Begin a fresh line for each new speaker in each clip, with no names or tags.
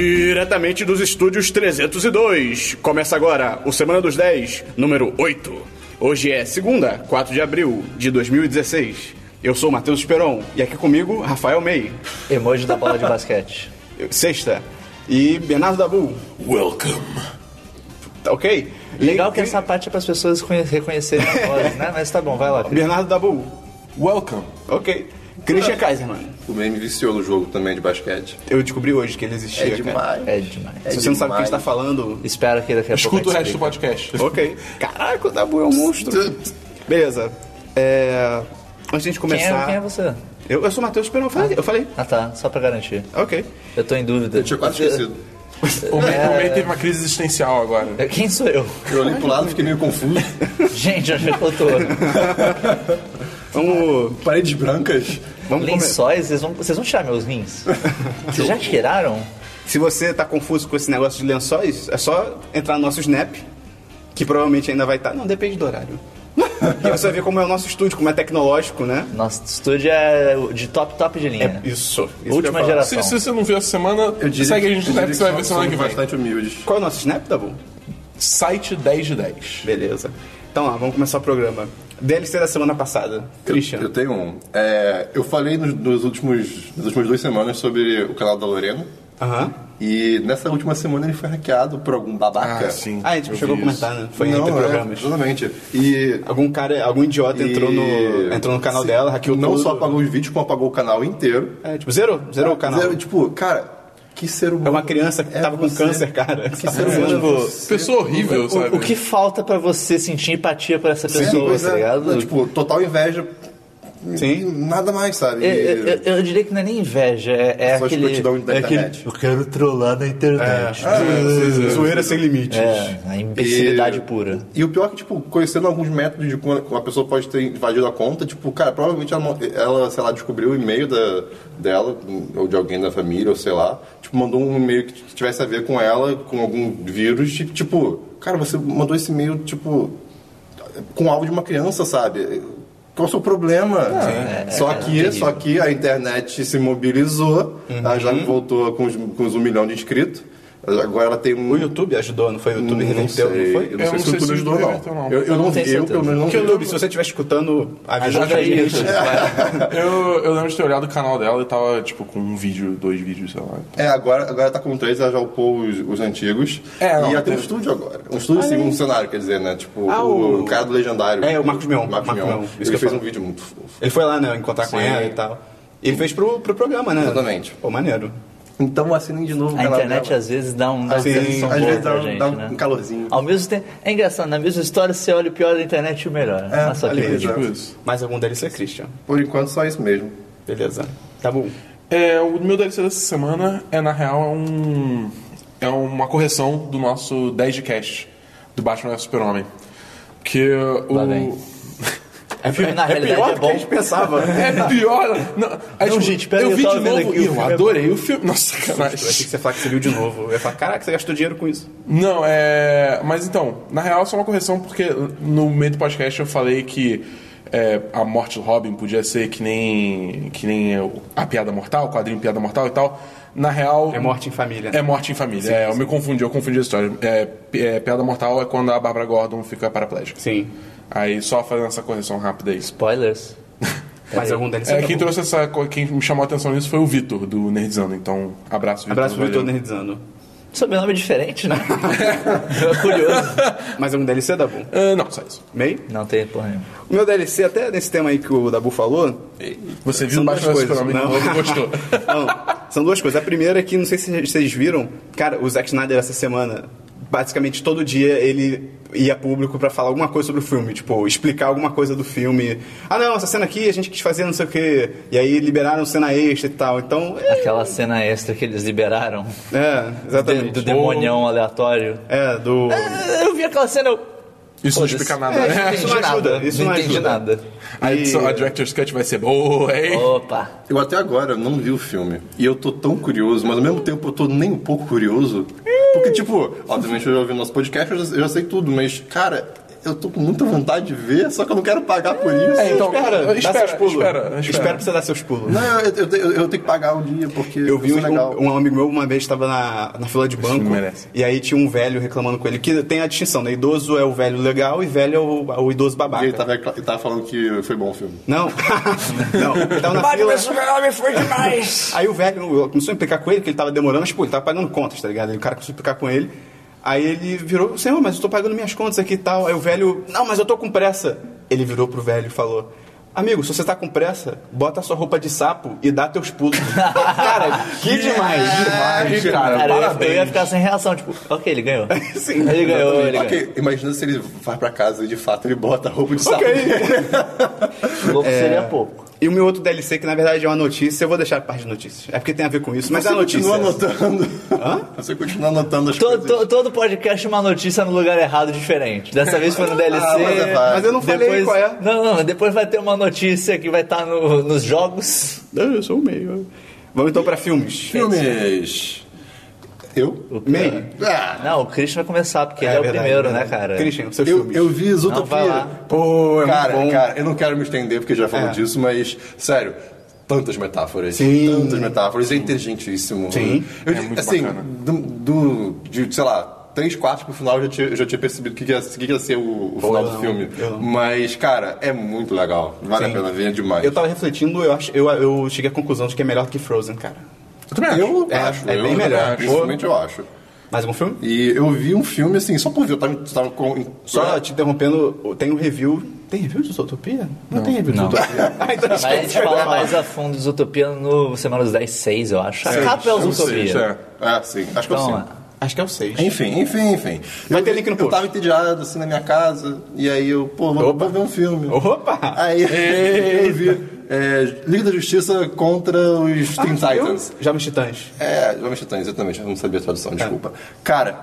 diretamente dos estúdios 302. Começa agora o Semana dos 10, número 8. Hoje é segunda, 4 de abril de 2016. Eu sou o Matheus Esperon e aqui comigo, Rafael May.
Emoji da bola de basquete.
Sexta. E Bernardo Dabu.
Welcome.
Tá ok? E-
Legal que essa parte é para as pessoas conhe- reconhecerem a voz, né? Mas tá bom, vai lá. Cris.
Bernardo Dabu.
Welcome.
Ok.
Ah.
Christian Kaiser, mano.
O May me viciou no jogo também de basquete.
Eu descobri hoje que ele
É
existia, cara.
demais.
É demais.
Se você não sabe o que a gente tá
demais.
falando...
Espero que daqui a
Escuta o
pouco. a
resto
gente
do podcast.
Ok. Caraca, o Dabu é um monstro. Beleza. É... Antes de gente
explique. Quem
começar...
é, quem é você?
Eu, eu sou o Matheus Peron, eu falei, eu falei. ah,
Ah tá, só pra garantir.
Ok.
Eu tô em dúvida.
Eu tinha quase esquecido.
O May, o May teve uma crise existencial agora.
É, Quem sou eu?
Eu olhei pro lado e fiquei meio confuso.
Gente, onde é que eu tô?
Vamos.
Paredes brancas.
vamos começar.
Lençóis, vocês vão, vocês vão tirar meus rins? Vocês já tiraram?
Se você tá confuso com esse negócio de lençóis, é só entrar no nosso Snap, que provavelmente ainda vai estar. Não, depende do horário. e você vai ver como é o nosso estúdio, como é tecnológico, né?
Nosso estúdio é de top, top de linha.
Isso. isso que eu
É. Última
ia falar.
geração.
Se, se você não viu essa semana, segue a gente no site, você vai ver semana que vem.
bastante humildes.
Qual é o nosso Snap, tá bom?
Site 10 de 10.
Beleza. Então lá, vamos começar o programa. DLC da semana passada.
Eu,
Christian.
eu tenho um. É, eu falei nos, nos últimos, nas últimas duas semanas sobre o canal da Lorena.
Aham.
E nessa última semana ele foi hackeado por algum babaca.
Ah, a gente
Eu
chegou a
vi
comentar,
isso.
né? Foi
não,
entre
é,
programas.
Exatamente. E.
Algum cara, algum idiota entrou no,
e-
entrou no canal
se-
dela, hackeou
Não
tudo.
só apagou os vídeos, como apagou o canal inteiro.
É, tipo, zerou, zerou o canal.
Zero, tipo, cara, que ser humano.
É uma criança que
é
tava com
você?
câncer, cara. é
Que ser humano. é
Tipo,
você?
Pessoa horrível, sabe?
O, o que falta pra você sentir empatia por essa
Sim,
pessoa,
pois
tá
é.
ligado?
Tipo, total inveja.
Sim.
Nada mais, sabe?
Eu, eu- eu- eu diria que não é nem inveja, é, é
Só
aquele.
escrotidão da
é aquele-
internet. É,
Eu quero trollar na internet.
Zoeira sem limites.
É, a imbecilidade
E-
pura.
E o pior é que, tipo, conhecendo alguns métodos de como uma pessoa pode ter invadido a conta, tipo, cara, provavelmente ela, ela, sei lá, descobriu o e-mail da, dela, ou de alguém da família, ou sei lá, tipo, mandou um e-mail que tivesse a ver com ela, com algum vírus, e, tipo, cara, você mandou esse e-mail, tipo, com alvo de uma criança, sabe? Qual é o seu problema?
é,
só que, só que a internet se mobilizou, ela já
Uhum.
voltou com os, com os um milhão de inscritos, agora ela tem um
O YouTube ajudou, não foi? O YouTube reverteu, não
sei.
foi?
Eu
Eu
Hum, não sei
não
se o
sei
YouTube
se
ajudou,
reverteu,
não.
não.
Eu, eu não
Não tenho
vi, eu pelo
certeza.
menos não
Que
vi.
YouTube, se você estiver escutando, ajuda
Ajuda
a
a
gente.
gente.
Eu, eu lembro de ter olhado o canal dela e tava, tipo, com um vídeo, dois vídeos, sei lá.
É, agora, agora tá com três, ela já upou os, os antigos.
É, não,
e ela tem um
teve-
estúdio agora. Um estúdio segundo cenário, quer dizer, né? Tipo,
Ah,
o...
o-
cara do Legendário.
É, o Marcos Mion.
Marcos,
Marcos
Mion.
Mion, isso que
Ele
eu
fez
falo.
um vídeo muito fofo.
Ele foi lá, né? Encontrar com
Sim.
ela e tal. E ele fez pro, pro programa, né?
Exatamente.
Pô, maneiro.
Então assinem de novo o
A
canal
internet
dela.
às vezes dá um, dá uma
Assim,
sensação
às
boa
vezes dá
pra
um-
gente,
dá um
né?
calorzinho.
Ao mesmo tempo, é engraçado, na mesma história você olha o pior da internet e o melhor. É, Olha só que
olha aí,
bonito.
exato.
Tipo isso.
Mais algum DLC, Christian?
Por enquanto, só isso mesmo.
Beleza. Tá bom.
É, o meu DLC dessa semana é, na real, é um. É uma correção do nosso 10 de cast do Batman vs Super-Homem. Porque
Lá vem.
o.
É, pi-
na
é
realidade,
pior
é
do que a
bom.
gente pensava.
É pior. Não, aí,
Não,
tipo,
gente, pera aí,
eu
eu
vi
tava
de
vendo
novo
aqui
e
o
eu
filme.
adorei o filme. Nossa,
Eu achei
sacanagem.
que você ia falar que você viu de novo. Eu ia falar, caraca, você gastou dinheiro com isso.
Não, é. Mas então, na real, só uma correção, porque no meio do podcast eu falei que é, a morte do Robin podia ser que nem. que nem o- a piada mortal, o quadrinho Piada Mortal e tal. Na real.
É morte em família.
É morte em família. é, eu me confundi, eu confundi a história. É, pi- é, piada mortal é quando a Barbara Gordon fica paraplégica.
Sim.
Aí só fazendo essa correção rápida aí.
Spoilers.
Mais algum DLC?
É,
Tá
quem
bom.
trouxe essa. co- Quem me chamou a atenção nisso foi o Vitor, do Nerdzano. Então, abraço, Vitor.
Abraço pro
valeu.
Vitor Nerdizando.
Sobrenome diferente, né? Eu curioso.
Mais algum DLC, tá bom?
Ah, não, só isso.
Meio?
Não tem porra nenhuma.
O meu DLC, até nesse tema aí que o Dabu falou,
Você viu
São
o
duas
Batman
coisas.
Superman
Não.
não. não gostou.
Não, são duas coisas. A primeira é que, não sei se vocês viram, cara, o Zack Snyder essa semana, basicamente todo dia ele ia a público pra falar alguma coisa sobre o filme, tipo, explicar alguma coisa do filme. Ah, não, essa cena aqui a gente quis fazer não sei o quê. E aí liberaram cena extra e tal. Então, é,
Aquela cena extra que eles liberaram
é
do,
exatamente.
do demonião aleatório.
É, do...
Eu vi aquela cena, eu.
Isso não
Foda-se.
explica nada.
É,
né?
isso não ajuda,
nada.
isso
não
não
entendi
ajuda.
nada.
A,
E-
edição, a Director's Cut vai ser boa, hein?
Opa!
Eu até agora não vi o filme. E eu tô tão curioso, mas ao mesmo tempo eu tô nem um pouco curioso. Porque, tipo, obviamente eu já ouvi nosso podcast, eu já, eu já sei tudo, mas, cara, eu tô com muita vontade de ver, só que eu não quero pagar por isso.
É, então,
Espera, dá
espera,
seus pulos.
espera, espera.
pra você dar seus pulos.
Não, eu, eu- eu- eu tenho que pagar um dia, porque
Eu vi
isso
um,
é legal.
um amigo meu uma vez estava na, na fila de banco
filme merece.
e aí tinha um velho reclamando com ele, que tem a distinção, né? Idoso é o velho legal e velho é o, o idoso
E ele tá-
babaca.
tava, ele tava falando que foi bom o filme.
Não, não, ele tava na
Mas
fila.
o super-homem foi demais.
Aí o velho começou a implicar com ele, que ele tava demorando, mas, pô, ele tava pagando contas, tá ligado? Aí o cara começou a implicar com ele. Aí ele virou, senhor, mas eu tô pagando minhas contas aqui e tal. Aí o velho, não, mas eu tô com pressa. Ele virou pro velho e falou. Amigo, se você tá com pressa, bota a sua roupa de sapo e dá teus pulos. cara, que demais.
Demais,
Cara, eu
cara.
ia, eu ia
parabéns.
ficar sem reação, tipo, ok, ele ganhou.
Sim,
ele ganhou,
tá
ele ganhou.
Ok, imagina se ele vai pra casa e de fato ele bota a roupa de sapo.
Ok.
Tá.
É,
Louco seria pouco.
E o meu outro DLC, que na verdade é uma notícia, eu vou deixar a parte de notícias. É porque tem a ver com isso, mas
Você
é a notícia.
continua anotando. Você continua anotando as
Todo,
coisas.
todo, todo podcast é uma notícia no lugar errado diferente. Dessa vez
Ah,
foi no DLC.
mas é fácil.
Mas eu não falei
depois,
qual é.
Não, não, depois vai ter uma notícia que vai estar nos jogos.
Não, eu sou o meio. Vamos então pra filmes.
Filmes. Eu?
O-
Meio. É,
Ah,
Não, o Christian vai começar, porque ele é o
verdade,
primeiro,
verdade.
né, cara?
Christian, os seus
eu,
filmes.
eu vi
Não, vai
Zootopia.
lá.
Pô, é
Cara,
muito bom.
cara, eu não quero me estender porque já falou
É.
disso, mas sério, tantas metáforas.
Sim.
Tantas metáforas. É inteligentíssimo.
Sim.
Eu,
É muito
assim,
bacana.
do, do- de, sei lá, três quartos pro final eu já tinha, eu já tinha percebido o que, que, ia, o que que ia ser o, o final
eu
do
não,
filme.
eu não.
Mas, cara, é muito legal. Vale
Sim.
a pena ver é demais.
Eu tava refletindo, eu, acho, eu, eu cheguei à conclusão de que é melhor do que Frozen, cara.
Eu também acho.
Eu
É,
acho,
é
eu
bem
também
melhor.
acho, Principalmente eu acho.
Mais algum filme?
E eu vi um filme assim, só por ver, eu tava, tava com. é.
Só te interrompendo, tem um review. Tem review de Zootopia? Não, tem review de Zootopia. ah, então
Mas a gente
esquece.
fala mais a fundo de Utopia no Semana dos 10, 6, eu acho. A
Seis,
capa é
eu
o
não sei,
Isso
Utopia.
é.
É, sim, acho que
Então,
eu sei.
é.
Acho que é o 6.
Enfim, enfim, enfim.
Vai
eu,
ter link no
Eu
post.
tava entediado assim na minha casa, e aí eu, pô, vou,
Opa.
vou ver um filme.
Opa!
Aí eu vi é, Liga da Justiça contra os Teen
Ah, eu-
Titans.
Jovens Titãs.
É, Jovens Titãs, exatamente, eu não sabia a tradução, desculpa. Cara,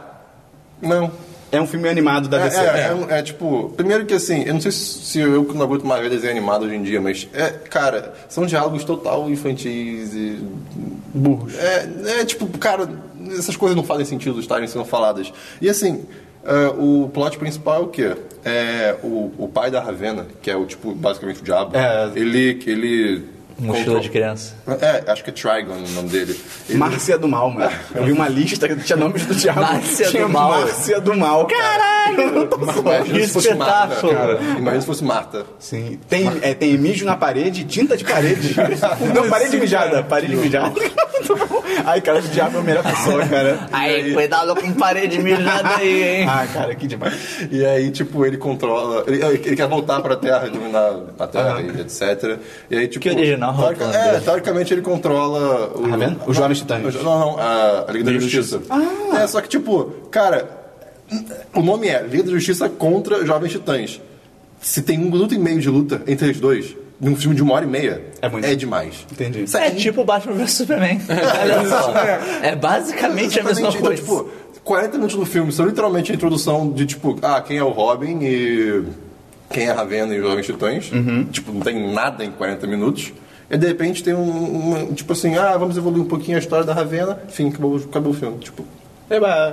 não.
É um filme animado da
É,
DC.
é, é um- é, tipo, primeiro que assim, eu não sei se se eu que não aguento mais ver desenho animado hoje em dia, mas, é, cara, são diálogos total infantis e
Burros.
é, é, tipo, cara, essas coisas não fazem sentido estarem sendo faladas. E assim, é, o plot principal é o quê? É o, o pai da Ravena, que é o tipo, basicamente o diabo,
É.
ele. que ele
Mochila de criança.
É, acho que é Trigon o nome dele. Ele-
Márcia do Mal, mano. Eu vi uma lista que tinha nomes do diabo.
Márcia
tinha
do Mal.
Márcia do Mal. Caralho!
Imagina se fosse Marta,
espetáculo.
cara. Imagina se fosse Marta.
Sim. Tem, é, tem mijo na parede, tinta de parede. Não, parede mijada. Parede mijada. Ai, cara, o diabo é a melhor pessoa, cara.
Aí, cuidado com parede mijada aí, hein?
Ah, cara, que demais.
E aí, tipo, ele controla. Ele, ele quer voltar pra Terra, dominar a Terra, e etc. E aí, tipo.
Que original,
teorica-
Roland.
é, teoricamente ele controla. O,
Ravena? Os Jovens Titãs.
Não, não, a, a Liga da Justiça. É, só que, tipo, cara. O nome é Liga da Justiça contra Jovens Titãs. Se tem um minuto e meio de luta entre os dois, num filme de uma hora e meia,
É muito.
demais.
Entendi.
É tipo Batman vs Superman. Olha só. É basicamente a mesma
Exatamente. Então,
coisa.
tipo, 40 minutos do filme são literalmente a introdução de, tipo, ah, quem é o Robin e quem é a Ravena e os Jovens Titãs.
Uhum.
Tipo, não tem nada em 40 minutos. E de repente tem um, um- tipo assim, ah, vamos evoluir um pouquinho a história da Ravena. Enfim, acabou, acabou o filme. Tipo,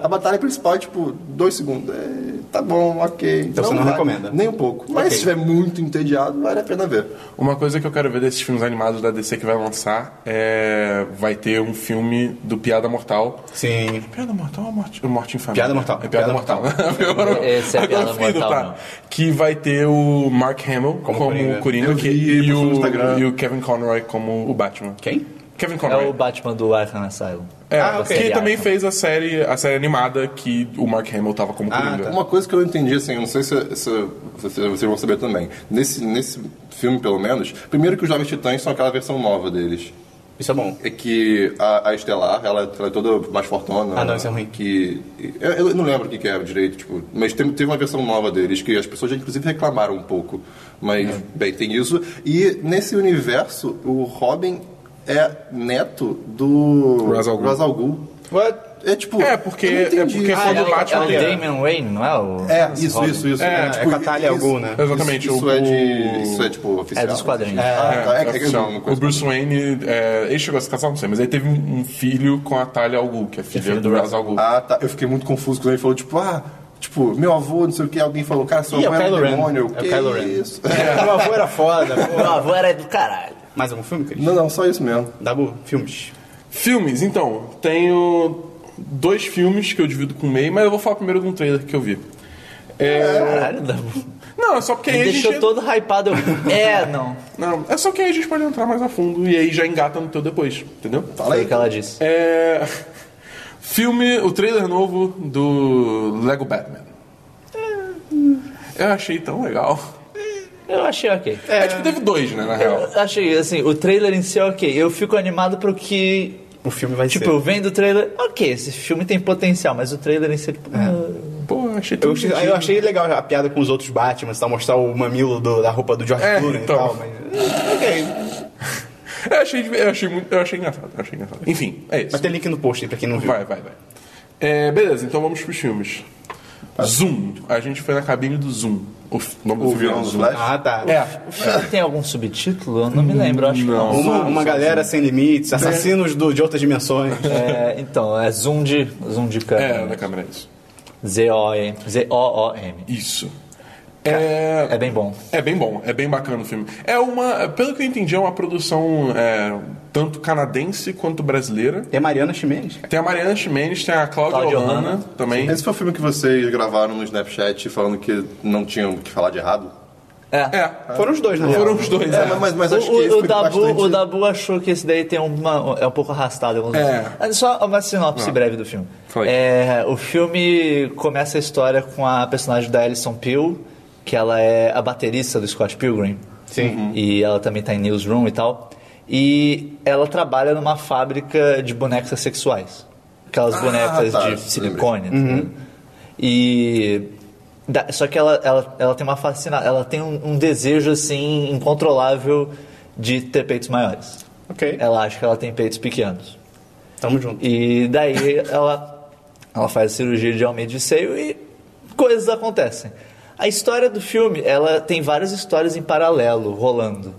a batalha principal é, tipo, dois segundos. É, tá bom, ok.
Então você não
vale
recomenda?
Nem um pouco. Mas
Ok.
se estiver muito entediado, vale a pena ver.
Uma coisa que eu quero ver desses filmes animados da DC que vai lançar é. Vai ter um filme do Piada Mortal.
Sim.
Piada Mortal ou Morte, Morte em Família?
Piada Mortal.
É Piada,
Piada
Mortal.
Mortal.
Agora-
Esse é
agora
Piada
eu fui do
Mortal,
pá.
não.
Que vai ter o Mark Hamill como,
Coringa.
Coringa,
Eu
que-
vi,
e,
postou no Instagram.
o, e o Kevin Conroy como o Batman.
Quem?
Kevin
É
Conroy.
o Batman do Arkham Asylum.
É,
Ah, ok.
que
Seriado.
também fez a série, a série animada que o Mark Hamill tava como
Ah,
Coringa.
Uma coisa que eu entendi, assim, eu não sei se, se- se- se vocês vão saber também. Nesse, nesse filme, pelo menos, primeiro que os Jovens Titãs são aquela versão nova deles.
Isso é bom.
É que a, a Estelar, ela, ela é toda mais fortona.
Ah, não, isso é ruim.
Que, eu, eu não lembro o que, que é direito, tipo, mas tem, teve uma versão nova deles que as pessoas já, inclusive, reclamaram um pouco. Mas,
É.
bem, tem isso. E nesse universo, o Robin é neto do
Ra's al Ghul.
Ra's al Ghul.
What?
É tipo.
É, porque-
eu não
é
entendi.
porque
Ah,
quando
é,
o Batman-
o Damian Wayne, não é? O...
É, isso, isso, isso.
É, é com a Talia
isso-
al Ghul, né?
Exatamente.
Isso,
o,
é de. Isso é tipo oficial.
É dos quadrinhos.
É,
É,
tá, é, é, é,
oficial.
uma
o
coisa.
Bruce Wayne, é, ele chegou a se casar, não sei, mas ele teve um, um filho com a Talia Al Ghul, que é filha
filho
do
do
Ra's Al Ghul.
Ah, tá. Eu fiquei muito confuso quando ele falou, tipo, ah. Tipo, meu avô, não sei o que, alguém falou, cara, seu
Ih, é o
avô era um
Kylo Ren.
demônio.
É o
que
Kylo Ren.
isso?
Meu avô era foda,
Meu
pô.
avô era do caralho.
Mais algum filme, Cris?
Não, não, só isso mesmo.
Dabu, filmes.
Filmes, então, tenho dois filmes que eu divido com o meio, mas eu vou falar primeiro de um trailer que eu vi. É,
Caralho, Dabu.
Não, é só porque aí a
Me deixou
gente.
todo hypado. Eu... É, não.
Não, é só que aí a gente pode entrar mais a fundo e aí já engata no teu depois, entendeu? Tá.
Fala
Foi o
aí.
que ela disse.
É. Filme, o trailer novo do Lego Batman. Eu achei tão legal.
Eu achei ok.
É, tipo, teve dois, né, na real.
Eu achei, assim, o trailer em si é ok. Eu fico animado pro que.
O filme vai
Tipo,
ser.
eu vendo o trailer, ok, esse filme tem potencial, mas o trailer em si é tipo. ah,
Pô, eu achei tão
Eu achei,
divertido.
eu achei legal a piada com os outros Batman, tal, mostrar o mamilo do- da roupa do George
É,
Clooney
então.
e tal, mas. Ok.
Eu É, achei, eu achei muito. Eu achei engraçado. Eu achei engraçado. Enfim, é isso.
Vai ter link no post aí pra quem não viu.
Vai, vai, vai. É, beleza, então vamos pros filmes. Zoom. A gente foi na cabine do Zoom. O f- nome do
O
filme
vilão
era
do
Zoom.
Flash?
Ah, tá.
É.
O filme tem algum subtítulo? Eu não me lembro, eu acho
Não.
que não.
Uma, uma galera sem limites,
É.
assassinos do- de outras dimensões.
É, então, é zoom de, zoom de
É,
câmera.
na câmera, isso.
Z-O-M. Z-O-O-M.
Isso. É,
É bem bom.
É bem bom, é bem bacana o filme. É uma, pelo que eu entendi, é uma produção é, tanto canadense quanto brasileira.
Tem a Mariana Chimenez.
Tem a Mariana Ximenes, tem a Cláudia
Cláudia
Hanna,
Hanna.
também.
Esse foi o filme que vocês gravaram no Snapchat falando que não tinham o que falar de errado?
É.
É,
Foram os dois, né?
foram os dois.
É,
é.
mas, mas acho
o,
que esse
o, o
foi
Dabu,
bastante...
o Dabu achou que esse daí tem uma, é um pouco arrastado. em alguns
É.
momentos. É. Só uma sinopse breve do filme.
Foi.
É, o filme começa a história com a personagem da Alison Peel, que ela é a baterista do Scott Pilgrim.
Sim.
Uhum.
E ela também tá em Newsroom e tal. E ela trabalha numa fábrica de bonecas sexuais. Aquelas bonecas
tá,
de silicone. tá ligado? E. da- só que ela, ela, ela tem uma fascina, ela tem um, um desejo assim incontrolável de ter peitos maiores.
Ok.
É.
Ela acha que ela tem peitos pequenos.
Tamo junto.
E daí ela, ela faz a cirurgia de aumento de seio e coisas acontecem. A história do filme, ela tem várias histórias em paralelo rolando.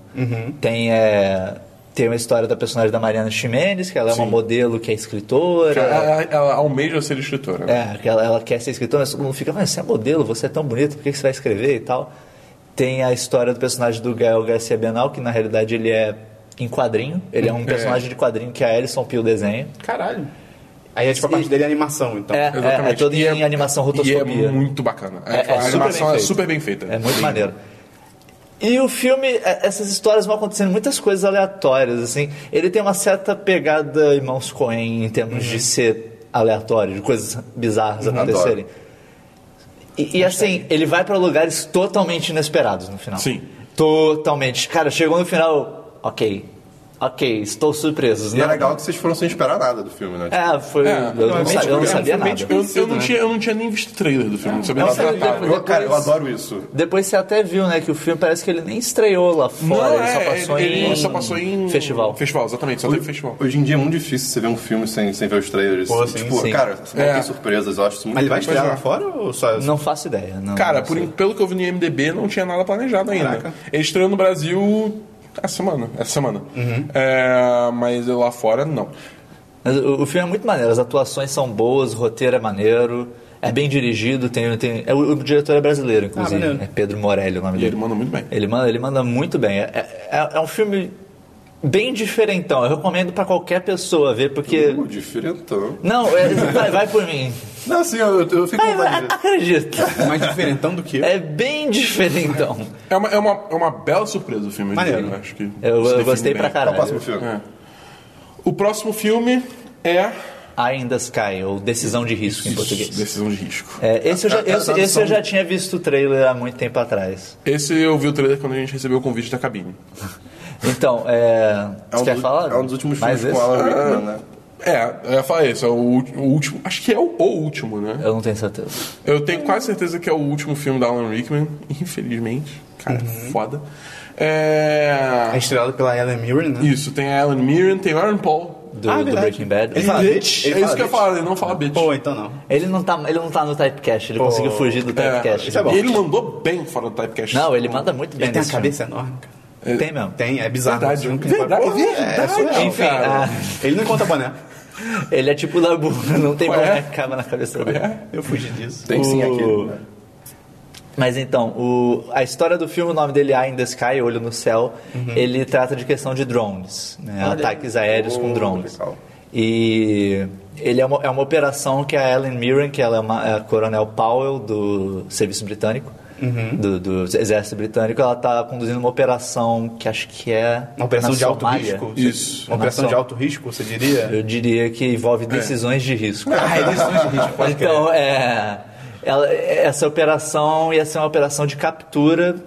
Tem, é, tem uma história da personagem da Mariana Ximenes, que ela é uma modelo que é escritora.
Ela, ela- ela almeja ser escritora. né?
É, que ela, ela quer ser escritora, mas todo mundo fica, mas você é modelo, você é tão bonito, por que que você vai escrever e tal? Tem a história do personagem do Gael Garcia Benal, que na realidade ele é em quadrinho. Ele é um personagem de quadrinho que a Alison Pio desenha.
Caralho. Aí é tipo a parte dele é animação, então.
É, é, é
Exatamente.
todo
E
em animação rotoscopia.
E é muito bacana.
É-
Tipo,
é
a
super
animação
bem
é
feito.
super bem feita.
É muito maneiro. E o filme, é, essas histórias vão acontecendo, muitas coisas aleatórias, assim. Ele tem uma certa pegada Irmãos Coen em termos
Uhum.
de ser aleatório, de coisas bizarras acontecerem. E, e, assim, ele vai pra lugares totalmente inesperados no final.
Sim.
Totalmente. Cara, chegou no final, ok, ok, estou surpreso.
E é
Não-
legal que vocês foram sem esperar nada do filme, né?
É, foi.
É,
eu,
não,
não
é
sabia, eu não
bem-
sabia
é bem
nada.
tipo-
Eu, eu
né?
não tinha, eu não tinha nem visto o trailer do filme, não sabia
É um
nada.
filme
tratava.
bem-
Eu, cara, eu adoro isso.
Depois você até viu, né, que o filme parece que ele nem estreou lá fora, ele, só passou
é, ele
em...
só passou em
Festival.
Festival, exatamente, só teve festival.
Hoje em dia é muito difícil você ver um filme sem, sem ver os trailers.
Pô, sim,
tipo,
sim.
cara, não
É.
tem surpresas, eu acho isso muito
Mas ele vai
bom.
estrear
é.
lá fora ou só.
Não faço ideia. Não,
Cara,
não
por,
sei.
en- pelo que eu vi no IMDB, não tinha nada planejado ainda.
Caraca.
Ele estreou no Brasil essa semana. Essa semana.
Uhum.
É, mas lá fora, não.
Mas o, o filme é muito maneiro, as atuações são boas, o roteiro é maneiro, é bem dirigido, tem... tem é, o, o diretor é brasileiro, inclusive.
maneiro.
é Pedro Morelli o nome
E
dele.
ele manda muito bem.
Ele manda, ele manda muito bem. É, é, é um filme bem diferentão. Eu recomendo pra qualquer pessoa ver, porque...
Uh, diferentão.
Não, é- vai, vai por mim.
Não, assim, eu, eu- eu fico com
Vai,
vontade
vai,
de ver.
acredita.
Mais diferentão do que eu.
É bem diferentão.
É uma, é uma, é uma bela surpresa o filme. eu
Maneiro.
diria. Acho que
Eu,
se
eu
define
gostei
bem.
pra
Qual o
caralho.
próximo filme?
É. O próximo filme é...
Ainda Sky, ou Decisão de Risco em português.
Decisão de risco.
É, esse, eu já,
A- a- a
esse-
tradução-
esse eu já tinha visto o trailer há muito tempo atrás.
Esse eu vi o trailer quando a gente recebeu o convite da cabine.
Então, é.
É
Você
um,
quer
dos-
falar?
é um dos últimos
Mais
filmes com
esse?
Alan Rickman, né?
É, eu ia falar isso, é o, ulti- o último. Acho que é o, o último, né?
Eu não tenho certeza.
Eu tenho quase certeza que é o último filme da Alan Rickman, infelizmente. Cara, foda.
É
É...
estrelado pela Ellen Mirren, né?
Isso, tem a Alan Mirren, tem o Aaron Paul.
Do,
é
Ah,
do
verdade.
Breaking Bad.
Ele fala bitch?
é
Ele
isso
fala
que eu
bitch?
falo, ele não fala bitch.
Pô, então não.
Ele não, tá, ele não tá no typecast, ele conseguiu fugir do
É,
typecast.
isso é bom.
E ele mandou bem fora do typecast.
Não, ele manda muito bem
Ele tem a
nesse
cabeça enorme, cara.
filme. Tem mesmo.
Tem, é bizarro.
Verdade,
Você não-
verdade, verdade,
É, é surreal.
Enfim,
cara.
ah,
Ele não conta boné.
Ele é tipo o Dabu, não tem
Qual é?
boneca que cava na cabeça dele.
Eu fugi disso.
é? Tem sim aqui.
O-
né?
Mas então, o- a história do filme, o nome dele é Eye in the Sky, Olho no Céu,
Uhum.
ele trata de questão de drones, né? ataques aéreos com
Oh,
drones.
legal.
E ele é uma, é uma operação que a Ellen Mirren, que ela é, uma, é a coronel Powell do serviço britânico,
Uhum.
do, do exército britânico, ela está conduzindo uma operação que acho que é...
Uma operação
na
de alto
Somália.
risco? você-
Isso.
Uma operação
Na
de
Som-
alto risco, você diria?
Eu diria que envolve decisões de risco.
É. Ah, eles são de risco, pode crer.
Então, é, ela- essa operação ia ser uma operação de captura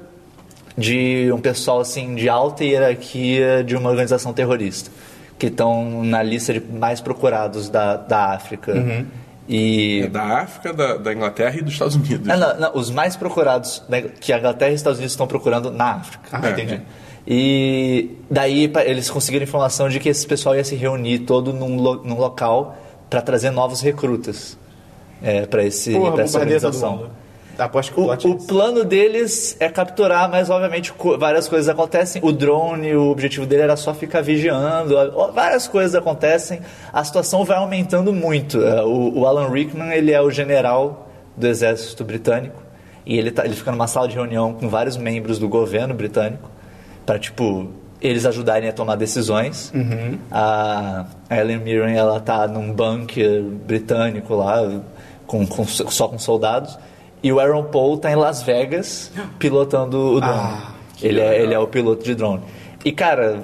de um pessoal assim de alta hierarquia de uma organização terrorista que estão na lista de mais procurados da, da África
Uhum. É
e
Da África, da, da Inglaterra e dos Estados Unidos.
É,
Ah, não, não, os mais procurados né, que a Inglaterra e os Estados Unidos estão procurando na África
Ah, entendi.
É. E daí pa- eles conseguiram informação de que esse pessoal ia se reunir todo num, lo- num local para trazer novos recrutas é, para esse
Porra,
pra essa
bombardeia todo
organização.
mundo. né? Aposto que o
O,
plot é
o
esse.
plano deles é capturar, mas obviamente co- várias coisas acontecem. O drone, o objetivo dele era só ficar vigiando. ó, Várias coisas acontecem. A situação vai aumentando muito. É, O, o Alan Rickman ele é o general do exército britânico e ele, tá- ele fica numa sala de reunião com vários membros do governo britânico para tipo eles ajudarem a tomar decisões. A a Ellen Mirren ela tá num bunker britânico lá com- com- só com soldados e o Aaron Paul tá em Las Vegas pilotando o drone. ele, é, ele é o piloto de drone. E cara,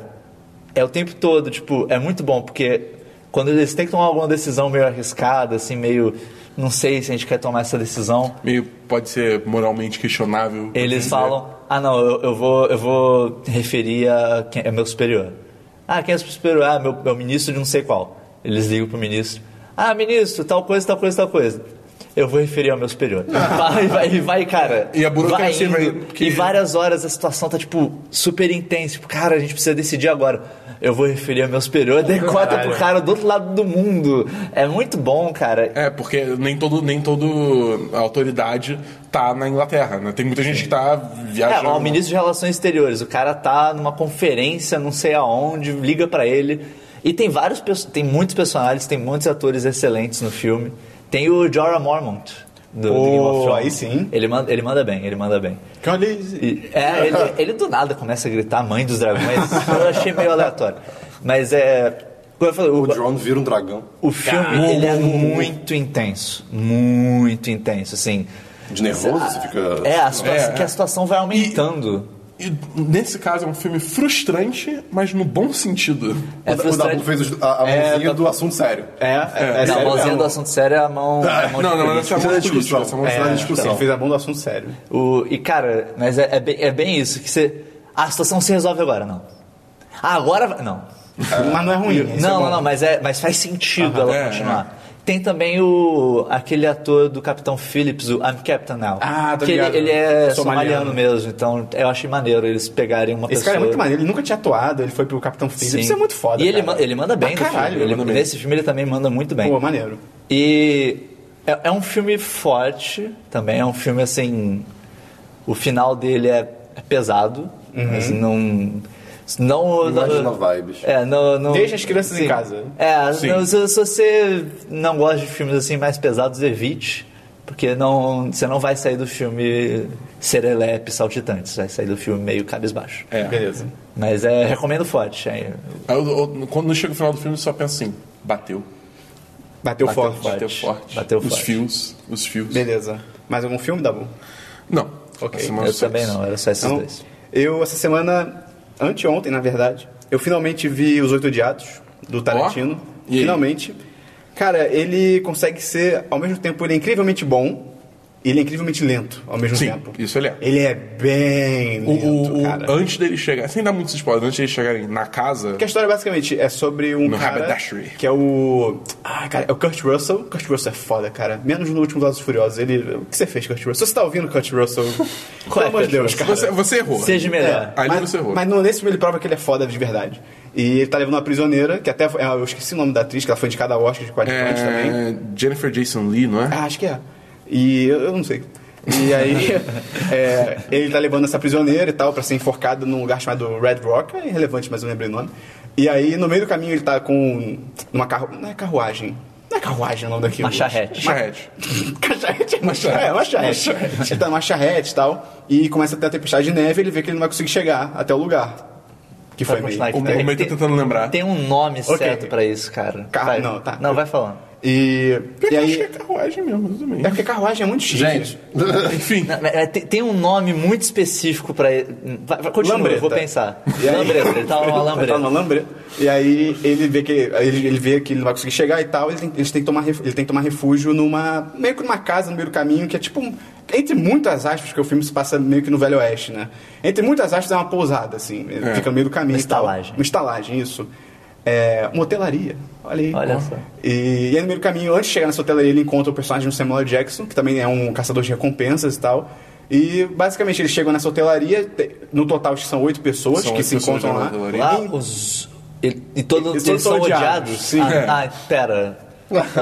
é o tempo todo, tipo, é muito bom porque quando eles têm que tomar alguma decisão meio arriscada, assim, meio não sei se a gente quer tomar essa decisão,
Meio pode ser moralmente questionável.
eles
assim,
falam: Ah, não, eu, eu vou, eu vou referir a quem é meu superior. Ah, quem é seu superior? Ah, meu, meu ministro de não sei qual. Eles ligam pro ministro: Ah, ministro, tal coisa, tal coisa, tal coisa. Eu vou referir ao meu superior. Vai, vai, e vai, cara.
E a burocracia
vai.
vai-
indo,
que-
E várias horas a situação tá, tipo, super intensa. Tipo, cara, a gente precisa decidir agora. Eu vou referir ao meu superior, decota pro cara do outro lado do mundo. É muito bom, cara.
É, porque nem todo nem todo autoridade tá na Inglaterra, né? Tem muita gente que tá viajando.
É, o ministro de Relações Exteriores, o cara tá numa conferência, não sei aonde, liga pra ele. E tem vários, perso- tem muitos personagens, tem muitos atores excelentes no filme. Tem o Jorah Mormont do, do
Pô,
Game of Thrones.
aí sim.
Ele manda, ele manda bem, ele manda bem.
Que olha isso.
E- é, ele, ele do nada começa a gritar mãe dos dragões. eu achei meio aleatório. Mas é. Como eu falei,
O drone vira um dragão
o filme ele é muito intenso. Muito intenso, assim.
de nervoso, você fica. assim, né?
É, a situação,
É, é.
que a situação vai aumentando.
E nesse caso é um filme frustrante, mas no bom sentido.
É
o, o
frustrante.
Dabu fez os- a, a
É,
mãozinha
tá-
do assunto sério.
É, é, é
Não, a
sério
mãozinha
mesmo. Tá.
do assunto sério é a mão. a mão de
não, não,
político.
mas essa é a mão
Isso é
de
discussão.
política, essa é a mão de
É,
política.
discussão. Ele fez a mão do assunto sério.
O- e cara, mas é, é bem, é bem isso, que você. A situação se resolve agora, não. Ah, agora. vai- Não.
Mas não é ruim. isso é
não,
bom.
não, não, mas, é, mas faz sentido ela
é,
continuar. Tem também o aquele ator do Capitão Phillips, o I'm Captain Now.
Ah, tô
que ele,
ligado.
ele é somaliano.
Somaliano.
mesmo, então eu achei maneiro eles pegarem uma
Esse
pessoa.
cara é muito maneiro, ele nunca tinha atuado, ele foi pro Capitão Phillips.
Sim.
Isso é muito foda.
E ele,
cara.
ma- ele manda bem
Ah,
no
caralho,
filme. Ele-
manda bem.
nesse filme ele também manda muito bem.
Pô, maneiro.
E é, é um filme forte também, é um filme assim. O final dele é, é pesado,
Uhum.
mas não. Não.
Imagina
não-
vibes.
É, não, não-
Deixa as crianças em
Sim.
casa.
É,
Sim.
não, se, se você não gosta de filmes assim mais pesados, evite. Porque não, você não vai sair do filme serelepe, saltitante. Você vai sair do filme meio cabisbaixo.
É.
Beleza.
Mas é, recomendo forte. é.
Aí eu- eu- quando chega o final do filme, eu só penso assim: bateu.
Bateu,
Bateu
forte.
Bateu
forte.
forte.
Bateu
os
forte.
fios. Os fios.
Beleza. Mais algum filme, Dabu?
Não.
Ok.
Essa é uma
eu
só-
também não, era só esses
Então,
dois.
eu, essa semana, anteontem, na verdade, eu finalmente vi Os Oito Odiados, do Tarantino.
E aí?
Finalmente. Cara, ele consegue ser, ao mesmo tempo, ele é incrivelmente bom e ele é incrivelmente lento, ao mesmo
Sim,
tempo.
isso ele é.
Ele é bem
O,
lento,
o- o-
cara.
antes dele chegar, sem dar muitos spoilers, antes dele chegarem na casa.
Porque a história basicamente é sobre um
No
cara
haberdashery.
que é o. Ah, cara, é o Kurt Russell. Kurt Russell é foda, cara. Menos no último Lados Furiosos. Ele. O que você fez, Kurt Russell? Você tá ouvindo Kurt Russell?
Qual
Pelo
é
amor de
Kurt
Deus, cara.
Você, você errou.
Seja melhor.
Ali
É, mas,
você errou.
Mas no, nesse filme ele prova que ele é foda de verdade. E ele tá levando uma prisioneira, que até. é, Eu esqueci o nome da atriz, que ela foi indicada ao Oscar de coadjuvante também.
É, Jennifer Jason Lee, não é?
Ah, acho que é. E eu, eu não sei. E aí, é, ele tá levando essa prisioneira e tal pra ser enforcado num lugar chamado Red Rock, é irrelevante, mas eu lembrei o nome. E aí, no meio do caminho, ele tá com uma carru... Não é carruagem. Não é carruagem o nome daquilo.
Uma charrete.
Charrete.
Cacharrete. É, uma charrete. Ele tá numa charrete e tal. E começa a ter a tempestade de neve ele vê que ele não vai conseguir chegar até o lugar. Que foi
Vai
meio...
continuar aqui,
O
né?
momento
Tem-
tá tentando lembrar.
Tem um nome
Ok.
certo pra isso, cara.
Carro-
Vai.
não, tá.
Não, vai falando.
E,
Pior que
e
eu acho que é
aí...
carruagem mesmo, mas tudo bem.
É porque carruagem é muito chique.
Gente,
Enfim.
Não, mas, é, Tem, tem um nome muito específico pra ele. Vai, vai, continua, eu vou
Lambreta.
pensar.
E aí-
Lambreta, ele tá numa
Ele tá
lambreta.
numa lambreta. E aí ele vê que ele, ele vê que ele não vai conseguir chegar e tal, ele tem, eles têm que tomar ref- ele tem que tomar refúgio numa meio que numa casa no meio do caminho que é tipo um, entre muitas aspas que o filme se passa meio que no Velho Oeste, né? Entre muitas aspas é uma pousada assim, ele
É.
fica no meio do caminho, e
Uma
tal.
estalagem.
uma estalagem, isso. É, uma hotelaria. Olha aí.
Olha só.
E, e aí no meio do caminho, antes de chegar nessa hotelaria, ele encontra o personagem do Samuel L. Jackson, que também é um caçador de recompensas e tal. E basicamente eles chegam nessa hotelaria, te- no total acho que são oito pessoas
São
que
oito
se
pessoas
encontram
na
lá.
hotelaria.
Lá,
E-
os. ele- E, todos
Eles todos
eles, são
são
odiados?
odiados, sim.
Ah,
É.
ah, pera.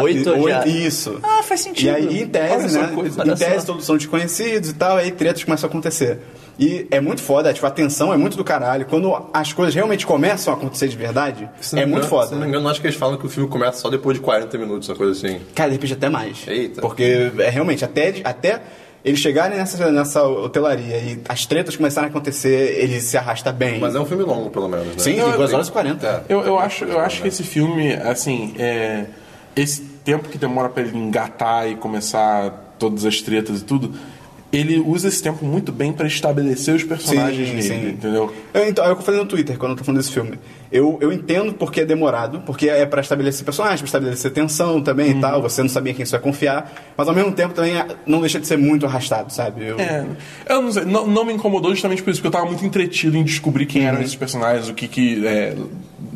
Oito
e-
odiados.
Isso.
Ah, faz
E
sentido.
aí, em
Olha
tese,
só
né?
a coisa.
Em
Olha
tese,
só.
todos são desconhecidos e tal, aí tretas começam a acontecer. E é muito foda, tipo, a tensão é muito do caralho. Quando as coisas realmente começam a acontecer de verdade,
se não
é
me
muito
engano- Se
foda.
não me engano, acho que eles falam que o filme começa só depois de 40 minutos, uma coisa assim.
Cara, de repente até mais.
Eita.
Porque é realmente, até, até eles chegarem nessa, nessa hotelaria e as tretas começarem a acontecer, ele se arrasta bem.
Mas é um filme longo, pelo menos, né?
Sim,
Não,
tem
é
2
bem-
horas e 40.
É.
Eu, eu acho, eu acho que esse filme, assim, é, esse tempo que demora pra ele engatar e começar todas as tretas e tudo, ele usa esse tempo muito bem pra estabelecer os personagens
Sim,
nele,
sim.
entendeu?
Eu, então, é o que eu falei no Twitter quando eu tô falando desse filme. Eu, eu entendo porque é demorado, porque é pra estabelecer personagens, pra estabelecer tensão também e
Uhum.
tal, você não sabia em quem você vai confiar, mas ao mesmo tempo também ah, não deixa de ser muito arrastado, sabe? Eu-
É, eu não sei, não, não me incomodou justamente por isso, porque eu tava muito entretido em descobrir quem
Uhum.
eram esses personagens, o que que é,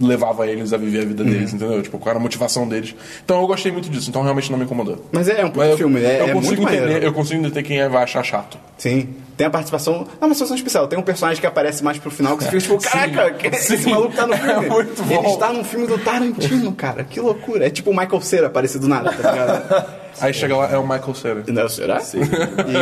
levava eles a viver a vida deles,
Uhum.
entendeu? Tipo, qual era a motivação deles. Então eu gostei muito disso, então realmente não me incomodou.
Mas é, é um puto
Mas eu-
filme, é,
eu
é
consigo
muito
entender,
maneiro.
eu consigo entender quem é, vai achar chato.
Sim. Tem a participação. Ah, uma situação especial. Tem um personagem que aparece mais pro final que você fica tipo, caraca, que- esse
Sim.
maluco tá no filme.
É muito bom.
Ele está num filme do Tarantino, cara. Que loucura. É tipo o Michael Cera aparecer do nada, tá ligado?
Aí chega lá, é o Michael Cera.
Não, será? Sim.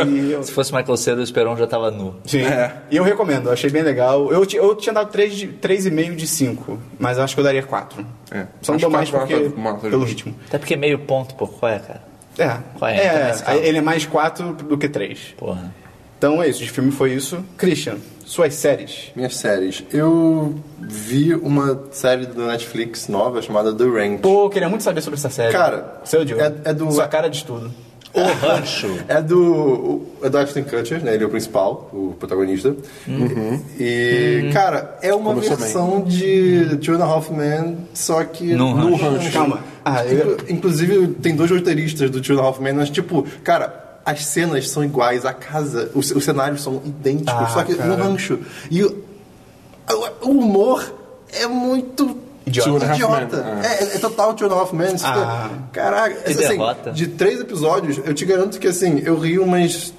E eu...
Se fosse Michael Cera, o Esperon já tava nu.
Sim.
É.
E eu recomendo, eu achei bem legal. Eu, ti- eu tinha dado 3,5 de 5, mas eu acho que eu daria 4.
É.
Só não
Acho
dou mais
quatro
porque,
mata- mata
pelo
justo.
ritmo.
Até porque meio ponto, pô, qual é, cara?
É.
Qual é? Tá na
é,
escala.
ele é mais 4 do que 3.
Porra.
Então é isso, de filme foi isso. Christian, suas séries.
Minhas séries. Eu vi uma série do Netflix nova chamada The Ranch.
Pô, eu queria muito saber sobre essa série.
Cara,
seu Diogo.
é- é do-
Sua cara de estudo.
O rancho.
É do. É do Ashton Kutcher, né? Ele é o principal, o protagonista. E,
Uhum.
cara, é uma
Começou
versão de Two and a Half Men, só que.
Num
no
rancho.
Calma. Ah, eu-
Inclu- Inclusive, tem dois roteiristas do Two and a Half Men, mas, tipo, cara. As cenas são iguais, a casa, os, os cenários são idênticos,
Ah,
só que no
cara.
rancho. E o, o humor é muito
Idiota.
Two and a Half
idiota.
Men,
É, é total Two and a Half Men. isso
Ah.
tá- Caraca,
Que
assim,
derrota.
de três episódios, eu te garanto que assim, eu ri umas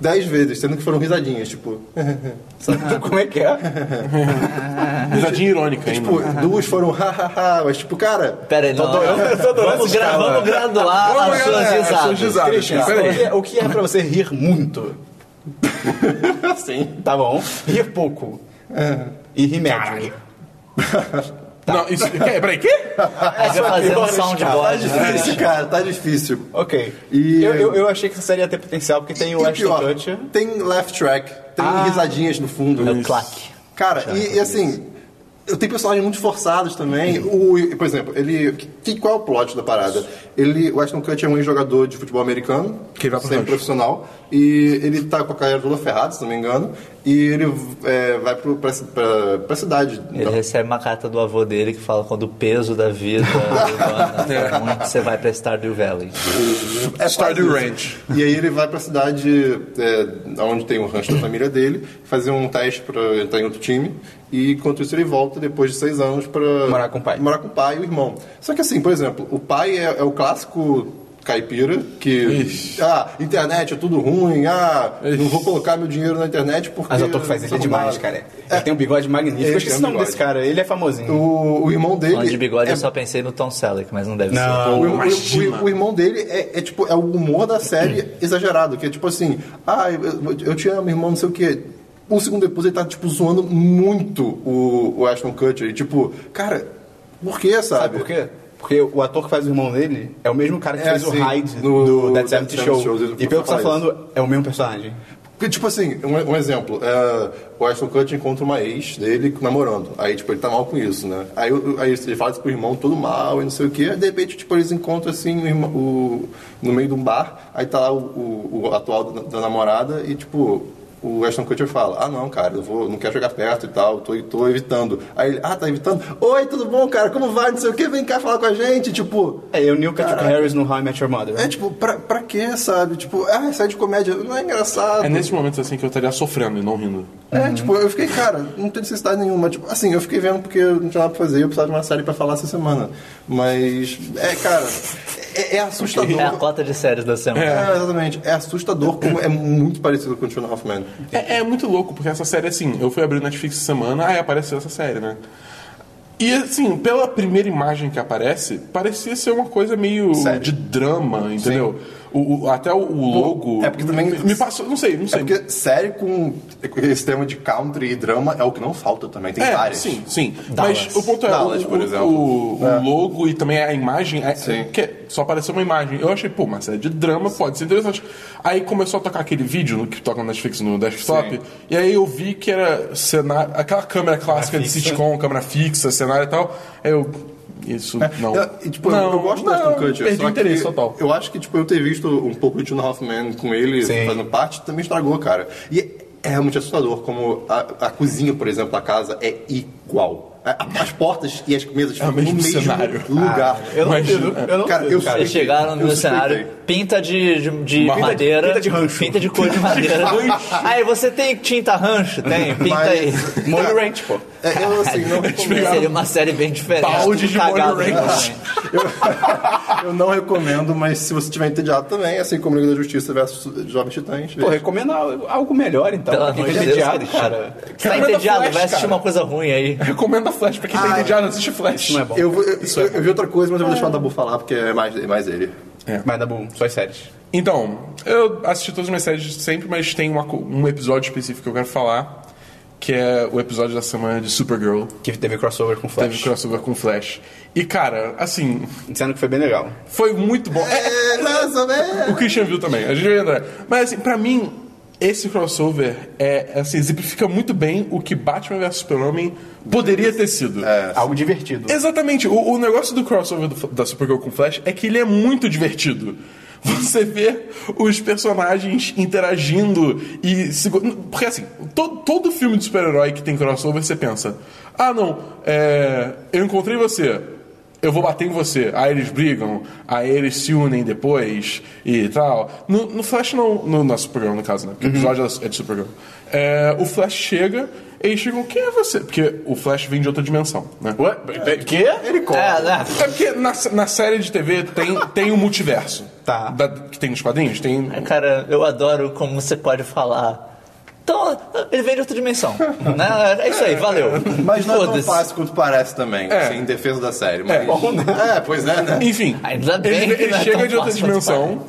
dez vezes, sendo que foram risadinhas, tipo.
Como é que é?
Risadinha irônica ainda.
tipo, duas foram hahaha, mas tipo, cara.
Pera aí, não. não, não.
adorando- tô adorando
Vamos
essa
gra-
escala.
vamos graduar
Vamos
as
graduar,
suas
é, as suas
risadas.
risadas.
Ah, Christian,
peraí.
o que, é- o que é pra você rir muito?
Sim. assim,
Tá bom. Rir pouco.
É.
E rir médio. tá.
Não, isso. Quê? Peraí, quê?
É
Aí vai fazendo soundboard.
Tá difícil, cara, tá difícil.
Ok.
E-
Eu, eu, eu achei que essa série ia ter potencial, porque tem o
E
Ashton
pior,
Kutcher.
Tem laugh track, tem
Ah.
risadinhas no fundo.
É o claque.
Cara, e, e assim, eu tenho personagens muito forçados também. O, por exemplo, ele. Que, qual é o plot da parada? Ele, o Ashton Kutcher é um ex-jogador de futebol americano,
Que vai pro
sempre
rancho.
profissional, e ele tá com a carreira toda ferrada, se não me engano, e ele é, vai pro, pra, pra, pra cidade.
Ele recebe uma carta do avô dele que fala quando o peso da vida urbana tá muito, você vai pra Stardew Valley.
É
Stardew
quase isso.
Ranch.
E aí ele vai pra cidade é, onde tem o rancho da família dele, fazer um teste pra entrar em outro time. E enquanto isso ele volta depois de seis anos pra.
Morar com o pai.
Morar com o pai e o irmão. Só que assim, por exemplo, o pai é, é o clássico caipira que.
Ixi.
Ah, internet é tudo ruim, ah,
Ixi.
não vou colocar meu dinheiro na internet porque.
Mas o ator que faz ele é
sou
demais,
roubado."
cara. Ele tem um bigode magnífico.
Ele
Eu esqueci
tem
o
um
nome
bigode.
desse cara. Ele é famosinho.
O, o irmão dele.
Falando de bigode,
é
eu só pensei no Tom Selleck, mas não deve
Não.
ser.
Ah, O, o-
Imagina.
o- o irmão dele é, é tipo, é o humor da série exagerado, que é tipo assim, ah, eu, eu te amo, irmão, não sei o quê. um segundo depois ele tá, tipo, zoando muito o, o Ashton Kutcher. E, tipo, cara, por que, sabe?
Sabe por quê? Porque o ator que faz o irmão dele é o mesmo cara que
É,
fez
sim,
o Hyde
no
do Dead
That
70
70
Show.
Show, eu
E pelo que você tá
ia falar
falando, é o mesmo personagem.
Porque, tipo assim, um, um exemplo, é, o Ashton Kutcher encontra uma ex dele namorando. Aí, tipo, ele tá mal com isso, né? Aí, o- aí ele fala isso pro irmão todo mal e não sei o quê. Aí, de repente, tipo, eles encontram assim o irmão- o- no meio de um bar, aí tá lá o, o- o atual da, da namorada e, tipo, o Ashton Kutcher fala, ah não, cara, eu vou, não quero chegar perto e tal, tô, tô evitando. Aí ele, ah, tá evitando? Oi, tudo bom, cara? Como vai? Não sei o quê, vem cá falar com a gente, tipo.
É, e o Neil Patrick
Caraca.
Harris no How I Met Your Mother.
É tipo, pra, pra quê, sabe? Tipo, ah, sai de comédia, não é engraçado.
É nesses momentos assim que eu estaria sofrendo e não rindo.
É, tipo, eu fiquei, cara, não tem necessidade nenhuma. Tipo, assim, eu fiquei vendo porque eu não tinha nada pra fazer, eu precisava de uma série pra falar essa semana. Mas, é, cara, é, é assustador.
É a cota de séries da semana.
É, exatamente. É assustador como é muito parecido com o Tuna Hoffman.
É, é muito louco, porque essa série, assim, eu fui abrir o Netflix essa semana, aí apareceu essa série, né? E, assim, pela primeira imagem que aparece, parecia ser uma coisa meio
Sério.
de drama, entendeu? O, o- até o, o logo.
é porque também-
Me, me passou, não sei, não
É
sei.
porque série com esse tema de country e drama é o que não falta também, tem
É,
várias.
Sim, sim.
Dallas.
Mas o ponto é,
Dallas,
o,
por
o-
exemplo.
o- o logo e também a imagem, é,
Sim.
que só apareceu uma imagem. Eu achei, pô, mas é de drama, pode ser interessante. Aí começou a tocar aquele vídeo no, que toca no Netflix no desktop,
Sim.
e aí eu vi que era cenário, aquela câmera clássica de
fixa.
sitcom, câmera fixa, cenário e tal. Aí eu... Isso, não.
Eu, e, tipo, eu-
Não,
eu gosto do Ashton
não,
Kutcher. só
Perdi o
que
interesse total.
Eu acho que, tipo, eu ter visto um pouco de Tuna Hoffman com ele
Sim.
fazendo parte também estragou, cara. E é- é realmente assustador como a, a cozinha, por exemplo, da casa é igual. A- a- As portas e as mesas
É
ficam
mesmo
no mesmo
cenário.
lugar.
Ah, Eu não
Mas-
duvido, eu não
Cara,
duvido,
eu
cara.
Eles chegaram
Eu
no cenário,
suspeitei.
pinta de, de, de
Uma
madeira,
pinta de rancho.
pinta de cor de madeira. aí, você tem tinta rancho? Tem, pinta
Mas-
aí.
Molho Ranch, pô.
É, eu, assim,
Tipo
não recomendo.
Seria uma série bem diferente.
Balde de
tudo cagado
molho
de
ranch.
tamanho.
eu não recomendo, mas se você tiver entediado também, assim como Liga da Justiça versus Jovens Titãs.
Pô, recomendo al- algo melhor, então.
Pelo
pra quem
amor de
tá
Deus,
entediado,
cara.
cara.
Você tá
Cara,
entediado,
Flash,
vai assistir
cara.
uma coisa ruim aí.
Recomendo a Flash, pra quem tem
Ah,
entediado, assiste Flash.
Não é bom.
eu, vou- eu, eu- eu vi outra coisa, mas eu vou deixar o Dabu falar, porque é mais, é mais ele.
Mas, Dabu, suas séries.
Então, eu assisti todas as minhas séries sempre, mas tem uma co- um episódio específico que eu quero falar, que é o episódio da semana de Supergirl.
Que teve crossover com
Teve
Flash.
crossover com Flash. E, cara, assim,
Dizendo que foi bem legal.
foi muito bom. É,
É, nossa, né?
o Christian viu também, a gente vai entrar. Mas, assim, pra mim, esse crossover é, assim, exemplifica muito bem o que Batman vs Superman poderia ter sido.
É,
Algo divertido.
Exatamente. O, o negócio do crossover do- da Supergirl com Flash é que ele é muito divertido. Você vê os personagens interagindo e. se go- Porque assim, todo, todo filme de super-herói que tem crossover, você pensa: ah, não, é, eu encontrei você, eu vou bater em você. Aí eles brigam, aí eles se unem depois e tal. No, no Flash, não. No, na Supergirl, no caso, né?
Uhum.
Porque o episódio é de Supergirl. É, o Flash chega, eles chegam: quem é você? Porque o Flash vem de outra dimensão, né?
é, Quê?
Ele corre.
É, né?
É porque na, na série de TV tem, tem o multiverso.
Tá.
Da- que tem nos quadrinhos? Tem.
Cara, eu adoro como você pode falar. Então, ele veio de outra dimensão. né? É isso aí, valeu.
Mas não é tão
Foda-se.
fácil quanto parece também,
É.
assim, em defesa da série. Mas...
É. Bom,
É, pois é, né?
Enfim,
Ainda bem
ele,
que
ele
não é
chega
tão
de outra
fácil
dimensão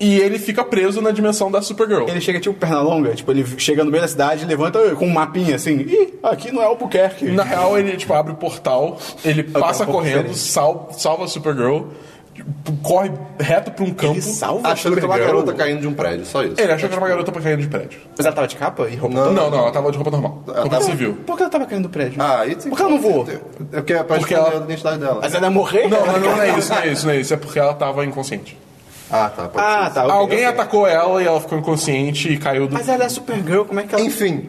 e ele fica preso na dimensão da Supergirl.
Ele chega tipo perna longa, tipo, ele chega no meio da cidade, levanta com um mapinha assim, ih, aqui não é Albuquerque.
Na real, ele tipo, abre o portal, ele passa
um pouco
correndo,
diferente.
sal- salva a Supergirl, tipo, corre reto pra um campo.
Ele salva
Achando que era uma
Supergirl?
garota caindo de um prédio, só isso.
Ele achou que era uma garota pra cair de prédio.
Mas ela tava de capa e roupa?
Não, não, ela tava de roupa normal. Roupa
tava-
civil.
Por que ela tava caindo do prédio?
Ah, e tem...
Por que ela não voou?
É porque é pra porque
Porque ela-
a identidade dela.
Mas ela ia morrer?
Não, mas não é isso, não é isso, não é isso. É porque ela tava inconsciente.
Ah, tá. Pode
Ah, tá. ok,
Alguém
ok.
atacou ela e ela ficou inconsciente e caiu do.
Mas ela é Supergirl, como é que
ser.
ela...
Enfim.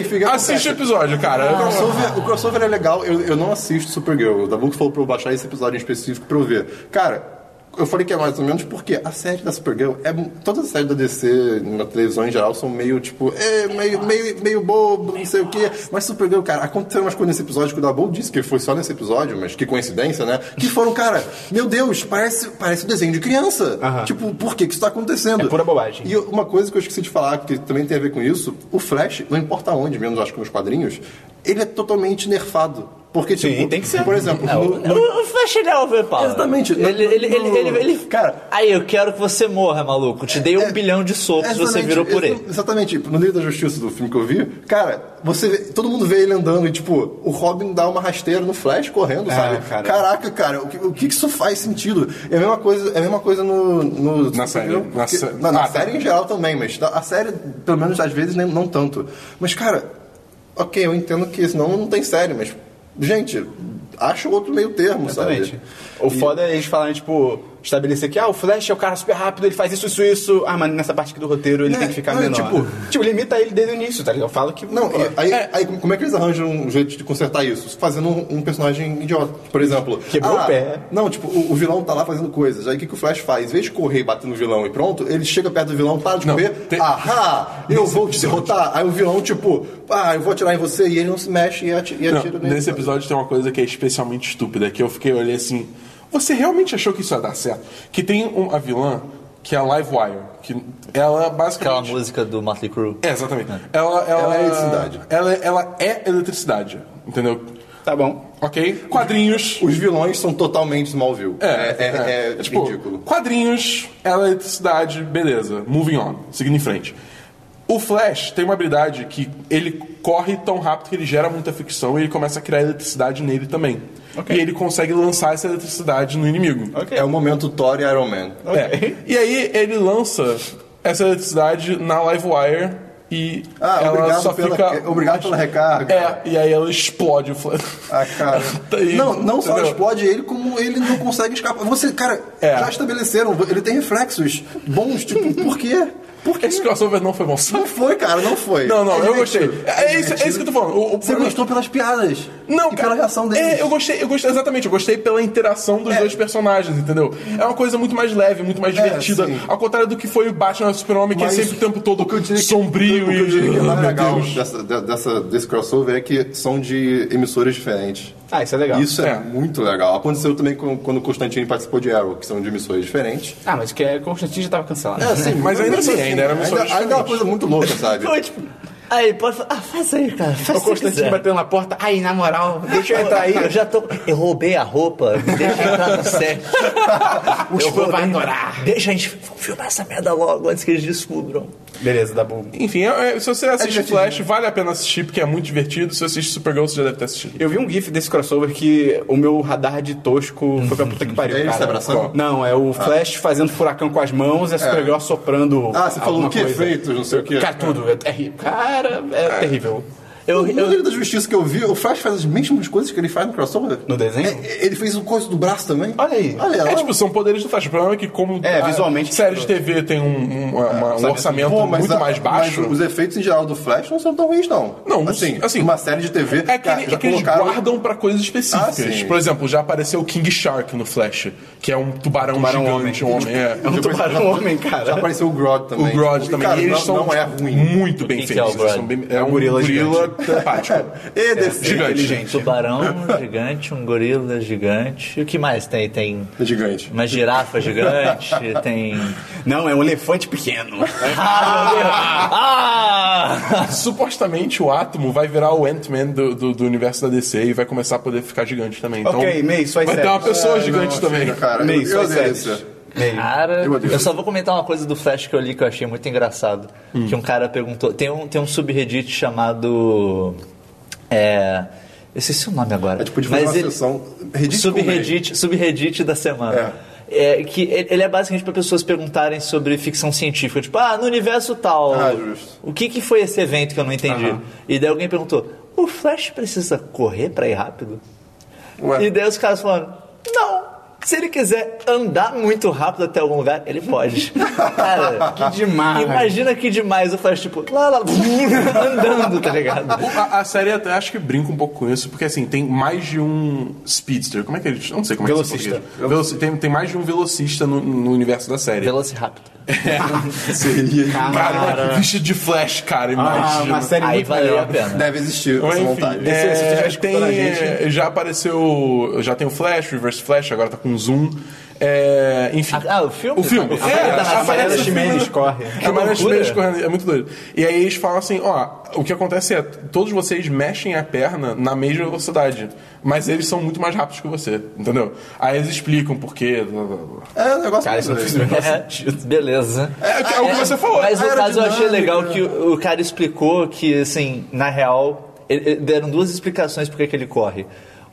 Enfim, o que
Assiste o episódio,
Ah,
cara.
O crossover, o crossover é legal, eu, eu não assisto Supergirl. O Dabu que falou pra eu baixar esse episódio em específico pra eu ver. Cara, eu falei que é mais ou menos porque a série da Supergirl é. mu- Todas as séries da DC na televisão em geral são meio tipo. É, meio, meio, meio bobo, não sei o quê. Mas Supergirl, cara, aconteceram umas coisas nesse episódio que o Dabu disse que foi só nesse episódio, mas que coincidência, né? Que foram, cara, meu Deus, parece, parece um desenho de criança.
Aham.
Tipo, por que que isso tá acontecendo?
É pura bobagem.
E uma coisa que eu esqueci de falar, que também tem a ver com isso, o Flash, não importa onde, menos acho que nos quadrinhos, ele é totalmente nerfado. Porque,
Sim,
tipo,
tem que ser.
Por exemplo, no- no-
É, O, o Flash ele é overpower.
Exatamente.
Ele, ele, ele, ele, ele, ele-
Cara-
Aí, eu quero que você morra, maluco. Te dei um
É,
bilhão de socos, você
exatamente,
virou por
exa-
ele.
Exatamente, tipo, no Liga da Justiça do filme que eu vi, cara, você vê- todo mundo vê ele andando e, tipo, o Robin dá uma rasteira no Flash
É,
correndo, sabe?
cara.
Caraca, cara, o que, o que que isso faz sentido? É a mesma coisa, é a mesma coisa no, no-
Na série,
Porque-
na sé-
na, na
Ah, tá.
série em geral também, mas a série, pelo menos às vezes, nem, não tanto. Mas, cara, ok, eu entendo que senão não tem série, mas, gente, acha outro meio termo,
Exatamente.
sabe?
O foda é eles falarem, tipo, estabelecer que ah, o Flash é o cara super rápido, ele faz isso, isso, isso. Ah, mas nessa parte aqui do roteiro ele
É,
tem que ficar
não, é
menor.
tipo-
Tipo, limita ele desde o início, tá ligado? Eu falo que.
Não,
pô,
e aí, aí como é que eles arranjam um jeito de consertar isso? Fazendo um, um personagem idiota. Por exemplo.
Quebrou o pé.
Não, tipo, o, o vilão tá lá fazendo coisas. Aí o que, que o Flash faz? Em vez de correr e bater no vilão e pronto, ele chega perto do vilão, para de
Não,
correr.
tem-
Ahá! Eu vou te derrotar. Aí o vilão, tipo, ah, eu vou atirar em você. E ele não se mexe e ati- e
Não,
atira nele.
nesse
sabe?
episódio tem uma coisa que é especialmente estúpida, que eu fiquei olhei assim. Você realmente achou que isso ia dar certo? Que tem um- a vilã, que é a Livewire, que ela é
Aquela
basicamente.
música do Motley Crue.
É, exatamente. Ela, ela,
Ela é eletricidade.
Ela, ela é eletricidade, entendeu?
Tá bom.
Ok? Quadrinhos.
Os vilões são totalmente Smallville.
É,
é, é, é
tipo,
ridículo.
quadrinhos, ela é eletricidade, beleza, moving on, seguindo em frente. O Flash tem uma habilidade que ele corre tão rápido que ele gera muita fricção e ele começa a criar eletricidade nele também.
Ok.
E ele consegue lançar essa eletricidade no inimigo.
Ok.
É o momento Thor e Iron Man.
É. E aí ele lança essa eletricidade na Livewire e
Ah,
ela
obrigado
só
pela- é,
fica...
obrigado pela recarga.
É, e aí ela explode o Flash.
Ah, cara.
Tá aí,
não, não só
entendeu?
explode ele, como ele não consegue escapar. Você, cara,
É.
já estabeleceram, ele tem reflexos bons, tipo, por quê? Por quê?
Esse crossover não foi bom, sabe?
Não foi, cara, não foi.
Não, não,
É
eu gostei.
divertido,
É, isso, é
divertido.
isso que eu tô falando. O, o
Você
problema-
gostou pelas piadas.
Não,
E
cara,
pela reação dele.
É, eu gostei, eu gostei, exatamente, eu gostei pela interação dos dois personagens, entendeu? É uma coisa muito mais leve, muito mais
É,
divertida.
sim.
ao contrário do que foi o Batman vs Super-Homem, que é
Mas
sempre o tempo todo
o que eu diria que-
sombrio
o que
e.
eu diria que é mais
Meu
legal
Deus.
dessa, de- dessa- desse crossover é que são de emissoras diferentes.
Ah, isso é legal.
Isso é,
É.
muito legal. Aconteceu também com- quando o Constantine participou de Arrow, que são de emissoras diferentes.
Ah, mas que é Constantine já tava cancelado.
É, sim,
Mas ainda assim, ainda era
ainda,
emissora
ainda é uma
diferente.
coisa muito louca, sabe?
Foi tipo. Aí, pode falar. Ah, faz aí, cara.
O
Faz
Constantine batendo na porta, ai, na moral, deixa eu entrar aí.
Eu já tô. Eu roubei a roupa, me deixa entrar no set.
O
Eu
Chico
roubei.
vai adorar.
Deixa a gente filmar essa merda logo antes que eles descubram.
Beleza, dá bom.
Enfim, é- é- se você assiste
divertido.
Flash, vale a pena assistir, porque é muito divertido. Se você assiste Supergirl, você já deve ter assistido.
Eu vi um gif desse crossover que o meu radar de tosco foi pra puta que pariu.
É ele
cara.
se abraçando? Ah. É.
Não, é o Flash fazendo furacão com as mãos e a Supergirl soprando.
Ah, você falou
alguma
que
coisa.
efeitos, não sei o quê.
Cara, tudo. É terrível. Cara, é, terrível.
Eu,
No
eu,
Liga da Justiça que eu vi, o Flash faz as mesmas coisas que ele faz no crossover.
No desenho?
É, ele fez o coisa do braço também.
Olha aí.
Olha lá.
É, tipo, são poderes do Flash. O problema é que, como
É,
a
visualmente-
série de TV tem um, um- uma- uma- um
Sabe?
orçamento
assim, Pô, mas
muito
a-
mais baixo.
Mas os efeitos em geral do Flash não são tão ruins, não.
Não, não
assim,
s- assim,
uma série de TV.
É que,
cara,
ele-
já
é que eles
colocaram-
guardam pra coisas
Ah,
específicas.
sim.
Por exemplo, já apareceu o King Shark no Flash, que é um tubarão,
Tubarão
gigante,
homem.
um homem. é.
É um
Depois-
tubarão homem, cara.
Já apareceu o Grodd também.
O Grodd
E,
também.
Cara,
E eles
não,
são
não é ruim.
muito bem
Quem que é
feitos.
o Grodd?
eles são bem- é,
um
um
gorila
gorila,
gigante.
telepático.
E desse-
É, gigante.
um
Inteligente.
tubarão gigante, um gorila gigante. E o que mais tem? Tem
É gigante.
uma girafa gigante, tem.
Não, é um elefante pequeno.
Ah!
Supostamente o Átomo vai virar o Ant-Man do, do- do universo da DC e vai começar a poder ficar gigante também. Então,
Ok, May, só as
Vai ter
séries.
uma pessoa É gigante
É, Não,
também.
filho, Cara,
Meio,
eu, eu
só
odeio
séries.
isso.
Meio.
Cara,
Eu odeio.
eu só vou comentar uma coisa do Flash que eu li que eu achei muito engraçado.
Hum.
Que um cara perguntou. Tem um, tem um subreddit chamado. É. Eu esqueci o nome agora.
É tipo de fazer
Mas
uma
ele-
sessão. Reddit com Reddit.
Subreddit, subreddit da semana. É, que ele ele é basicamente para pessoas perguntarem sobre ficção científica. Tipo, ah, no universo tal.
Ah, justo.
O que, que foi esse evento que eu não entendi? E daí alguém perguntou: o Flash precisa correr para ir rápido?
Ué.
E daí os caras falaram: não. Se ele quiser andar muito rápido até algum lugar, ele pode. Cara, que
demais.
Imagina que demais o Flash, tipo, lá, lá, andando, tá ligado?
A, a série até acho que brinca um pouco com isso, porque assim, tem mais de um speedster. Como é que ele. Não sei como
Velocista.
é que é isso em português. Veloci- tem, tem mais de um velocista no, no universo da série.
Velociraptor.
Seria.
Cara, vestido de flash, cara,
Ah,
imagina.
uma série
Aí
muito
valeu a
melhor.
pena.
Deve existir
Mas,
essa
enfim,
vontade.
é,
Se- se você já escutou
tem,
na gente-
é, já apareceu. Já tem o Flash, o Reverse Flash, agora tá com Zoom. É, enfim.
Ah, o filme?
O filme.
Ah,
É,
tá
da
aparece
Rafaela
o filme
Chimenez
no-
corre.
A
Que
Mariana
loucura.
Chimenez correndo, é muito doido. E aí eles falam assim, ó, o que acontece é, todos vocês mexem a perna na mesma velocidade, mas eles são muito mais rápidos que você, entendeu? Aí eles explicam por quê. blá, blá, blá.
É, o negócio
Cara, isso não
doido.
fez o menor
É, beleza.
É, é o que você falou.
Mas no caso eu achei
aerodinâmica.
legal que o o cara explicou que, assim, na real, ele- ele- deram duas explicações por que que ele corre.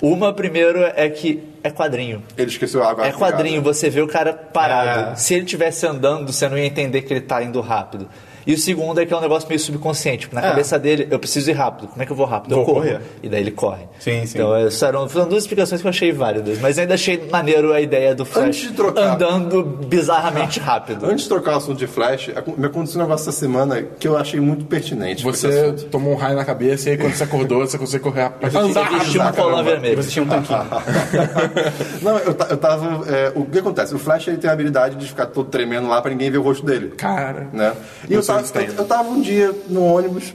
Uma, primeiro, é que é quadrinho.
Ele esqueceu a água.
É quadrinho, você vê o cara parado.
É.
Se ele tivesse andando, você não ia entender que ele tá indo rápido. E o segundo é que é um negócio meio subconsciente. Tipo, na cabeça dele, eu preciso ir rápido. Como é que eu vou rápido? eu
Vou
corro.
correr.
E daí ele corre.
Sim, sim.
Então, essas eram, foram duas explicações que eu achei válidas. Mas ainda achei maneiro a ideia do Flash
Antes de trocar.
andando bizarramente rápido.
Antes de trocar o assunto de Flash, ac- me aconteceu um negócio essa semana que eu achei muito pertinente. com esse
Você
assunto.
tomou um raio na cabeça e aí quando você acordou, você conseguiu correr rápido.
um
Ele
Andar
vestiu uma
rápido.
colã vermelha.
Você tinha um tanquinho.
Não, eu, ta- eu tava. é, o que acontece? O Flash ele tem a habilidade de ficar todo tremendo lá pra ninguém ver o rosto dele.
Cara.
Né? E
Não
eu
sei
tava,
se
eu,
tem.
eu tava um dia no ônibus,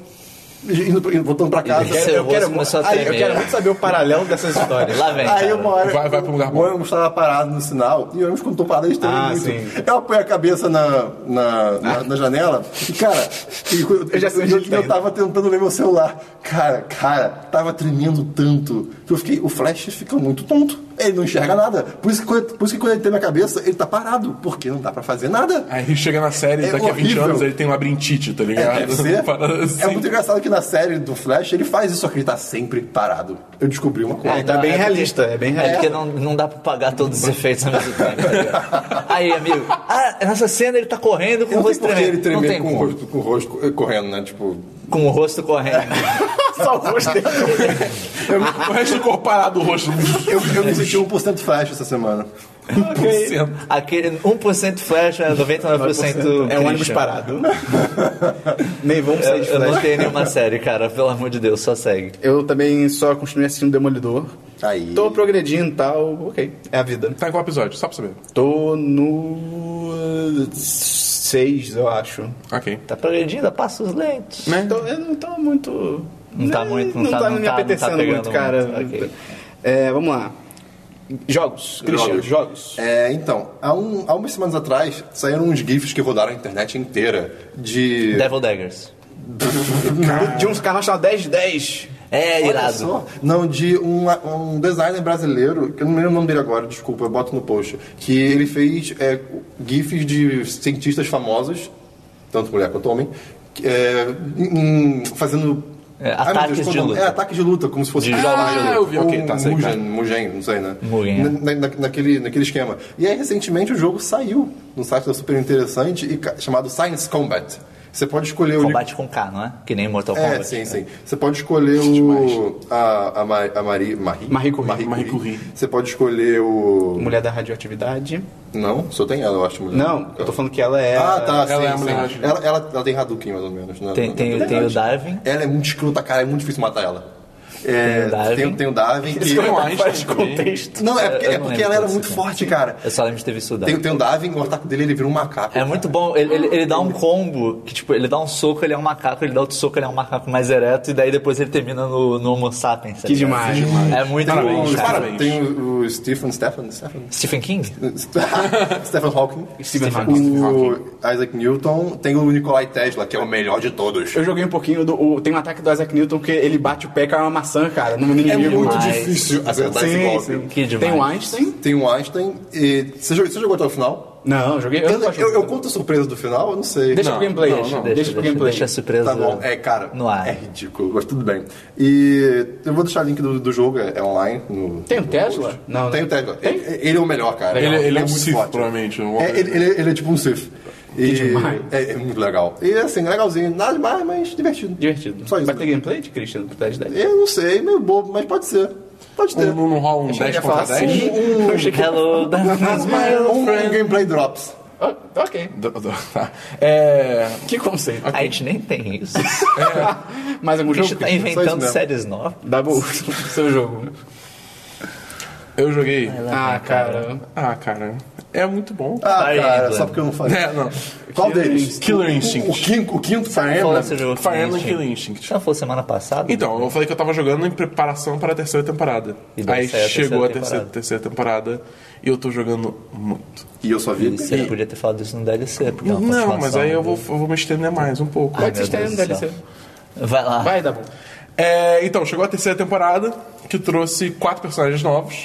indo, pra- indo- voltando pra casa.
Seu
Eu
rosto
quero,
começou a
aí, eu
tremer.
quero muito saber o paralelo dessas histórias.
Lá vem.
Aí
É, cara.
uma hora.
Vai- vai pra um lugar
o
bom.
ônibus tava parado no sinal e o ônibus quando tô parado eles tremem
Ah,
muito.
sim.
Eu apoio a cabeça na, na, na, na janela e, cara, e eu,
Eu já sei onde
eu,
ele tá
eu
indo.
tava tentando ler meu celular. Cara, cara, tava tremendo tanto que eu fiquei. O flash fica muito tonto. Ele não enxerga nada. Por isso que quando, por isso que quando ele tem na cabeça, ele tá parado, porque não dá pra fazer nada.
Aí chega na série,
É
daqui a 20
horrível.
anos ele tem labirintite, tá ligado?
É, deve ser.
Parada
É
assim.
muito engraçado que na série do Flash ele faz isso, só que ele tá sempre parado. Eu descobri uma
Ah,
coisa.
É,
então
tá bem realista, é bem
É
realista.
porque não, não dá pra pagar todos os efeitos ao mesmo tempo. tá ligado? Aí, amigo, ah, nessa cena ele tá correndo com o
Eu não sei
rosto
por que ele
tremendo. Não tem
tremer com o,
como.
rosto, com o rosto co- correndo, né? Tipo.
Com o rosto correndo.
Só o rosto dele.
O resto do corpo parado, o rosto.
Eu, eu me senti 1% Flash essa semana.
Aquele 1% flash, né, 99%
É um ônibus
Christian.
parado. Nem vamos
Eu,
sair de
eu não
flash.
tenho nenhuma série, cara. Pelo amor de Deus, só segue.
Eu também só continuei assistindo Demolidor.
Aí.
Tô progredindo e tal, ok. É a vida.
Tá em qual episódio? Só pra saber.
Tô no. 6, eu acho.
Ok.
Tá progredindo a passos lentos.
Então, eu não tô muito.
Né? Não tá muito, não
não
tá-
tá
não
me
tá- não tá
apetecendo
pegando
muito, cara.
muito, ok.
É, vamos lá. Jogos, Christian, jogos.
É, então, há, um, há umas semanas atrás saíram uns GIFs que rodaram a internet inteira de.
Devil Daggers.
De uns canais chamados 10 de 10.
É
Olha
irado.
só. Não, de um, um designer brasileiro, que eu não lembro o nome dele agora, desculpa, eu boto no post. Que ele fez é, GIFs de cientistas famosos, tanto mulher quanto homem, que, é, em- em- fazendo.
É,
Ai, meu
ataques
qual
de
o nome?
luta.
É, ataque de luta, como se fosse um
De jogos de
luta.
eu vi, ok,
Ou
tá, sei,
Mugen,
Mugen, Mugen, não sei, né?
Mugen, é.
Na, na- naquele, naquele esquema. E aí, recentemente, o jogo saiu no site da Super Interessante e ca- chamado Science Combat. Você pode escolher o
Combate com K, não é? Que nem Mortal Kombat.
é, sim, sim. Você pode escolher o. A, a, Ma- a Marie. Marie?
Marie Curie.
Marie Curie.
Você pode escolher o.
Mulher da radioatividade.
Não, só tem ela, eu acho. Mulher.
Não, eu tô falando que ela é.
Ah, tá, sim,
Ela é a
sim.
mulher, eu acho.
Ela, ela, ela tem Hadouken, mais ou menos. Né?
Tem, tem,
Na
o- tem o
verdade.
Darwin.
Ela é muito escrota, cara, é muito difícil matar ela. É,
Tem o Darwin.
Tem, tem o Darwin. Que...
é
Tem o Einstein
Faz
também.
contexto.
Não, é porque,
Eu
é
não
porque
lembro
ela era
desse
muito
cara.
forte, cara.
Eu só lembro de ter visto o Darwin.
Tem, tem o Darwin, o ataque dele, ele vira um macaco.
É muito bom, ele, ele, ele dá um combo, que tipo, ele dá um soco, ele é um macaco, ele dá outro soco, ele é um macaco mais ereto, e daí depois ele termina no, no Homo sapiens. tá
Que
ligado?
demais.
É muito
Parabéns,
bom, cara.
parabéns.
Tem o, o Stephen, Stephen, Stephen.
Stephen King?
Stephen Hawking.
Stephen
Stephen
O Isaac Newton. Tem o Nikolai Tesla, que é o melhor de todos.
Eu joguei um pouquinho do. o- tem um ataque do Isaac Newton que ele bate o pé e cai uma maçã, cara, no inimigo.
muito
Sim,
difícil acertar esse golpe.
sim.
Que demais.
Tem o Einstein?
Tem o Einstein. E... Você, jogou, você jogou até o final?
Não, eu joguei. Eu,
Eu,
não gosto
eu,
de-
eu conto a surpresa do final? Eu não sei.
Deixa
Não.
pro gameplay,
não,
deixa,
não.
deixa, pro gameplay.
deixa a surpresa
Tá bom, é, cara,
no ar.
é ridículo, mas tudo bem. E eu vou deixar o link do, do jogo, é, é online. No,
Tem o
no
Tesla?
post.
Não, né?
tem
não.
o Tesla.
Tem?
Ele, ele é o melhor, cara.
Ele- ele é um
muito
Sith,
forte.
provavelmente, alguma
É,
coisa.
ele, ele- ele é tipo um Sith. E
demais.
é, é muito legal. E assim, legalzinho, nada demais, mas divertido.
Divertido.
Só isso.
Vai ter gameplay de Christian do 10 10?
Eu não sei, meio bobo, mas pode ser. Pode ter.
Não, não rola um
Achei que
10
ia falar
contra 10?
assim. Eu achei que...
Uh, Hello, darkness, my old
um, um
friend.
gameplay drops.
Ah, ok.
Do- do- tá. É.
Que conceito.
A gente nem tem isso.
Mais algum
A gente
jogo? Christian?
tá
só isso
inventando
mesmo.
séries novas.
Dá bom. seu jogo.
Eu joguei.
Ah, cara.
Ah, cara. É muito bom.
Ah,
Fire
cara,
Emblem.
só porque eu não falei.
É, não.
Qual
Killer
deles?
Instinct.
Killer
O- o-
Instinct.
O, quinto, o quinto Fire
Falou
Emblem?
esse jogo aqui,
Fire Emblem
gente.
Killer Instinct.
Já foi semana passada?
Então, eu falei que eu tava jogando em preparação para a terceira temporada.
E deve
Aí
sair a
chegou
terceira
a terceira,
temporada.
terceira temporada e eu tô jogando muito.
E eu só vi.
Você podia ter falado isso no DLC. porque é uma
Não, mas
continuação,
aí eu
né?
vou, eu vou me estender mais um pouco.
Ai,
Pode se
meu
estender no
Deus do
DLC.
Vai lá.
Vai, Dabu.
É, então, chegou a terceira temporada, que trouxe quatro personagens novos.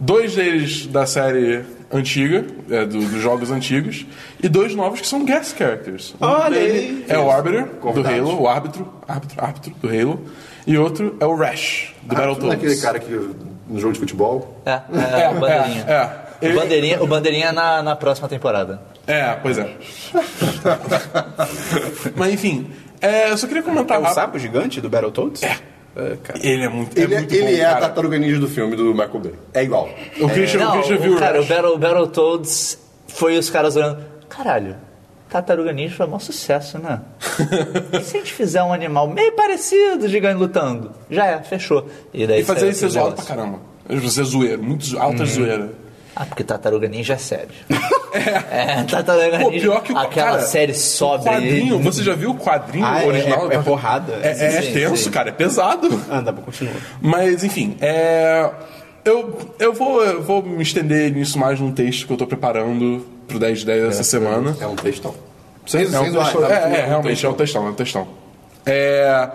Dois deles da série antiga, é, do- dos jogos antigos, e dois novos que são guest characters. Um
Olha aí.
dele É o Arbiter, do
Convidados.
Halo, o árbitro, árbitro, árbitro do Halo. E outro é o Rash, do
Não é aquele
Battletoads.
cara que no jogo de futebol.
É, é, o bandeirinha.
É, é.
O
Ele-
bandeirinha, o bandeirinha é na, na próxima temporada.
É, pois é. Mas enfim, é, eu só queria comentar
É o
rápido-
sapo gigante do Battletoads? É. cara.
Ele é muito,
Ele
é
é,
muito
ele
bom,
é a
cara.
tartaruga ninja do filme do Michael Bay. É igual.
O Christian, o
É, Não,
Christian viu
o, cara, o
Rush.
Battle, Battletoads foi os caras olhando. Caralho, Tartaruga Ninja foi um maior sucesso, né? e se a gente fizer um animal meio parecido, gigante lutando? Já é, fechou. E, daí
E fazer
saiu
isso é
aquele
zoado pra
negócio.
caramba. Você é zoeiro, muito zo...
Uhum.
alta zoeira.
Ah, porque Tartaruga Ninja é sério. é, Tartaruga
Pô,
Ninja.
pior que o
aquela
cara,
série
O
sobre.
quadrinho, você já viu o quadrinho
Ah, é-
original?
é- é porrada.
É, é
Sim,
tenso,
sim.
cara, é pesado.
Ah, Dabu, continua.
Mas, enfim, é... eu, eu, vou, eu vou me estender nisso mais num texto que eu tô preparando pro 10 de 10 essa semana.
É um textão.
Sem,
sem zoar,
textão.
sabe?
É, é,
É um
realmente, é um textão, é um textão. É,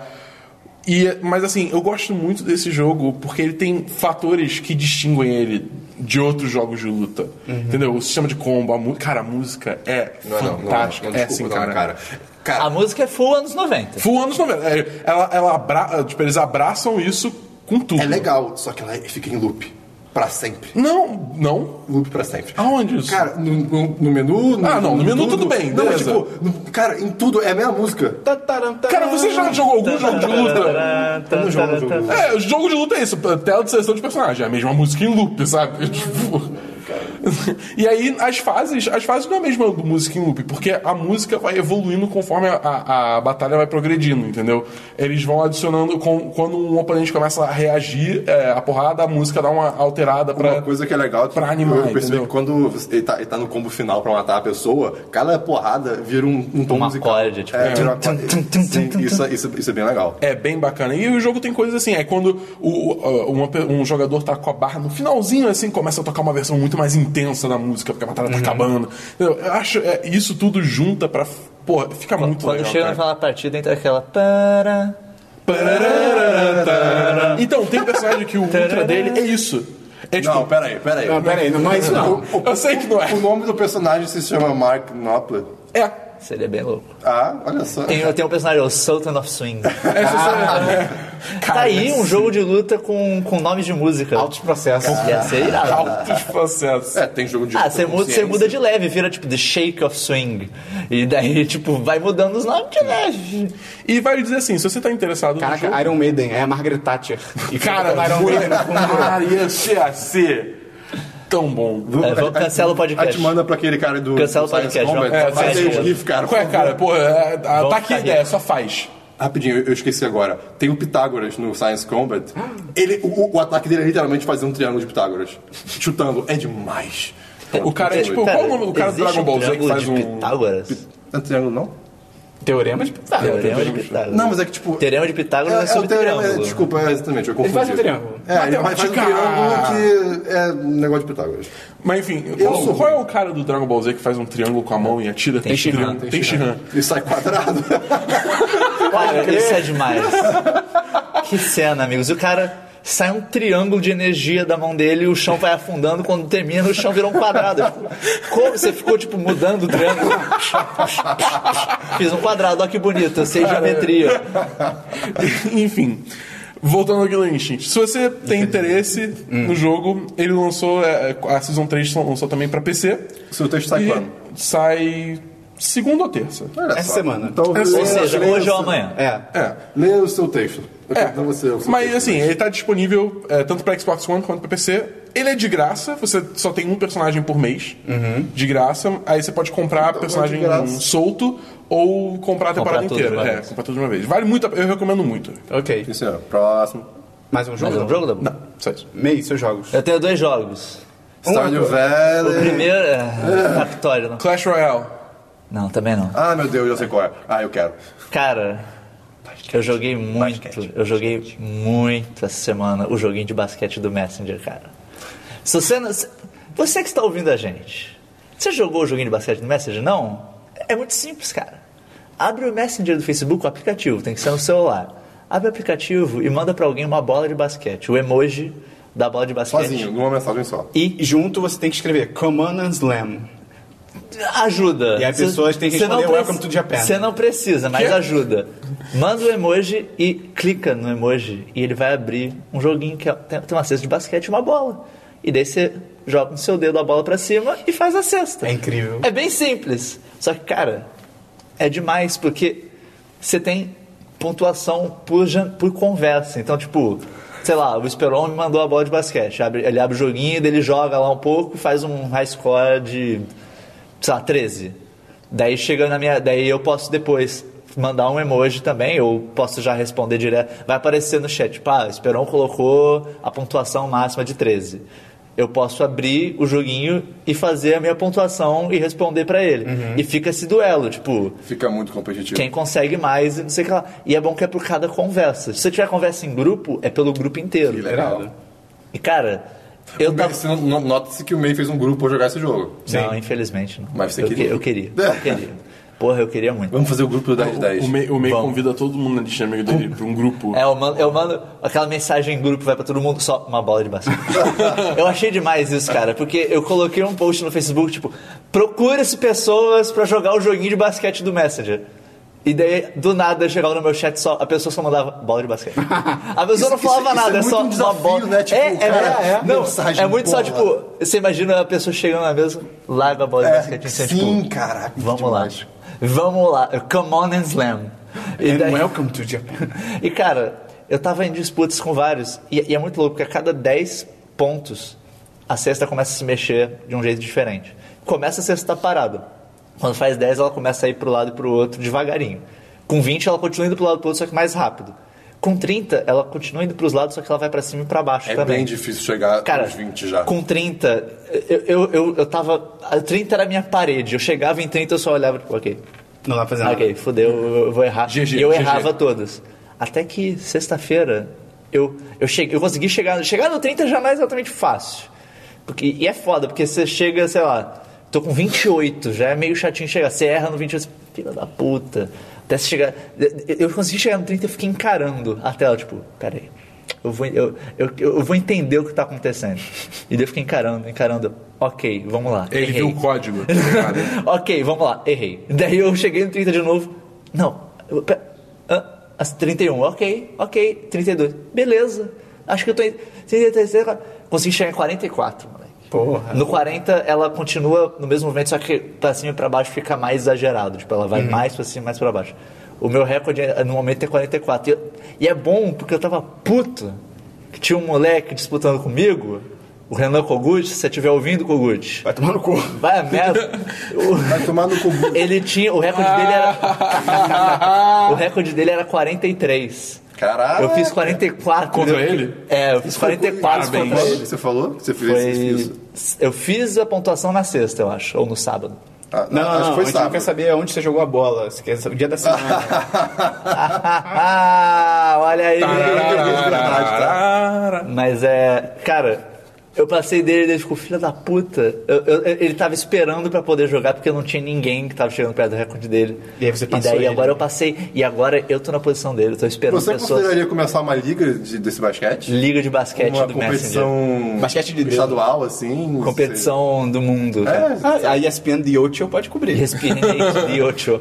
E, mas assim, eu gosto muito desse jogo porque ele tem fatores que distinguem ele de outros jogos de luta. Entendeu? O sistema de combo, a música. Cara, a música é
Uhum. Não, não, não.
fantástica.
não,
é
desculpa,
assim,
não,
cara.
cara. Cara,
A música é full anos 90.
Full anos 90. É, Ela, ela abra... tipo, eles abraçam isso com tudo.
é legal, só que ela fica em loop. Pra sempre.
Não, não.
Loop pra sempre.
Aonde isso?
Cara, no, no- no menu... no-
Ah, não, no menu tudo bem,
Não, mas
beleza.
tipo, no- cara, em tudo é a mesma música.
Cara, você já jogou algum jogo de luta?
Eu não jogo jogo.
É, o jogo de luta é isso, tela de seleção de personagem, é a mesma música em loop, sabe? Tipo. e aí as fases, as fases não é a mesma do música em loop, porque a música vai evoluindo conforme a, a- a batalha vai progredindo, entendeu? Eles vão adicionando com- quando um oponente começa a reagir é, a porrada, a música dá uma alterada
Uma
pra.
coisa que é legal é que
pra animar,
eu percebi
entendeu?
que quando você- ele tá, ele tá no combo final pra matar a pessoa, cada porrada vira um, um tom
Uma
musical.
acorde, tipo,
é, vira uma
tum,
acorde.
tum, tum,
Sim,
tum, tum,
isso, isso, isso é bem legal.
É bem bacana. E o jogo tem coisas assim, é quando o- o- uma pe- um jogador tá com a barra no finalzinho, assim, começa a tocar uma versão muito mais intensa da música, porque a batalha tá
Uhum.
acabando. Entendeu? Eu acho, é, isso tudo junta pra. Pô, fica muito
Quando
legal.
chega no
cara.
final da partida, entra aquela. Para,
Então, tem personagem que o ultra dele é isso. É tipo.
Não, peraí, peraí.
Não, peraí, não é isso não.
O-
Eu sei que não é.
O nome do personagem se chama Mark Knopfler.
É.
Tá
Seria bem louco.
Ah, olha só.
Tem, tem um personagem, o Sultan of Swing.
Essa é-
tá aí um jogo de luta com, com nomes de música.
Altos processos.
Ia ser irado.
Altos processos.
É, tem jogo de
Ah, você muda, você
consciência.
muda de leve, vira tipo The Shake of Swing. E daí, tipo, vai mudando os nomes de leve.
E vai dizer assim: se você tá interessado no jogo.
Caraca, Iron Maiden, é a Margaret Thatcher. E Ah.
Cara,
fica com Iron Maiden no fundo.
cara, ia ser assim. Tão bom.
É, vamos-
A- a-
cancela o podcast.
A gente manda pra aquele cara do.
Cancela o
do Science
podcast,
Combat.
vamos-
Faz
é,
aí
faz-
o GIF, cara. por
Qual é, cara?
favor.
Porra, é, a-
Vamos
tá aqui a
ficar
ideia,
rico.
só faz.
Rapidinho, eu eu esqueci agora. Tem o Pitágoras no Science Combat. Ele, o, o ataque dele é literalmente fazer um triângulo de Pitágoras. Chutando. É demais.
O cara é
Pera-
tipo, qual o nome do cara do
existe
Dragon Ball Z que
triângulo
faz
de
um.
Pitágoras?
Não é triângulo, não?
Teorema de Pitágoras.
Teorema de Pitágoras.
Não, mas é que tipo.
Teorema de Pitágoras é,
É, é o
sobre
teorema, é,
triângulo.
desculpa, é, exatamente, eu confundi.
faz um triângulo.
É, ele faz faz um
Matemática!
triângulo que é um negócio de Pitágoras.
Mas enfim, qual,
sou
qual é o cara do Dragon Ball Z que faz um triângulo com a mão e atira? Tem
Shinhan,
triângulo. Tem Shihan.
E sai quadrado.
Cara, isso é demais. que cena, amigos. E o cara sai um triângulo de energia da mão dele e o chão vai afundando. Quando termina, o chão virou um quadrado. Tipo, Como você ficou, tipo, mudando o triângulo? Fiz um quadrado, olha que bonito. Eu sei geometria.
Enfim. Voltando ao Killer Instinct. Se você tem interesse no jogo, ele lançou. é, A Season 3 lançou também pra PC.
Seu texto sai quando?
E sai segunda ou terça.
Olha
É
Essa
só.
semana.
Então,
Essa-
leia-
Ou seja,
leia
hoje
o
ou
seu-
amanhã.
É.
É.
Leia o seu texto. Eu quero dar Então você é o seu
Mas
texto.
assim, ele tá disponível é, tanto pra Xbox One quanto pra PC. Ele é de graça, você só tem um personagem por mês. De graça. Aí você pode comprar personagem
de graça.
solto ou comprar a temporada
tudo de
inteira.
uma
É,
vez.
comprar tudo de uma vez. Vale muito, a- eu recomendo muito.
Ok.
Isso é, próximo.
Mais um jogo?
Mas é um jogo, Dabu?
Não, só isso.
Meio, seus jogos.
Eu tenho dois jogos.
Stardew
O
Valley.
primeiro é. Captório, não.
Clash Royale.
Não, também não.
Ah, meu Deus, eu sei qual é. Ah, eu quero.
Cara, eu joguei muito, eu joguei muito essa semana o joguinho de basquete do Messenger, cara. Se você, não- se- você que está ouvindo a gente, você jogou o joguinho de basquete do Messenger? Não? É muito simples, cara. Abre o Messenger do Facebook, o aplicativo, tem que ser no celular. Abre o aplicativo e manda pra alguém uma bola de basquete, o emoji da bola de basquete.
Sozinho, numa mensagem só.
E junto você tem que escrever Command and Slam.
ajuda.
E aí
Cê-
pessoas têm que
cê não
responder
preci-
Welcome to Japan.
Cê não precisa, mas
Quê?
ajuda. Manda o emoji e clica no emoji e ele vai abrir um joguinho que é- tem, tem uma cesta de basquete e uma bola. E daí você joga com seu dedo a bola pra cima e faz a cesta.
É incrível.
É bem simples. Só que, cara, é demais porque você tem pontuação por, jan- por conversa. Então, tipo, sei lá, o Esperon me mandou a bola de basquete. Abre- ele abre o joguinho, daí ele joga lá um pouco e faz um high score de, sei lá, 13. Daí chega na minha. Daí eu posso depois mandar um emoji também, ou posso já responder direto. Vai aparecer no chat, tipo, ah, o Esperon colocou a pontuação máxima de 13 eu posso abrir o joguinho e fazer a minha pontuação e responder pra ele.
Uhum.
E fica esse duelo, tipo,
Fica muito competitivo.
quem consegue mais e não sei o que lá. E é bom que é por cada conversa. Se você tiver conversa em grupo, é pelo grupo inteiro.
Legal.
E cara, eu tava.
Se não- não- Nota-se que o May fez um grupo pra jogar esse jogo.
Não, infelizmente não.
Mas você
eu, que-
queria.
Eu queria. Eu queria. Porra, eu queria muito.
Vamos fazer o grupo do 10 de 10.
O May, o May
Vamos.
convida todo mundo na lista de amigo dele pra um grupo.
É, eu mando, eu mando aquela mensagem em grupo, vai pra todo mundo, só uma bola de basquete. eu achei demais isso, cara, porque eu coloquei um post no Facebook, tipo, procura-se pessoas pra jogar o joguinho de basquete do Messenger. E daí, do nada, chegava no meu chat, só, a pessoa só mandava bola de basquete. A pessoa
Isso-
não falava
isso- isso
nada,
é muito
só
um desafio,
uma bola.
né? Tipo,
é, é,
cara,
é, é. Não,
mensagem,
é muito só,
bola.
tipo, você imagina a pessoa chegando na mesa, larga a bola de
É,
basquete em cima,
sim,
tipo,
caraca, que
Vamos lá.
demais. É,
Vamos lá. Come on and slam. E
And
daí-
welcome to Japan.
e cara, eu tava em disputas com vários. E, e é muito louco, porque a cada 10 pontos a cesta começa a se mexer de um jeito diferente. Começa a cesta parada. Quando faz 10, ela começa a ir pro lado e pro outro devagarinho. Com 20, ela continua indo pro lado e pro outro, só que mais rápido. Com 30, ela continua indo pros lados, só que ela vai pra cima e pra baixo
É
também.
bem difícil chegar
Cara,
aos 20 já.
com 30, eu, eu, eu, eu tava. a 30 era a minha parede. Eu chegava em 30, eu só olhava, tipo, ok,
Não dá pra fazer nada.
Ok, fudeu, eu eu vou errar.
GG,
e eu
GG.
errava todas. Até que sexta-feira eu, eu, cheguei, eu consegui chegar. Chegar no 30 já não é exatamente fácil. Porque, e é foda, porque você chega, sei lá, tô com 28, já é meio chatinho chegar. Você erra no 28, você, filha da puta. Até você chegar. Eu eu consegui chegar no 30 e fiquei encarando a tela, tipo, peraí. Eu vou, eu, eu, eu vou entender o que tá acontecendo. E daí eu fiquei encarando, encarando. Ok, vamos lá.
Ele
errei.
viu o código. Cara,
Ok, vamos lá, errei. Daí eu cheguei no 30 de novo. Não, eu- pe- ah, as 31, ok, ok, 32, beleza. Acho que eu tô em 33, 34. consegui chegar em 44, moleque.
Porra.
No 40 ela continua no mesmo movimento, só que pra cima e pra baixo fica mais exagerado. Tipo, ela vai mais pra cima e mais pra baixo. O meu recorde é, no momento é 44. E, eu- e é bom porque eu tava puto que tinha um moleque disputando comigo, o Renan Kogut, se você estiver ouvindo, Kogut.
Vai tomar no cu.
Vai a merda.
Vai tomar no cu.
O- ele tinha. O recorde dele era. o recorde dele era 43.
Caraca.
Eu fiz 44.
Contra
Eu-
ele?
É, eu fiz 44
Parabéns.
contra ele.
Você falou? Você fez
Foi.
isso?
Eu fiz a pontuação na sexta, eu acho, ou no sábado.
Ah,
Não, não,
acho
não,
que foi
a gente não
sábado.
quer saber onde você jogou a bola. Você quer saber o dia da semana.
Ah, olha aí.
Tarararara.
Mas é. Cara, eu passei dele e ele ficou, filha da puta. Eu- eu- ele tava esperando pra poder jogar porque não tinha ninguém que tava chegando perto do recorde dele.
E aí você passou
E daí
ele. né?
agora eu passei. E agora eu tô na posição dele, eu tô esperando
Você é
pessoas.
consideraria começar uma liga de- desse basquete?
Liga de basquete
uma
do Messenger.
competição
Basquete de dedo.
estadual, assim? não
Competição do mundo.
sei.
cara.
É,
Ah, a ESPN de Yocho pode cobrir.
Experiente de Yocho.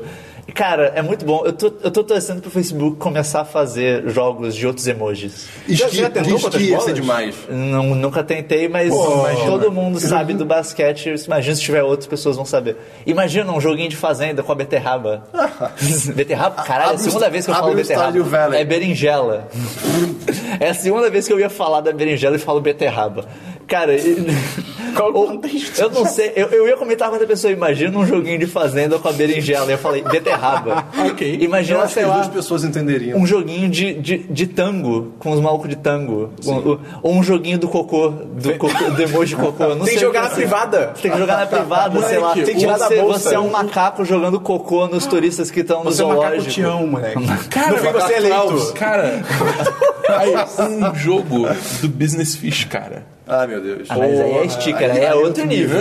Cara, é muito bom. Eu tô, eu tô torcendo pro Facebook começar a fazer jogos de outros emojis.
Já- já tentou
esqui,
quantas
esqui ia
bolas?
ser demais.
Não- nunca tentei, mas mas todo mundo sabe do basquete. Imagina se tiver outras pessoas vão saber. Imagina um joguinho de fazenda com a beterraba. beterraba? Caralho, é a
Abre o
segunda
sta-
vez que eu
abre
falo
o Stardew
beterraba.
Valley.
É berinjela. é a segunda vez que eu ia falar da berinjela e falo beterraba. Cara, e-
Qual o
Ou-
contexto?
eu não sei, eu, eu ia comentar com outra pessoa, imagina um joguinho de fazenda com a berinjela. E eu falei, beterraba.
Ok.
Eu
Imagina,
acho que é
sei lá,
as duas pessoas entenderiam.
um joguinho de, de, de tango, com os malucos de tango. Ou, ou um joguinho do cocô, do, cocô, do emoji de cocô. eu Não
Tem
sei
que
o
jogar na
é.
privada. Tá,
Você tem que jogar na privada, sei lá.
Moleque,
Tem que
tirar da
você,
tá. bolsa.
você é um macaco jogando cocô nos turistas que estão no
Você é um macaco
zoológico.
tião, moleque.
Cara,
no fim você é eleito.
Cara, aí, um jogo do Business Fish, cara.
Ah, meu Deus.
Ah, mas aí é sticker, aí é outro nível.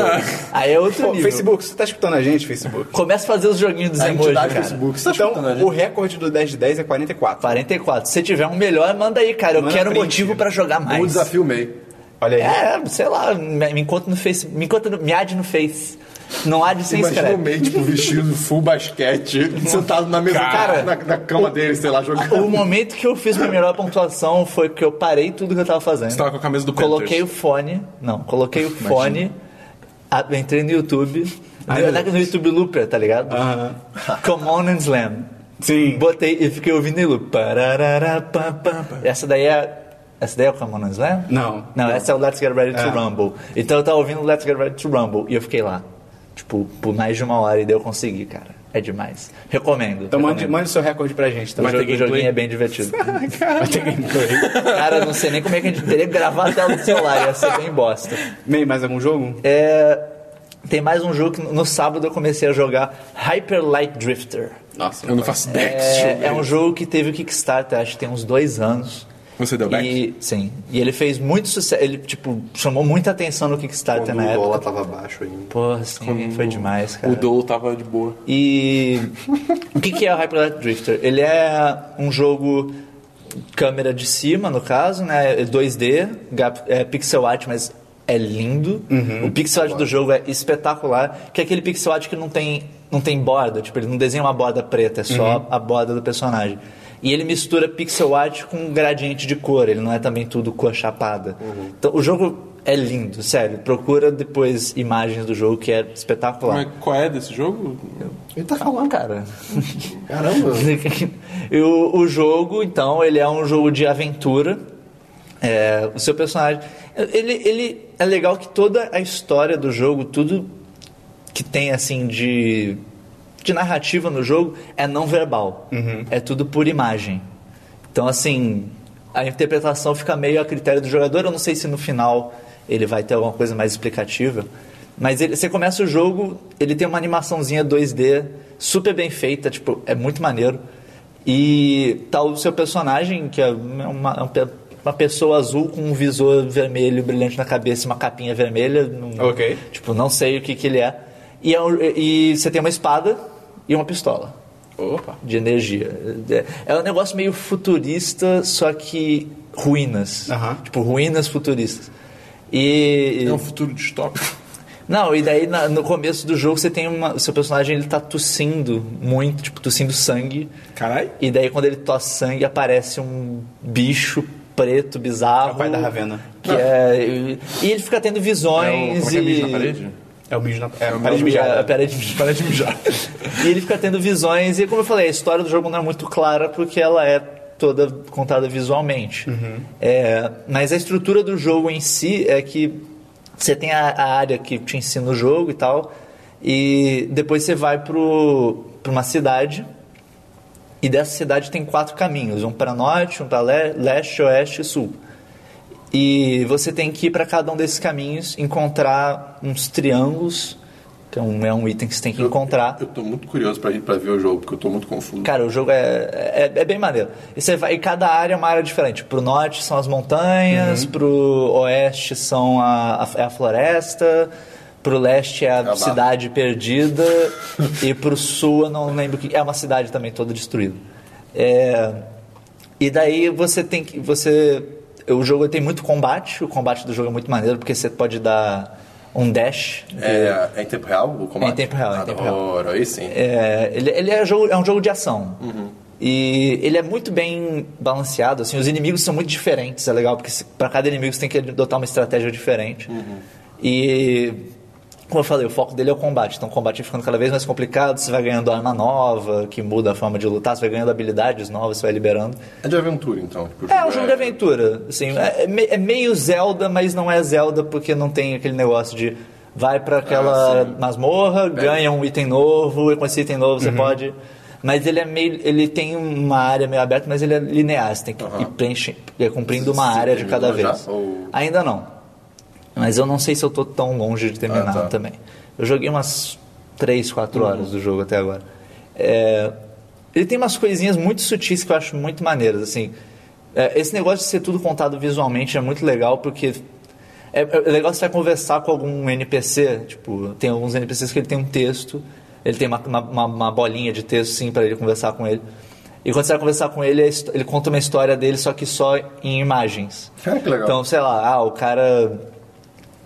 Aí é outro
Pô,
nível.
Facebook, você tá escutando a gente, Facebook?
Começa a fazer os joguinhos dos
a
emojis,
entidade
cara.
Facebook. Você tá
Então,
escutando a gente?
o recorde do 10 de 10 é 44.
44. Se tiver um melhor, manda aí, cara. Eu
Manda
quero
print.
motivo pra jogar mais.
O Um desafio meio.
Olha aí.
É, sei lá, me, me encontra no Face. Me encontra no. Me ad no Face. Não ad sem
Imagina o
escrever.
meio, tipo, vestido full basquete, sentado na mesa,
Cara,
na, na cama dele, sei lá, jogando.
O momento que eu fiz minha melhor pontuação foi que eu parei tudo que eu tava fazendo.
Você tava com a camisa do
Coloquei
Panthers.
o fone. Não, coloquei o fone. a- entrei no YouTube.
meu Ah.
no, no YouTube Looper, tá ligado?
Aham.
Come on and slam.
Sim.
Botei e fiquei ouvindo em loop. Pararara, pam, pam, pam. Essa daí é. Essa daí é o Come On and Slam?
Não.
Não, essa é o Let's Get Ready to
É.
Rumble. Então eu tava ouvindo Let's Get Ready to Rumble e eu fiquei lá. Tipo, por mais de uma hora e daí eu consegui, cara. É demais. Recomendo.
Então mande,
recomendo.
mande o seu recorde pra gente
O
também.
jogo-
ter
o joguinho
gameplay?
é bem divertido.
Vai ter gameplay.
Cara, eu não sei nem como é que a gente teria que gravar a tela do celular, ia ser bem bosta.
Meio mais algum jogo?
É, tem mais um jogo que no sábado eu comecei a jogar Hyper Light Drifter.
Nossa.
Eu não faço ideia que esse jogo
É,
é.
é um jogo que teve o Kickstarter, acho que tem uns dois anos.
Você deu
E, sim. E ele fez muito sucesso. Ele, tipo, chamou muita atenção no Kickstarter
Quando
na
o
época.
dólar tava baixo ainda.
Porra, sim, foi demais, cara.
O Dolo tava de boa.
E o que, que é o Hyper Light Drifter? Ele é um jogo câmera de cima, no caso, né? É 2D, gap- é pixel art, mas é lindo. O pixel art do jogo é espetacular, que é aquele pixel art que não tem, não tem borda, tipo, ele não desenha uma borda preta, é só a borda do personagem. E ele mistura pixel art com um gradiente de cor, ele não é também tudo cor chapada. Então, o jogo é lindo, sério. Procura depois imagens do jogo que é espetacular.
Mas qual é desse jogo?
Ele tá
Calma,
falando,
cara.
caramba.
E o, o jogo, então, ele é um jogo de aventura. É, o seu personagem. Ele, ele é legal que toda a história do jogo, tudo que tem assim de, de narrativa no jogo é não verbal. É tudo por imagem. Então, assim, a interpretação fica meio a critério do jogador. Eu não sei se no final ele vai ter alguma coisa mais explicativa. Mas ele- você começa o jogo, ele tem uma animaçãozinha 2D super bem feita, tipo, é muito maneiro. E tá o seu personagem, que é uma, é um pe- uma pessoa azul com um visor vermelho brilhante na cabeça, e uma capinha vermelha. num-
Ok.
Tipo, não sei o que, que ele é. E, é um- e você tem uma espada e uma pistola
Opa.
de energia. É- É um negócio meio futurista, só que ruínas.
Aham.
Tipo, ruínas futuristas. E.
É um futuro distópico.
Não, e daí na- no começo do jogo você tem uma. O seu personagem ele tá tossindo muito, tipo, tossindo sangue.
Caralho.
E daí quando ele tosse sangue aparece um bicho preto, bizarro.
É o pai da Ravena.
Que é, e, e ele fica tendo
É o,
visões
como é que é
e.
bicho na parede?
É o mijo na é,
Para
parede
de
mijada.
mijar. Para de mijar.
Parede mijar.
E ele fica tendo visões, e como eu falei, a história do jogo não é muito clara porque ela é toda contada visualmente. É, mas a estrutura do jogo em si é que você tem a, a área que te ensina o jogo e tal, e depois você vai para uma cidade, e dessa cidade tem quatro caminhos: um para norte, um para leste, oeste e sul. E você tem que ir para cada um desses caminhos, encontrar uns triângulos, que é um, é um item que você tem que encontrar.
Eu tô muito curioso pra, pra ver o jogo, porque eu tô muito confuso.
Cara, o jogo é, é, é bem maneiro. E, você vai, e cada área é uma área diferente. Pro norte são as montanhas, pro oeste são a, a, é a floresta, pro leste é a
barra.
cidade perdida, e pro sul eu não lembro o que. É uma cidade também toda destruída. É, e daí você tem que. Você, o jogo tem muito combate, o combate do jogo é muito maneiro, porque você pode dar um dash.
É, é em tempo real o combate?
É em tempo real, é em tempo real.
Adoro, aí sim.
É, ele, ele é, jogo- é um jogo de ação. E ele é muito bem balanceado, assim, os inimigos são muito diferentes, é legal, porque para cada inimigo você tem que adotar uma estratégia diferente. E Como eu falei, o foco dele é o combate. Então o combate vai ficando cada vez mais complicado, você vai ganhando arma nova, que muda a forma de lutar, você vai ganhando habilidades novas, você vai liberando.
É de aventura, então. tipo, o
É um jogo de aventura, assim, é, é me- é meio Zelda, mas não é Zelda porque não tem aquele negócio de vai pra
Ah,
aquela masmorra, ganha um item novo, e com esse item
Uhum.
novo você pode... Mas ele é meio, ele tem uma área meio aberta, mas ele é linear, você tem que ir preenche, é cumprindo uma
Você
área de
terminou
cada
já,
vez.
ou-
Ainda não. Mas eu não sei se eu tô tão longe de terminar
Ah, tá.
também. Eu joguei umas 3, 4 horas do jogo até agora. É, ele tem umas coisinhas muito sutis que eu acho muito maneiras, assim. É, esse negócio de ser tudo contado visualmente é muito legal porque é, é legal você vai conversar com algum NPC, tipo, tem alguns NPCs que ele tem um texto, ele tem uma, uma- uma- uma bolinha de texto, sim, para ele conversar com ele. E quando você vai conversar com ele, a his- ele conta uma história dele, só que só em imagens.
Ah, que legal.
Então, sei lá, ah, o cara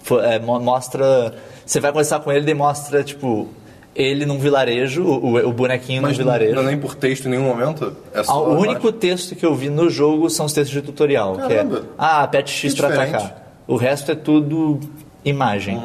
fo- é, mo- mostra. Você vai conversar com ele, demonstra, tipo, ele num vilarejo, o, o- o bonequinho
Mas
num vilarejo.
não é nem por texto em nenhum momento? É
Ah,
só
O
imagem.
único texto que eu vi no jogo são os textos de tutorial,
Caramba.
que é ah, aperte X
Que
pra
diferente. Uhum.
atacar. O resto é tudo imagem.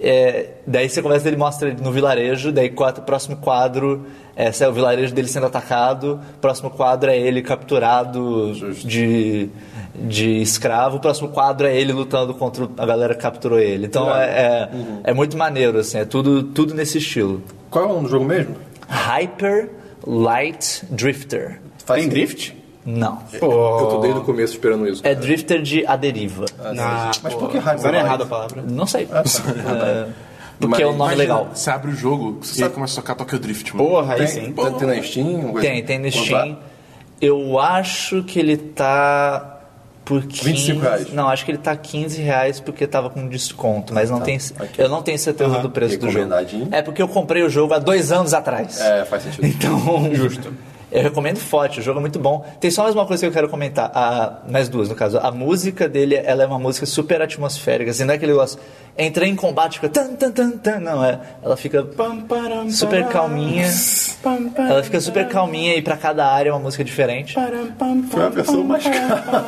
É, daí você começa, ele mostra ele no vilarejo, daí quatro, próximo quadro é, sai o vilarejo dele sendo atacado, próximo quadro é ele capturado de, de escravo, próximo quadro é ele lutando contra a galera que capturou ele. Então é, é,
Uhum.
é muito maneiro, assim, é tudo, tudo nesse estilo.
Qual é o nome do jogo mesmo?
Hyper Light Drifter.
Tem drift?
Não.
É, Eu tô desde o começo esperando isso.
É drifter de a deriva.
Na-
Mas
pô,
por que hyper
Usaram
light?
errado a palavra.
Não sei.
Ah, tá.
É, porque é um nome
Imagina,
legal.
Você abre o jogo, você sabe começa a tocar Tokyo Drift, mano.
Porra, aí
Tem,
sim.
tem, tem na Steam? alguma coisa?
Tem, tem no
Quanto
Steam.
lá?
Eu acho que ele tá por 15,
25 reais.
Não, acho que ele tá 15 reais porque tava com desconto, mas não tem. Eu não tenho certeza do preço do jogo.
Tá. Recomendadinho.
É porque eu comprei o jogo há dois anos atrás.
É, faz sentido.
Então. Justo. Eu recomendo forte, o jogo é muito bom. Tem só mais uma coisa que eu quero comentar, a, nas duas, no caso. A música dele, ela é uma música super atmosférica, assim, não é aquele negócio. Entrei em combate, fica tan, tan, tan, tan. Não, é, ela fica super calminha. Ela fica super calminha e pra cada área é uma música diferente.
Foi
Ah.
uma pessoa mais calma.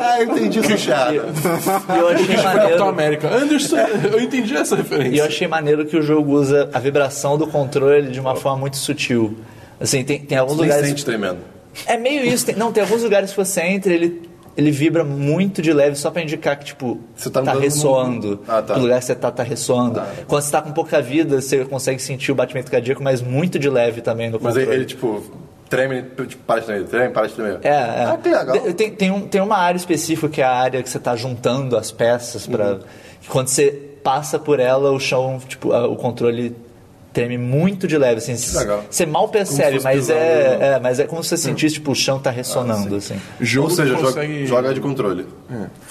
Ah, eu entendi essa piada.
E eu achei
Foi Capitão
maneiro.
América. Anderson, eu entendi essa referência.
E eu achei maneiro que o jogo usa a vibração do controle de uma forma muito sutil. Assim, tem, tem alguns
Nem
lugares.
sente tremendo.
É meio isso. tem- não, tem alguns lugares que você entra, ele, ele vibra muito de leve, só pra indicar que, tipo,
Você tá andando
ressoando.
no- Ah, tá. Ah.
O lugar que você tá, tá ressoando. Quando você tá com pouca vida, você consegue sentir o batimento cardíaco, mas muito de leve também no
Mas
controle.
ele, ele, tipo, treme, tipo, para de tremer, treme, para de tremer.
É, é.
Ah, que legal.
De- Tem, tem, um- tem uma área específica que é a área que você tá juntando as peças para
Uhum.
Quando você passa por ela, o chão, tipo, a- o controle treme muito de leve. Assim, c-
legal.
você mal percebe,
fosse
mas
pisando, né? Ah,
é, é, mas é como se você sentisse, tipo, o chão tá ressonando, assim.
Ou seja,
que
joga,
consegue-
joga de controle.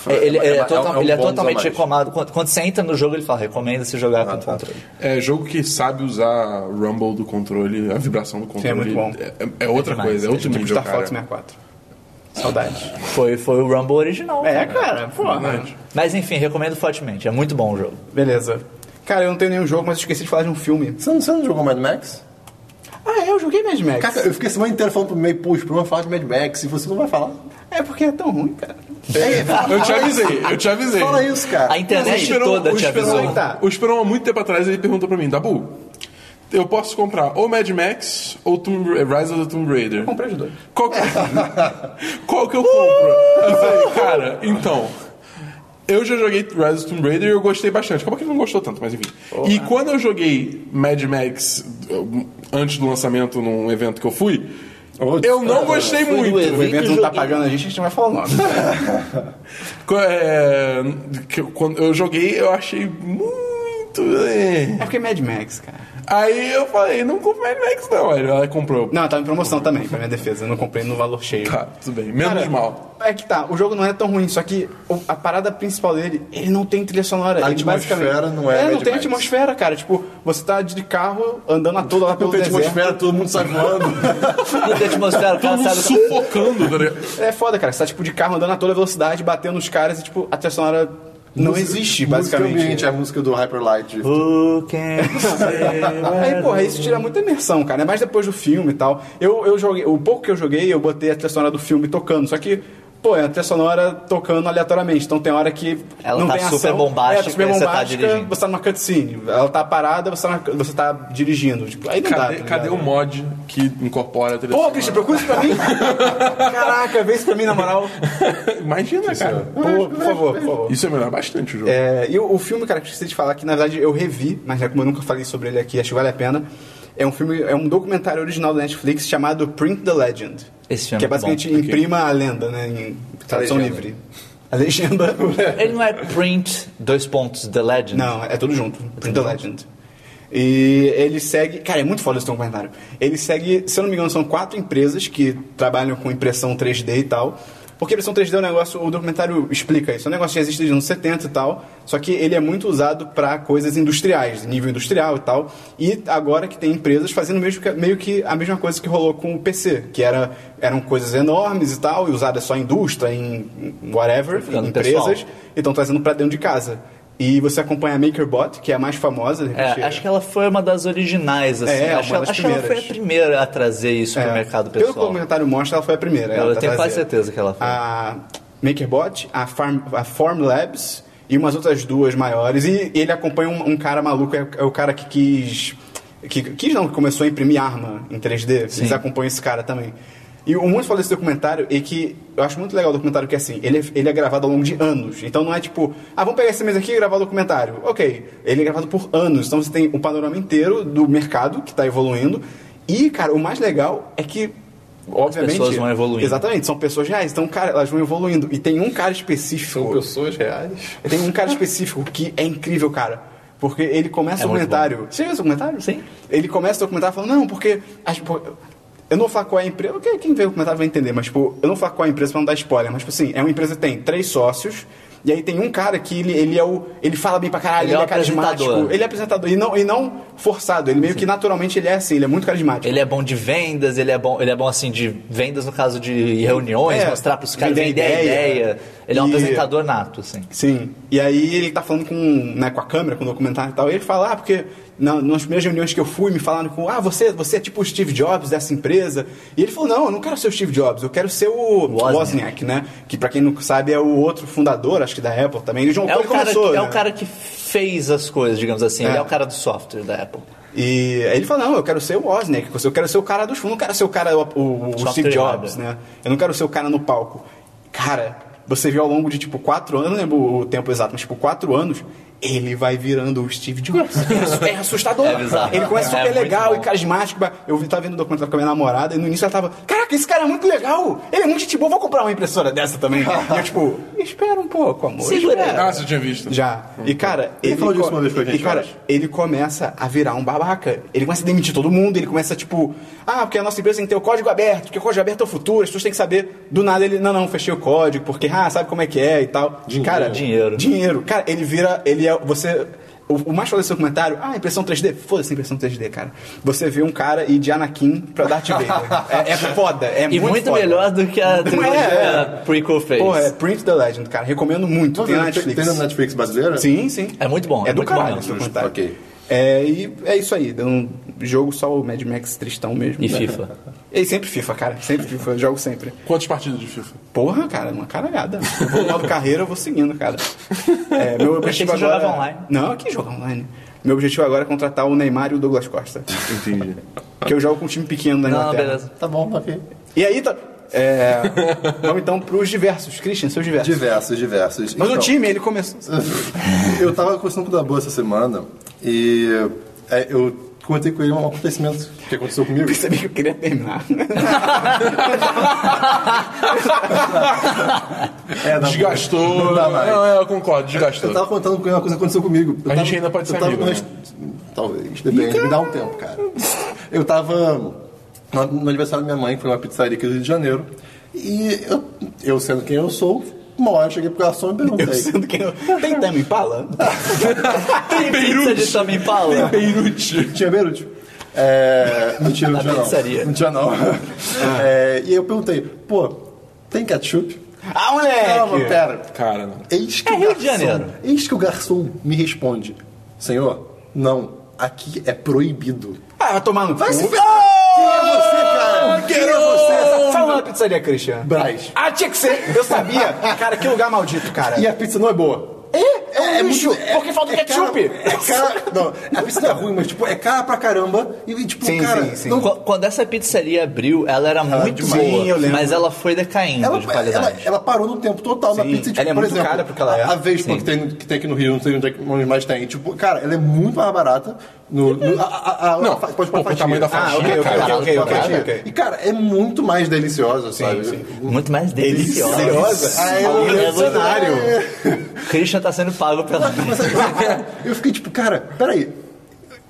É, Ele
É,
é,
é um
total-
bônus
ele é
a mais.
totalmente recomendado. Quando, quando você entra no jogo, ele fala, recomenda se jogar com
tá.
controle.
É jogo que sabe usar o rumble do controle, a vibração do controle.
muito bom.
É, é outra
É demais,
coisa, é
é
outro
Tipo
nível,
Star
cara.
Fox 64. Saudades.
Foi, foi o Rumble original.
É,
cara.
cara, porra.
Mas enfim, recomendo fortemente. É muito bom o jogo.
Beleza. Cara, eu não tenho nenhum jogo, mas eu esqueci de falar de um filme.
Você não, você não jogou Mad Max?
Ah, é, eu joguei Mad Max.
Cara, eu fiquei a semana inteira falando pro meio, pô, Spruma falar de Mad Max e você não vai falar.
É porque é tão ruim, cara.
É, fala-
Eu te avisei, eu te avisei.
Fala isso, cara.
A internet
Esperon-
toda
o
te
Esperon-
avisou.
Tá.
O Esperon, há muito tempo atrás, ele perguntou pra mim, Dabu, eu posso comprar ou Mad Max ou Tomb- Rise of the Tomb Raider?
Comprei os dois.
Qual que, é? qual que eu compro? Eu falei, cara, então. Eu já joguei Rise of Tomb Raider e eu gostei bastante. Como que ele não gostou tanto, mas enfim. E quando eu joguei Mad Max eh, antes do lançamento num evento que eu fui,
Ô,
eu não
cara,
gostei
foi
muito.
no evento.
O evento não tá
joguinho.
pagando a gente, a gente não vai falar o nome.
Co- é, que eu- quando eu joguei, eu achei muito. eh.
É porque é Mad Max, cara.
Aí eu falei, não compro Mad Max, não. Aí ela comprou.
Não, tava em promoção também, pra minha defesa. Eu não comprei no valor cheio.
Tá, tudo bem. Menos
Cara,
mal.
É que tá, o jogo não é tão ruim, só que o- a parada principal dele, ele não tem trilha sonora.
A
ele
atmosfera
basicamente-
não é
É, não
Mad
tem
Max.
atmosfera, cara. Tipo, você tá de carro andando a toda lá pelo
Pelo
deserto.
atmosfera, todo mundo sai voando.
Tudo que eu te mostrar, o cara
Todo mundo
sabe...
sufocando, tá ligado?
É foda, cara. Você tá tipo de carro andando a toda velocidade, batendo nos caras e tipo, a trilha sonora não existe,
Música
basicamente.
ambiente, é a música do Hyper Light.
Who can say
Tá, Aí, porra, isso tira muita imersão, cara. É mais depois do filme e tal. Eu, eu joguei, o pouco que eu joguei, eu botei a trilha sonora do filme tocando. Só que, pô, é a trilha sonora tocando aleatoriamente. Então tem hora que
Ela
não
tá
tem ação.
super bombástica
É, tá super
e você tá
bombástica,
dirigindo.
você tá numa cutscene. Ela tá parada, você tá, na- você tá dirigindo. Tipo, aí não dá. tá
Cadê,
ligado?
cadê o mod que incorpora a trilha
Pô,
sonora?
Christian, procura isso pra mim. Caraca, vê isso pra mim, na moral.
Imagina, cara.
Pô, por favor, por favor.
Isso é melhor bastante o jogo.
É, e o, o filme, cara, que eu esqueci de falar, que na verdade eu revi, mas né, como eu nunca falei sobre ele aqui, acho que vale a pena. É um filme, é um documentário original da Netflix chamado Print the Legend.
Esse filme
Que
é
é
muito
basicamente
bom.
imprima a lenda, né? Em tradução
legenda.
livre. A legenda.
Ele não é print, dois pontos, The Legend.
Não, é tudo junto. Print the Legend. E ele segue. Cara, é muito foda esse documentário. Ele segue, se eu não me engano, são quatro empresas que trabalham com impressão 3D e tal. Porque impressão 3D é um negócio. O documentário explica isso. É um negócio que existe desde os anos 70 e tal. Só que ele é muito usado para coisas industriais, nível industrial e tal. E agora que tem empresas fazendo mesmo que- meio que a mesma coisa que rolou com o PC, que era, eram coisas enormes e tal, e usadas só em indústria, em em whatever, em
Ficando pessoal.
empresas e estão trazendo pra dentro de casa. E você acompanha a MakerBot, que é a mais famosa. de repente-
É, acho que ela foi uma das originais, assim.
É,
acho
uma
ela-
das
acho que ela foi a
primeiras.
primeira a trazer isso pro
É.
mercado
Pelo que o
pessoal.
comentário mostra, ela foi a primeira.
Eu
tá
tenho
trazendo.
quase certeza que ela foi.
A MakerBot, a Farm, a Form Labs e umas outras duas maiores. E ele acompanha um, um cara maluco, é, é o cara que quis... Que, quis não, que começou a imprimir arma em 3D. Eles acompanham esse cara também. E um o muito foda desse documentário é que... Eu acho muito legal o documentário que é assim, ele é, ele é gravado ao longo de anos. Então não é tipo, ah, vamos pegar esse mês aqui e gravar o documentário. Ok, ele é gravado por anos. Então você tem o panorama inteiro do mercado que está evoluindo. E, cara, o mais legal é que, obviamente...
pessoas vão evoluindo.
Exatamente, são pessoas reais. Então, cara, elas vão evoluindo. E tem um cara específico...
São pessoas reais.
Tem um cara específico que é incrível, cara. Porque ele começa
É
o
muito
documentário. Você viu esse documentário?
Sim.
Ele começa o documentário falando, não, porque. As, pô, eu não vou falar qual é a empresa. Quem quem vê o documentário vai entender, mas, tipo, eu não vou falar qual é a empresa pra não dar spoiler. Mas, tipo assim, é uma empresa que tem três sócios. E aí tem um cara que ele, ele é o. Ele fala bem pra caralho,
Ele
ele,
é o
é carismático.
apresentador.
Ele é apresentador. E não, e não forçado. Ele meio que naturalmente ele é assim, ele é muito carismático.
Ele é bom de vendas, ele é bom, ele é bom assim de vendas no caso de reuniões,
É,
mostrar pros caras,
vender
vender
ideia.
a ideia. Ele é um
E-
apresentador nato, assim.
Sim. E aí ele tá falando com, né, com a câmera, com o documentário e tal. E ele fala, ah, porque na, nas primeiras reuniões que eu fui, me falaram com, ah, você, você é tipo o Steve Jobs dessa empresa. E ele falou, não, eu não quero ser o Steve Jobs, eu quero ser o
Wozniak.
Wozniak, né? Que pra quem não sabe é o outro fundador, acho que da Apple também. Ele juntou
É o,
e
cara,
começou,
é
né?
o cara que fez as coisas, digamos assim. Ele
É.
é o cara do software da Apple.
E aí ele fala, não, eu quero ser o Wozniak, eu quero ser o cara dos fundos, não quero ser o cara, o, o- o
Software
Steve Jobs,
hardware.
né? Eu não quero ser o cara no palco. Cara, você viu ao longo de, tipo, quatro anos, eu não lembro o tempo exato, mas, tipo, quatro anos, ele vai virando o Steve Jobs. É assu- É assustador.
É bizarro.
ele começa
É, é
super
muito
legal
bom.
e carismático. Eu vi- tava vendo o documentário com a minha namorada e no início ela tava, caraca, esse cara é muito legal, ele é muito gente boa, vou comprar uma impressora dessa também. e eu, tipo, espera um pouco, amor.
Segura.
espera."
Ah, você tinha visto.
Já. E, cara,
Ele Hum. falou disso
co-
uma vez com a gente,
E, cara,
eu acho.
ele começa a virar um babaca. Ele começa a demitir todo mundo, ele começa, tipo, ah, porque a nossa empresa tem que ter o código aberto, porque o código aberto é o futuro, as pessoas têm que saber. Do nada ele, não, não, fechei o código, porque, ah, sabe como é que é e tal. cara,
Dinheiro.
Dinheiro. Cara, ele vira, ele é, você... O, o mais foda desse documentário, ah, impressão 3D? Foda-se impressão 3D, cara. Você vê um cara ir de Anakin pra Darth Vader. é, é foda, é
E muito,
foda.
melhor do que a trilogia
é.
prequel fez.
Pô, é Print the Legend, cara. Recomendo muito. Tem na Netflix.
Tem na Netflix brasileira?
Sim, sim.
É muito bom,
É,
é
do
muito bom
caralho
mesmo.
esse documentário.
Ok.
É, e é isso aí. Deu um jogo só o Mad Max tristão mesmo.
E
né?
FIFA.
E sempre FIFA, cara. Sempre FIFA. eu Jogo sempre.
Quantos partidos de FIFA?
Porra, cara. Uma caralhada. Eu vou no modo carreira, eu vou seguindo, cara. É, meu objetivo
que você
agora...
jogava online.
Não, que jogar online? Meu objetivo agora é contratar o Neymar e o Douglas Costa.
Entendi.
que eu jogo com um time pequeno da
Não,
Inglaterra.
beleza.
Tá bom, ok.
E aí, tá... É, vamos então pros diversos. Christian, seus diversos.
Diversos, diversos.
Mas o
Então,
time, ele começou...
eu tava conversando com o Dabu essa semana e é, eu comentei com ele um acontecimento que aconteceu comigo.
Percebi que eu queria terminar.
É, Dabu,
Desgastou.
Não dá mais.
Não, eu concordo, desgastou.
Eu tava contando com ele uma coisa que aconteceu comigo. Eu
A
tava-
gente ainda pode
eu
ser
tava
amigo,
no
né?
rest- Talvez, depende. Me dá um tempo, cara. Eu tava no no aniversário da minha mãe, que foi uma pizzaria aqui do Rio de Janeiro. E eu, eu sendo quem eu sou, uma hora eu cheguei pro garçom e perguntei.
Eu sendo que eu... Tem Tami Impala?
Tem pizza de Tame Impala?
Beirute.
Tinha Beirute? É, não tinha, não tinha não.
pizzaria.
Não tinha não. É, e eu perguntei, pô, tem ketchup?
Ah, moleque!
Calma, pera.
Cara, não.
Eis que,
É
o
Rio de
garçom-
Janeiro.
eis que o garçom me responde, senhor, não, aqui é proibido.
Ah, vai tomar no
Vai
cu. Oh,
se ferrar! Quem é você, cara? Quem é você? essa
nome da pizzaria, Christian?
Braz.
Ah, tinha que ser. Eu sabia. Cara, que lugar maldito, cara.
E a pizza não é boa.
É, é, muito. porque falta ketchup.
Cara, é cara, não, a pizza não é ruim, mas tipo, é cara pra caramba. E tipo,
Sim,
cara,
sim, sim.
não-
Qu- Quando essa pizzaria abriu, ela era muito
demais.
boa,
Sim, eu lembro.
mas ela foi decaindo
ela,
de
ela,
qualidade.
ela parou no tempo total na
Sim,
pizza. Tipo,
ela é
por
muito
exemplo,
cara porque ela é.
A Vespa que tem, que tem aqui no Rio, não sei onde é que onde mais tem. Tipo, cara, ela é muito mais barata. No, no- a- a- a-
Não,
a fa- pode
pô,
pôr
o tamanho da fatia,
Ah, ok, ok,
cara.
ok, ok, ok,
fatia.
ok.
E cara, é muito mais deliciosa, sabe?
Muito mais deliciosa.
Deliciosa?
Ah, eu-
Alguém revolucionário.
Christian tá sendo pago pela.
Mas, mas, eu fiquei tipo, cara, peraí.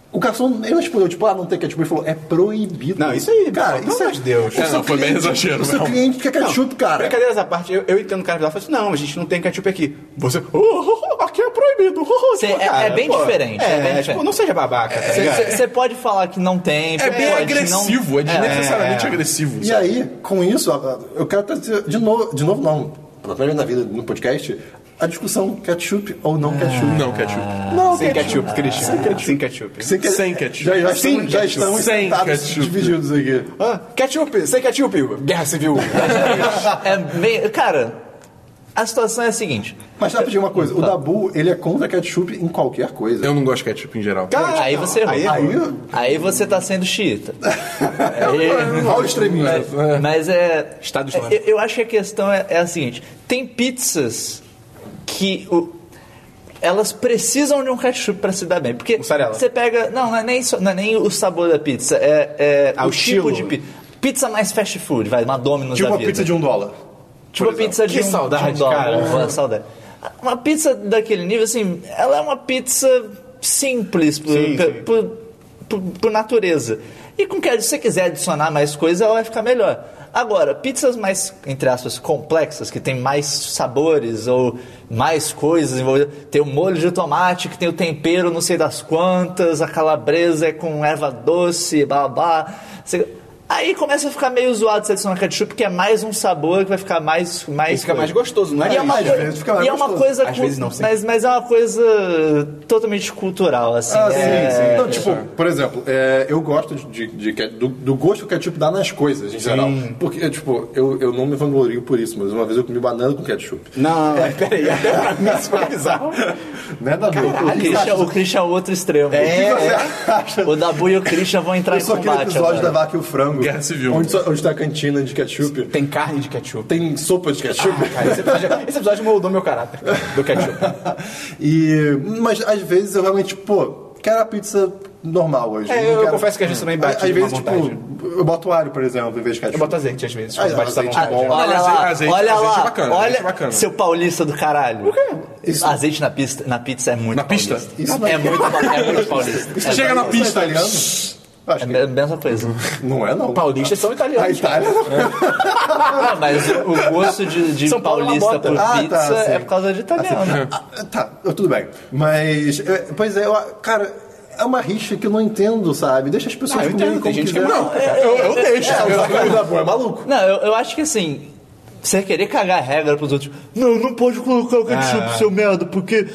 O garçom, ele não respondeu, tipo, ah, não tem ketchup. Ele falou, é proibido.
Não, isso aí,
cara,
pelo
isso é...
amor de Deus.
o seu
É, um- não, foi bem
cliente-
exagero
O seu
mesmo.
cliente quer ketchup, cara.
Brincadeiras à parte, eu, eu entendo o cara lá e falo assim, não, a gente não tem ketchup aqui. Você, oh, oh, oh, aqui é proibido. Oh, oh,
Cê-
tipo,
é- é bem diferente, é
É,
bem
tipo,
diferente.
não seja babaca,
É,
tá ligado?
Você pode falar que não tem.
É bem agressivo, é desnecessariamente
é.
agressivo.
E
sabe?
aí, com isso, a- a- eu quero trazer de novo, de novo não, pela primeira vez na vida no podcast, a discussão ketchup ou não ketchup.
Não, ketchup.
Não,
Sem ketchup, Christian. Sem ketchup. Sem ketchup.
Sem, que- é,
Sem ketchup.
Já, já
Sem
estamos, já
ketchup.
estamos
Sem
sentados
ketchup.
divididos aqui.
Ah, ketchup, sem ketchup. Guerra Civil.
É bem- Cara, a situação é a seguinte.
Mas dá pra dizer uma coisa, o Dabu, ele é contra ketchup em qualquer coisa.
Eu não gosto de ketchup em geral.
Cara,
Aí
não,
você
Ah,
errou.
aí é
Aí,
Aí você tá sendo xiita. Aí-
É, olha o extremismo.
mas, mas é.
Estado
é,
Islâmico.
eu, eu acho que a questão é, é a seguinte: tem pizzas que. o- elas precisam de um ketchup pra se dar bem. Porque
Mussarela.
você pega. Não, não é nem, só- não é nem o sabor da pizza, é, é
Ah,
o
o estilo.
tipo de pizza. Pizza mais fast food, vai, uma Domino's
Tipo
da
uma
vida.
pizza de um dólar.
Tipo a pizza de
Que
um,
saudade,
de um dólar,
cara.
uma saudade. Uma pizza daquele nível, assim, ela é uma pizza simples por,
Sim,
pe-
sim.
por- por- por natureza. E com que se você quiser adicionar mais coisa, ela vai ficar melhor. Agora, pizzas mais, entre aspas, complexas, que tem mais sabores ou mais coisas envolvidas. Tem o molho de tomate, que tem o tempero não sei das quantas, a calabresa é com erva doce, blá blá. blá. Você- Aí começa a ficar meio zoado se adicionar ketchup, que é mais um sabor que vai ficar mais. mais
fica mais
coisa.
gostoso, não é?
E é uma,
Às
coi-
vezes fica mais
e é uma
gostoso.
coisa.
Às
cu-
vezes não, sim.
mas, mas é uma coisa totalmente cultural, assim.
Ah, sim,
é-
sim. Não, tipo, por exemplo, é, eu gosto de, de- de- do, do gosto que o ketchup dá nas coisas, em geral. Porque, tipo, eu, eu não me vanglorio por isso, mas uma vez eu comi banana com ketchup.
Não,
É.
mas peraí, até pra mim isso foi bizarro.
Né, Dabu?
O Christian, o Christian é o outro extremo. É, O Dabu e o Christian vão entrar
Eu
em
sou aquele
combate.
episódio da
agora.
Vaca e o Frango.
Guerra Civil.
Onde, só- onde tá a cantina de ketchup.
Tem carne de ketchup.
Tem sopa de ketchup.
Cara, esse episódio, esse episódio moldou meu caráter do ketchup.
e, mas às vezes eu realmente, pô, quero a pizza normal hoje.
É,
Não
eu
quero-
confesso que às vezes também bate de má
Às vezes,
vontade.
tipo, eu boto alho, por exemplo, em vez de ketchup.
Eu boto azeite às vezes.
Ah,
bate essa
azeite
vontade.
é bom.
Olha
Não,
lá,
azeite-
olha
azeite é
lá,
bacana,
olha
azeite é bacana.
seu paulista do caralho.
Isso-
Azeite na pista, na pizza é muito
Na pista?
paulista.
Isso não
é, muito, pa- é muito paulista.
Isso
É,
Chega na
Isso é
pista.
italiano? Eu
é
Acho
a
que
mesma coisa.
não é, não.
Paulistas são
A
italianos.
Itália não é.
Ah, mas o o gosto de, de
São Paulo
paulista
Labota.
por
Ah, tá,
pizza
sim.
é por causa de italiano.
Ah, tá, eu- tudo bem. Mas, é, pois é, eu, cara, é uma rixa que eu não entendo, sabe? Deixa as pessoas
Ah, eu
comerem
entendo,
como
tem gente que
quiser.
não.
Eu, eu deixo.
É, o Zacaré da Boa é maluco.
Não, eu, eu acho que assim. Você querer cagar a regra pros outros. Não, não pode colocar o ketchup,
É.
seu merda, porque.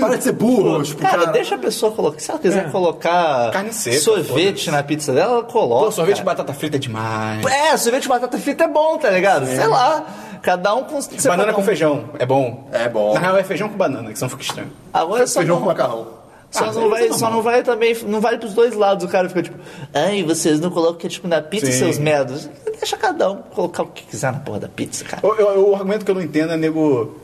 Para de ser burro. tipo,
Cara, deixa a pessoa colocar. Se ela quiser colocar
É. Carne seca,
sorvete na pizza dela, ela coloca.
Pô, sorvete de
cara.
batata frita é demais.
É, sorvete de batata frita é bom, tá ligado? Sei lá. Cada um com. você
banana
pode-
com feijão, é bom.
É bom.
Na real é feijão com banana, que são fica estranho.
Agora só
Feijão
não,
com macarrão.
só,
Ah,
não
isso é
vai, só não vai também. Não vale pros dois lados. O cara fica tipo. Ai, vocês não colocam ketchup na pizza,
Sim.
seus merdas. Deixa cada um colocar o que quiser na porra da pizza, cara.
Eu- eu- o argumento que eu não entendo é nego.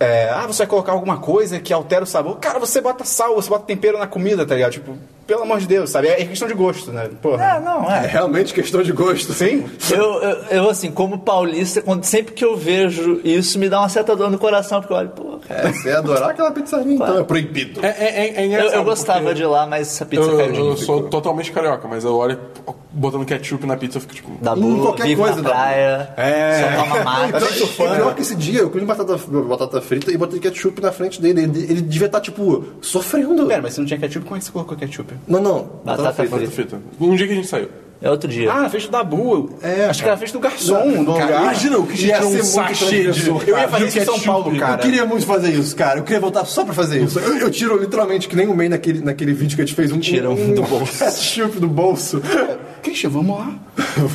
é, ah, você vai colocar alguma coisa que altera o sabor. Cara, você bota sal, você bota tempero na comida, tá ligado? Tipo, pelo amor de Deus, sabe? É é questão de gosto, né?
Ah,
Porra.
não,
É
é.
realmente questão de gosto.
Sim?
Eu, eu, eu, assim, como paulista, quando, sempre que eu vejo isso, me dá uma certa dor no coração, porque eu olho, pô, cara.
É, Você ia adorar aquela pizzaria, então é proibido.
É, é, é, é
Eu,
engraçado,
eu gostava
porque
de ir lá, mas essa pizza
Eu,
caiu de
eu
mim.
sou totalmente carioca, mas eu olho botando ketchup na pizza, eu fico tipo.
Da
Hum,
boa,
qualquer
vivo
coisa,
na
Dabu.
praia,
É.
só toma mate.
Então,
sou
e
fã,
pior
né?
que esse dia, eu comi batata, batata frita e botei ketchup na frente dele. Ele, ele devia estar, tipo, sofrendo.
Pera, mas se não tinha ketchup, como é que você colocou ketchup?
Não, não.
Batata frita.
Batata frita. Um dia que a gente saiu.
É outro dia.
Ah, fez do Dabu.
É,
Acho que era
cara.
fez do garçom, do lugar.
imagina o que
Ia
tinha
ser
um
muito
sachê de.
transgressor,
Eu ia fazer isso em São Paulo,
Eu
cara.
queria muito fazer isso, cara. Eu queria voltar só pra fazer isso. Eu, eu tiro literalmente, que nem o May naquele, naquele vídeo que a gente fez um.
Tira um do bolso.
Ketchup do bolso.
Christian, vamos lá.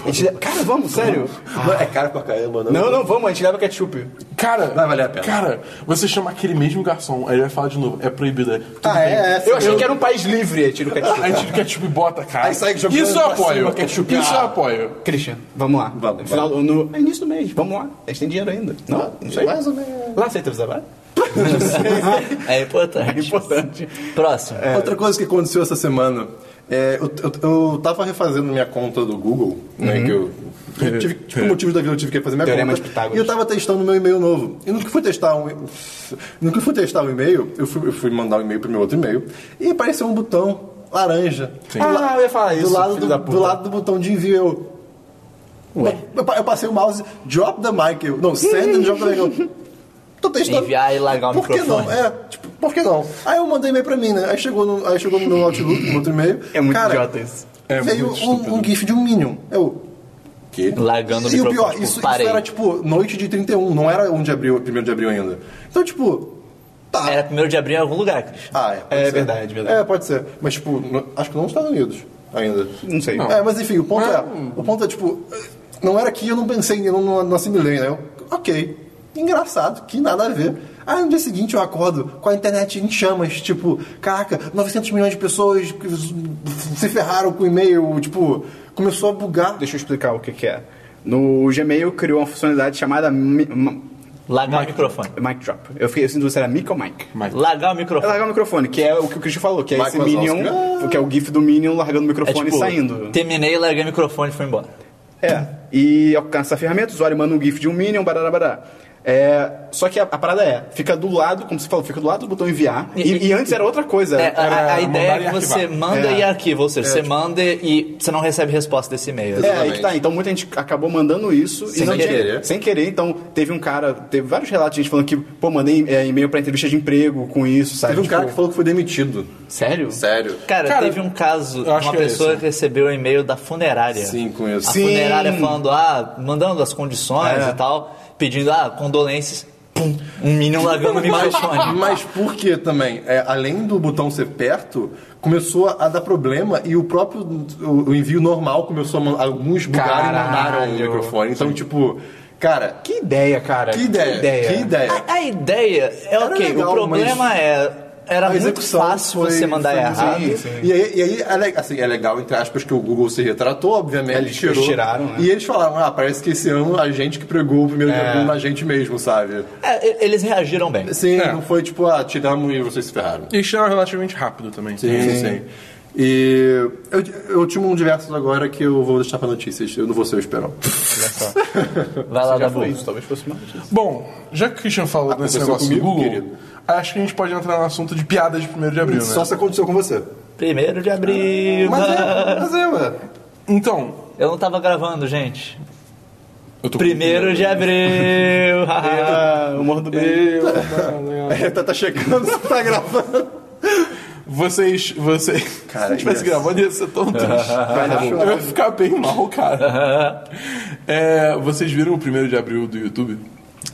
A gente- Cara, vamos, sério.
Não, é caro pra caramba, não.
Não, não, vamos, a gente leva ketchup.
Cara,
Vai valer a pena.
Cara, você chama aquele mesmo garçom, aí ele vai falar de novo, é proibido. é- Tudo
Ah,
bem.
é, é.
Eu achei que era um país livre, aí tira o ketchup.
Aí tira o ketchup e bota, cara.
Aí sai jogando
Isso eu
pra
apoio.
cima, ketchup.
Isso eu
Ah.
apoio.
Christian, vamos lá.
Vamos,
no final, No, é início do mês, vamos lá. A gente tem dinheiro ainda. Não, não sei.
Mais um. ou menos.
Lá aceita o trabalho? Ah.
É importante.
Importante.
Próximo.
Outra coisa que aconteceu essa semana. é, eu, eu, eu tava refazendo minha conta do Google, né? Que eu, eu tive, tipo, por motivos da vida eu tive que fazer minha
Teorema de
conta.
Pitágoras.
E eu tava testando meu e-mail novo. E no que fui testar um, e- no que fui testar o e-mail, eu fui, eu fui mandar o e-mail pro meu outro e-mail e apareceu um botão laranja. Do la-
Ah, eu ia falar isso,
do lado
filho
do,
da puta.
do lado do botão de envio. Eu, eu, pa- eu passei o mouse, drop the mic, eu, não, send and drop the mic. Eu, tô testando.
Enviar e largar o
Por que
microfone.
não? É, tipo, por que não? Aí eu mandei e-mail pra mim, né? Aí chegou no, aí chegou no meu Outlook, no outro e-mail.
É muito
cara,
idiota isso.
É
veio
muito
um,
estúpido.
um GIF de um Minion. Eu. Que?
Largando o
e o
microfone,
pior,
tipo,
isso, isso
parei.
era tipo noite de 31, não era 1 de abril, 1 de abril ainda. Então, tipo.
Ah.
Tá.
Era primeiro de abril em algum lugar, Cris.
Ah, é, pode
É
ser.
verdade, verdade.
É, pode ser. Mas, tipo, no- acho que não nos Estados Unidos ainda.
Não sei.
É, mas enfim, o ponto
Ah.
é. O ponto é, tipo, não era que eu não pensei, eu não, não assimilei, né? Eu, ok. Engraçado, que nada a ver. Aí no dia seguinte eu acordo com a internet em chamas, tipo, caraca, 900 milhões de pessoas que se ferraram com o e-mail, tipo, começou a bugar.
Deixa eu explicar o que, que é. No Gmail criou uma funcionalidade chamada Mi- Ma-
Largar o microfone.
Mic Drop. Eu fiquei assim, se era mic ou mic.
Mas-
Largar o
É
microfone.
largar o microfone, que é o que o Christian falou, que é
Mike
esse
Wazowski.
Minion, que é o GIF do Minion largando o
É
microfone
tipo,
e saindo.
terminei, larguei o microfone e fui embora.
É. E alcança a ferramenta, o usuário manda um GIF de um Minion, barará, barará. É, só que a, a parada é, fica do lado, como você falou, fica do lado do botão enviar. E,
E-
e antes era outra coisa.
É, a-
era-
a, a ideia
mandar
é
e
que você
arquivar.
manda
É.
e arquiva, ou seja, você manda e você não recebe resposta desse e-mail.
É, aí
Exatamente.
que tá. Então muita gente acabou mandando isso.
Sem
e não
querer.
Tinha, sem querer. Então teve um cara, teve vários relatos de gente falando que, pô, mandei é, e-mail pra entrevista de emprego com isso, sabe?
Teve um
Tipo,
cara que falou que foi demitido.
Sério?
Sério.
Cara,
Cara,
teve um caso,
eu acho
uma
que é
pessoa
isso.
que recebeu um e-mail da funerária.
Sim, com isso.
A
Sim.
funerária falando, ah, mandando as condições
É.
e tal, pedindo, ah, condolências. Pum, um Minion largando o
Mas,
microfone.
mas por que também? É, além do botão ser perto, começou a dar problema e o próprio o, o envio normal começou a man- alguns bugaram e mandaram o
Caralho.
microfone. Então, tipo, cara,
Que ideia, cara.
que ideia, que ideia.
A, a ideia é
Era
ok,
legal,
o problema
mas
é. Era
A
muito
execução
fácil
foi-
você mandar
foi muito
errado.
ruim. Sim, sim.
E aí, e aí é, le- assim, é legal, entre aspas, que o Google se retratou, obviamente.
Eles tiraram, né?
E eles falaram, ah, parece que esse ano a gente que pregou o primeiro é. na gente mesmo, sabe?
É, e- eles reagiram bem.
Sim,
É.
não foi tipo, ah, tiramos e vocês se ferraram.
E chama é relativamente rápido também.
Sim, sim, sim. E eu, eu tinha um diversos agora que eu vou deixar pra notícias. Eu não vou ser o esperão.
Vai lá,
Já
Dabu.
foi isso, talvez fosse uma notícia.
Bom, já que o Christian falou nesse
aconteceu
negócio do
comigo,
Google,
querido.
acho que a gente pode entrar no assunto de piadas de 1 de abril, né?
Só se aconteceu com você.
Primeiro de abril.
Mas
ah.
é, mas é, ué.
Então,
Eu não tava gravando, gente.
eu tô com
Primeiro de abril.
Ah, humor do bem.
É, tá, tá chegando, você tá gravando.
Vocês, vocês,
Cara,
se eu tivesse
isso.
gravando ia ser tão triste. eu ia ficar bem mal, cara. É, vocês viram o primeiro de abril do YouTube?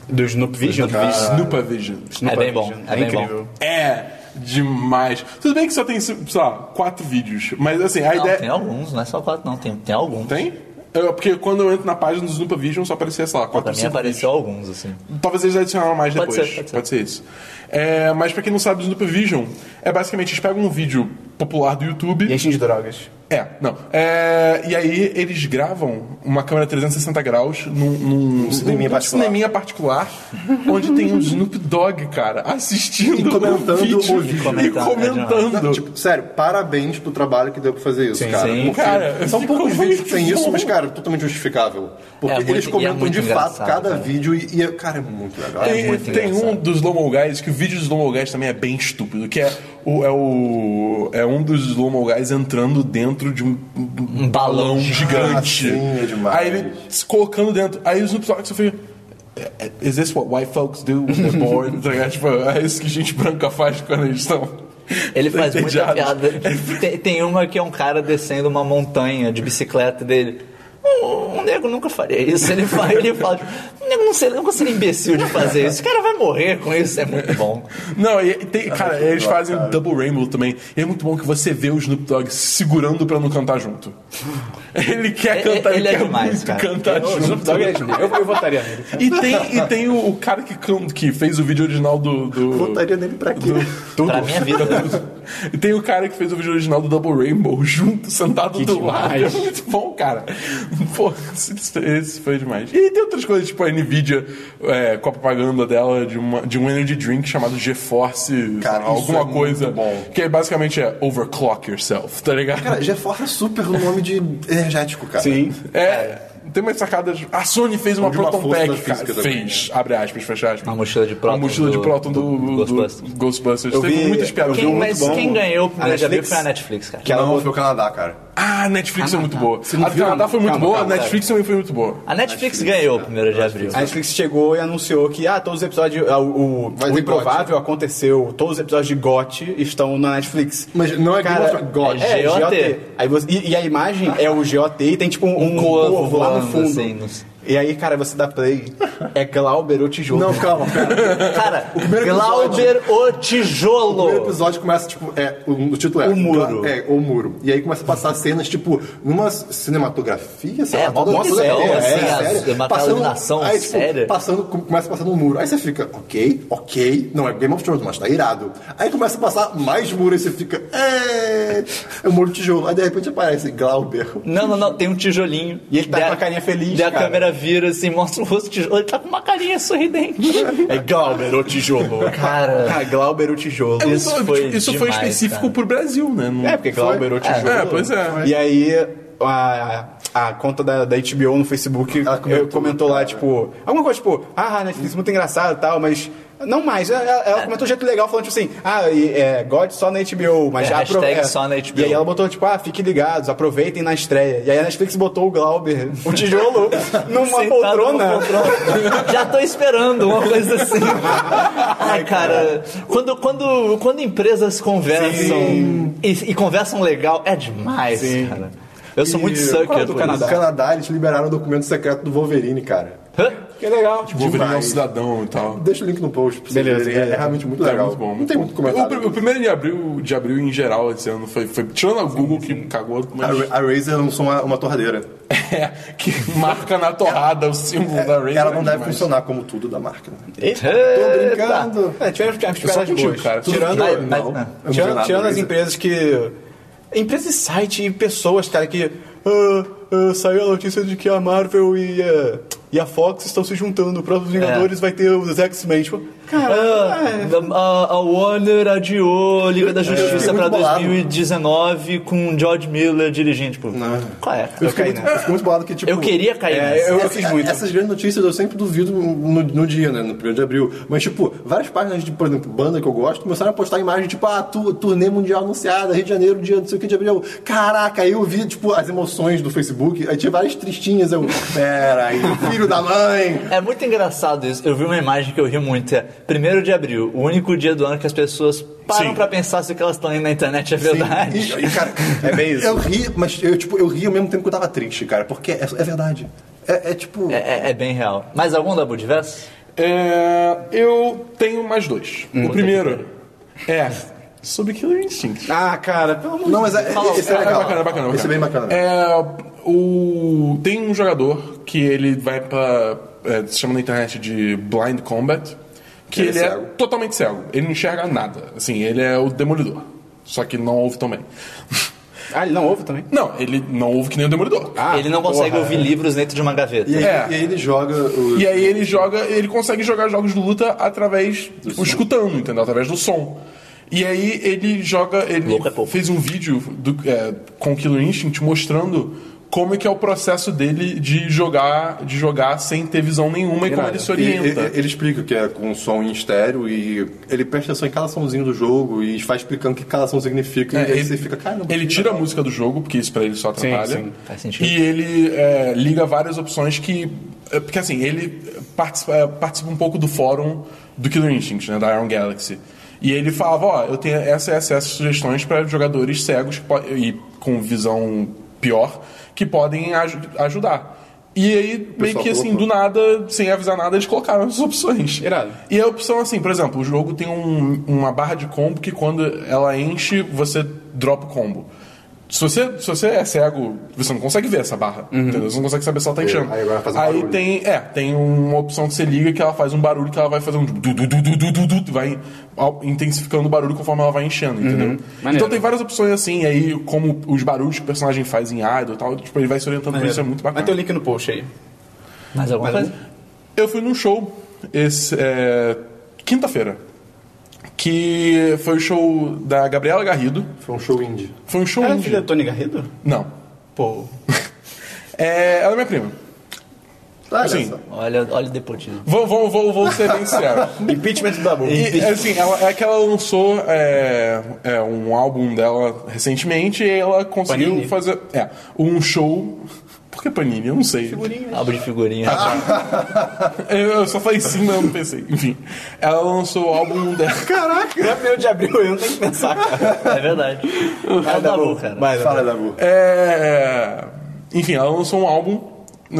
Do Snoop Vision?
Snoop Vision.
É bem bom, é
É,
bem
incrível.
É demais. Tudo bem que só tem, sei lá, quatro vídeos, mas assim, a
Não,
ideia
tem alguns, não é só quatro, não. Tem, tem alguns.
tem? Eu- porque quando eu entro na página do Snoop Vision só aparecia, sei lá,
Pra
quatro,
mim
cinco
apareceu alguns, assim.
Talvez eles adicionaram mais
Pode
depois.
ser, pode ser.
isso. É, mas pra quem não sabe, o Snoop Vision é basicamente eles pegam um vídeo popular do YouTube.
E enchem de drogas.
É, não. É, e aí eles gravam uma câmera 360 graus num, num,
Um cineminha
num
particular.
cineminha particular, onde tem um Snoop Dogg, cara, assistindo
E comentando
o vídeo,
o vídeo.
e
Comentando, é demais.
comentando.
Não, tipo, sério, parabéns pro trabalho que deu pra fazer isso,
Sim,
cara.
sim.
Porque
Cara, eu
são
fico
poucos vídeos que
muito
tem isso,
bom.
mas, cara, é totalmente justificável. Porque
É
eles
muito- e é
comentam
muito
de fato
engraçado,
cada
cara.
vídeo e, e é- cara, é muito legal.
Tem,
É muito
tem
engraçado.
um dos Slow Mo Guys, que o vídeo dos Slow Mo Guys também é bem estúpido, que é, o, é, o, é um dos Slow Mo Guys entrando dentro de um, um balão
balão.
gigante.
Ah, sim, é demais.
Aí ele se colocando dentro. Aí o Snoop Dogg só fica... Is this what white folks do when they're bored? Tá ligado? tipo, é isso que gente branca faz quando eles estão...
Ele faz muita
entediados.
um piada. Tem, tem uma que é um cara descendo uma montanha de bicicleta dele. um, um nego nunca faria isso. Ele fala, ele fala tipo, um nego não seria, nunca seria imbecil de fazer isso. O cara vai morrer com isso, é muito bom.
Não, e e tem, cara,
muito
eles
bom,
fazem
cara.
Double Rainbow também. E é muito bom que você vê o Snoop Dogg segurando pra não cantar junto. Ele quer
Ele-
cantar, ele,
ele é
quer
demais,
muito
cara.
cantar
O
junto.
Snoop Dogg é demais. Eu, eu votaria nele.
E tem, e tem o, o cara que, can- que fez o vídeo original do. do
Votaria nele pra quê?
Tudo.
Pra minha vida.
e tem o cara que fez o vídeo original do Double Rainbow junto, sentado do lado. É
demais.
muito bom, cara. Pô, esse, esse foi demais. E tem outras coisas, tipo a Nvidia é, com a propaganda dela de, uma- de um energy drink chamado GeForce,
Cara,
sei lá,
isso
alguma
é muito
coisa.
bom.
Que é, basicamente é overclock yourself, tá ligado?
Cara, GeForce é super no nome de energético, cara.
Sim.
é. Tem umas sacadas. A Sony fez uma
Onde uma
Proton
força
Pack,
da física
cara.
também, né?
Fez. Abre aspas, fecha aspas.
Uma mochila de próton
Uma mochila de
do-
próton do,
do
do-
Ghostbusters.
Ghostbusters.
Eu
Teve
vi-
muitas piadas.
eu vi
Quem,
um
mas
muito bom.
quem ganhou o primeiro
A
de abril
Netflix?
foi a Netflix, cara.
Que ela não foi o Canadá, cara.
Ah, a Netflix é muito boa.
não
A do
viu?
Canadá foi muito
Calma,
boa,
calma,
a Netflix também foi muito boa.
A Netflix, ganhou o primeiro de abril.
A Netflix chegou e anunciou que ah, todos os episódios. ah, o o-
Vai
o
ter
Improvável aconteceu, todos os episódios de GOT estão na Netflix.
Mas não é Game
Cara,
of Thrones,
é
É,
GOT.
GOT. Aí você- e, e a imagem é o GOT e tem tipo um,
Um
um
corvo
corvo lá no
voando,
fundo.
assim, nos-
E aí, cara, você dá play. É Glauber ou tijolo.
Não, calma, cara.
Cara,
primeiro
Glauber o
O primeiro
Tijolo.
episódio começa, tipo, é, o, o título é...
O Muro.
É, O Muro. E aí começa a passar cenas, tipo, numa cinematografia, sei
É,
lá, é,
mó bonitão, assim, as- uma iluminação
aí, tipo,
séria.
Passando, com- começa passando um muro. Aí você fica, ok, ok, não é Game of Thrones, mas tá irado. Aí começa a passar mais muro, aí você fica, é... É o Muro de Tijolo. Aí de repente aparece Glauber.
Não, não, não, tem um tijolinho.
E ele tá
Daí
com
a-
a carinha feliz,
daí a
cara.
câmera vira assim, mostra o rosto do tijolo. Ele tá com uma carinha sorridente.
É Glauber ou tijolo.
Cara,
Cara, Glauber ou tijolo.
É,
Isso
mas,
foi
isso foi
demais,
específico
cara.
pro Brasil, né? Não-
É, porque Glauber ou tijolo.
É, pois é.
E aí, a, a conta da, da HBO no Facebook
Ela
eu-
comentou,
comentou, lá, tipo, alguma coisa tipo, ah, Netflix muito engraçado e tal, mas. Não mais, ela, ela comentou um jeito legal falando tipo assim, ah, e, é, God só na HBO, mas
É,
já apro-
hashtag só na HBO.
E aí ela botou tipo, ah, fiquem ligados, aproveitem na estreia. E aí a Netflix botou o Glauber, o tijolo, numa
sentado
poltrona.
numa poltrona. Já tô esperando uma coisa assim. Ai, cara, quando, quando, quando empresas conversam e, e conversam legal, é demais, cara. Eu sou muito
qual é
sucker
o do
por
Canadá?
No Canadá, eles liberaram o documento secreto do Wolverine, cara.
isso. Hã?
Que legal.
Vou virar um
Demais.
cidadão e tal.
Deixa o link no post pra vocês
Beleza,
verem. É,
beleza.
realmente muito legal.
É muito bom.
Não tem muito comentário.
O, pr- o primeiro de abril, de abril em geral esse ano foi. foi tirando a Google que cagou,
A,
mas.
Ra- a Razer lançou uma, uma torradeira.
É, que marca na torrada o símbolo da Razer.
Ela não
é
deve
demais.
funcionar como tudo da marca. né?
Eita.
É, tivemos tivemos
Eu só
piadas
contigo,
boas.
cara. Tudo
Tirando,
Mas- mas-
Não, eu não vi
Tirando,
nada
tirando
da
as
Razer.
empresas que. Empresas e site e pessoas, cara, que. ah, ah, saiu a notícia de que a Marvel e, ah, e a Fox estão se juntando. O próximo Vingadores vai ter os X-Men. Tipo, cara, é.
Ah, a, a Warner adiou Liga da Justiça
fiquei
pra
muito bolado.
2019 com George Miller dirigindo. Tipo, qual é?
Eu fiquei, né?
Eu fico muito bolado que, tipo...
Eu queria cair
É,
nessa.
eu, eu
Essas,
fiz muito.
essas grandes notícias eu sempre duvido no, no dia, né? No primeiro de abril. Mas, tipo, várias páginas de, por exemplo, banda que eu gosto, começaram a postar imagem, tipo, ah, tu, turnê mundial anunciada, Rio de Janeiro, dia não sei o que de abril. Eu, Caraca, aí eu vi, tipo, as emoções do Facebook, aí tinha várias tristinhas, eu, pera aí, filho da mãe!
É muito engraçado isso. Eu vi uma imagem que eu ri muito. É 1 de abril, o único dia do ano que as pessoas param
Sim.
pra pensar se o que elas estão lendo na internet é verdade.
E, e, cara,
É bem isso.
Eu ri, mas eu, tipo, eu ri ao mesmo tempo que eu tava triste, cara, porque é, é verdade. É, é, tipo.
É, é- é bem real. Mais algum da Budiverso?
É, eu tenho mais dois.
Hum,
o primeiro é sobre Killer Instinct.
Ah, cara, pelo amor de
Não, mas é,
Fala,
esse é,
é
legal.
bacana, é bacana,
Esse é bem bacana.
É, o, tem um jogador que ele vai pra. é, se chama na internet de Blind Combat. Que ele,
Ele é
é,
cego.
totalmente cego. Ele não enxerga nada. Assim, ele é o demolidor. Só que não ouve também.
Ah, ele não ouve também?
Não, ele não ouve que nem o demolidor.
Ah,
Ele não consegue
porra.
ouvir livros dentro de uma gaveta.
E, aí,
é.
e aí ele joga o.
E aí ele joga, ele consegue jogar jogos de luta através, tipo, escutando, entendeu? Através do som. E aí ele joga, ele
Louco é pouco.
fez um vídeo do, é, com o Killer Instinct mostrando como é que é o processo dele de jogar, de jogar sem ter visão nenhuma e como ele se
E- e-
orienta.
Ele, explica que é com som em estéreo e ele presta atenção em cada somzinho do jogo e vai explicando o que cada som significa.
É,
e aí
ele,
você fica, caramba.
ele
que
tira a
legal."
música do jogo, porque isso pra ele só atrapalha.
sim.
Faz sentido.
E ele é, liga várias opções que. é, Porque assim, ele participa, é, participa um pouco do fórum do Killer Instinct, né, da Iron Galaxy. E ele falava: Ó, eu tenho essas e essas sugestões pra jogadores cegos que po- e com visão pior que podem aju- ajudar. E aí, meio que assim, do
colocou.
nada, sem avisar nada, eles colocaram essas opções.
Irado.
E a opção, assim, por exemplo, o jogo tem um- uma barra de combo que quando ela enche, você dropa o combo. Se você, se você é cego, você não consegue ver essa barra. Entendeu? Você não consegue saber se ela tá enchendo.
aí agora faz um barulho.
tem, é, tem uma opção que você liga que ela faz um barulho que ela vai fazer um du, du, du, du, du, du, du, vai au- intensificando o barulho conforme ela vai enchendo, entendeu? Então tem várias opções assim, e aí como os barulhos que o personagem faz em idle e tal, tipo, ele vai se orientando por isso, é muito
Vai
bacana.
ter o link no post aí.
Mais alguma coisa?
Eu fui num show esse, é, quinta-feira. Que foi o show da Gabriela Garrido.
Foi um show indie.
Foi um show
Ela é
indie.
filha do Tony Garrido?
Não.
Pô.
É, ela é minha prima.
Olha
Assim,
só.
Olha, olha o depotismo.
Vou, vou, vou, vou ser bem sincero.
Impeachment da Dabu.
E, assim, ela, é que ela lançou é, é, um álbum dela recentemente e ela conseguiu
Panini?
fazer é, um show. Por que Panini? Eu não sei.
Abre de figurinha.
Eu, eu só falei sim, mas eu não pensei. Enfim, ela lançou o álbum dela.
Não é primeiro de abril, eu não tenho que pensar, cara.
É verdade. É o
tá
Dabu, cara.
Vai, Dabu.
Fala, Dabu.
É, enfim, ela lançou um álbum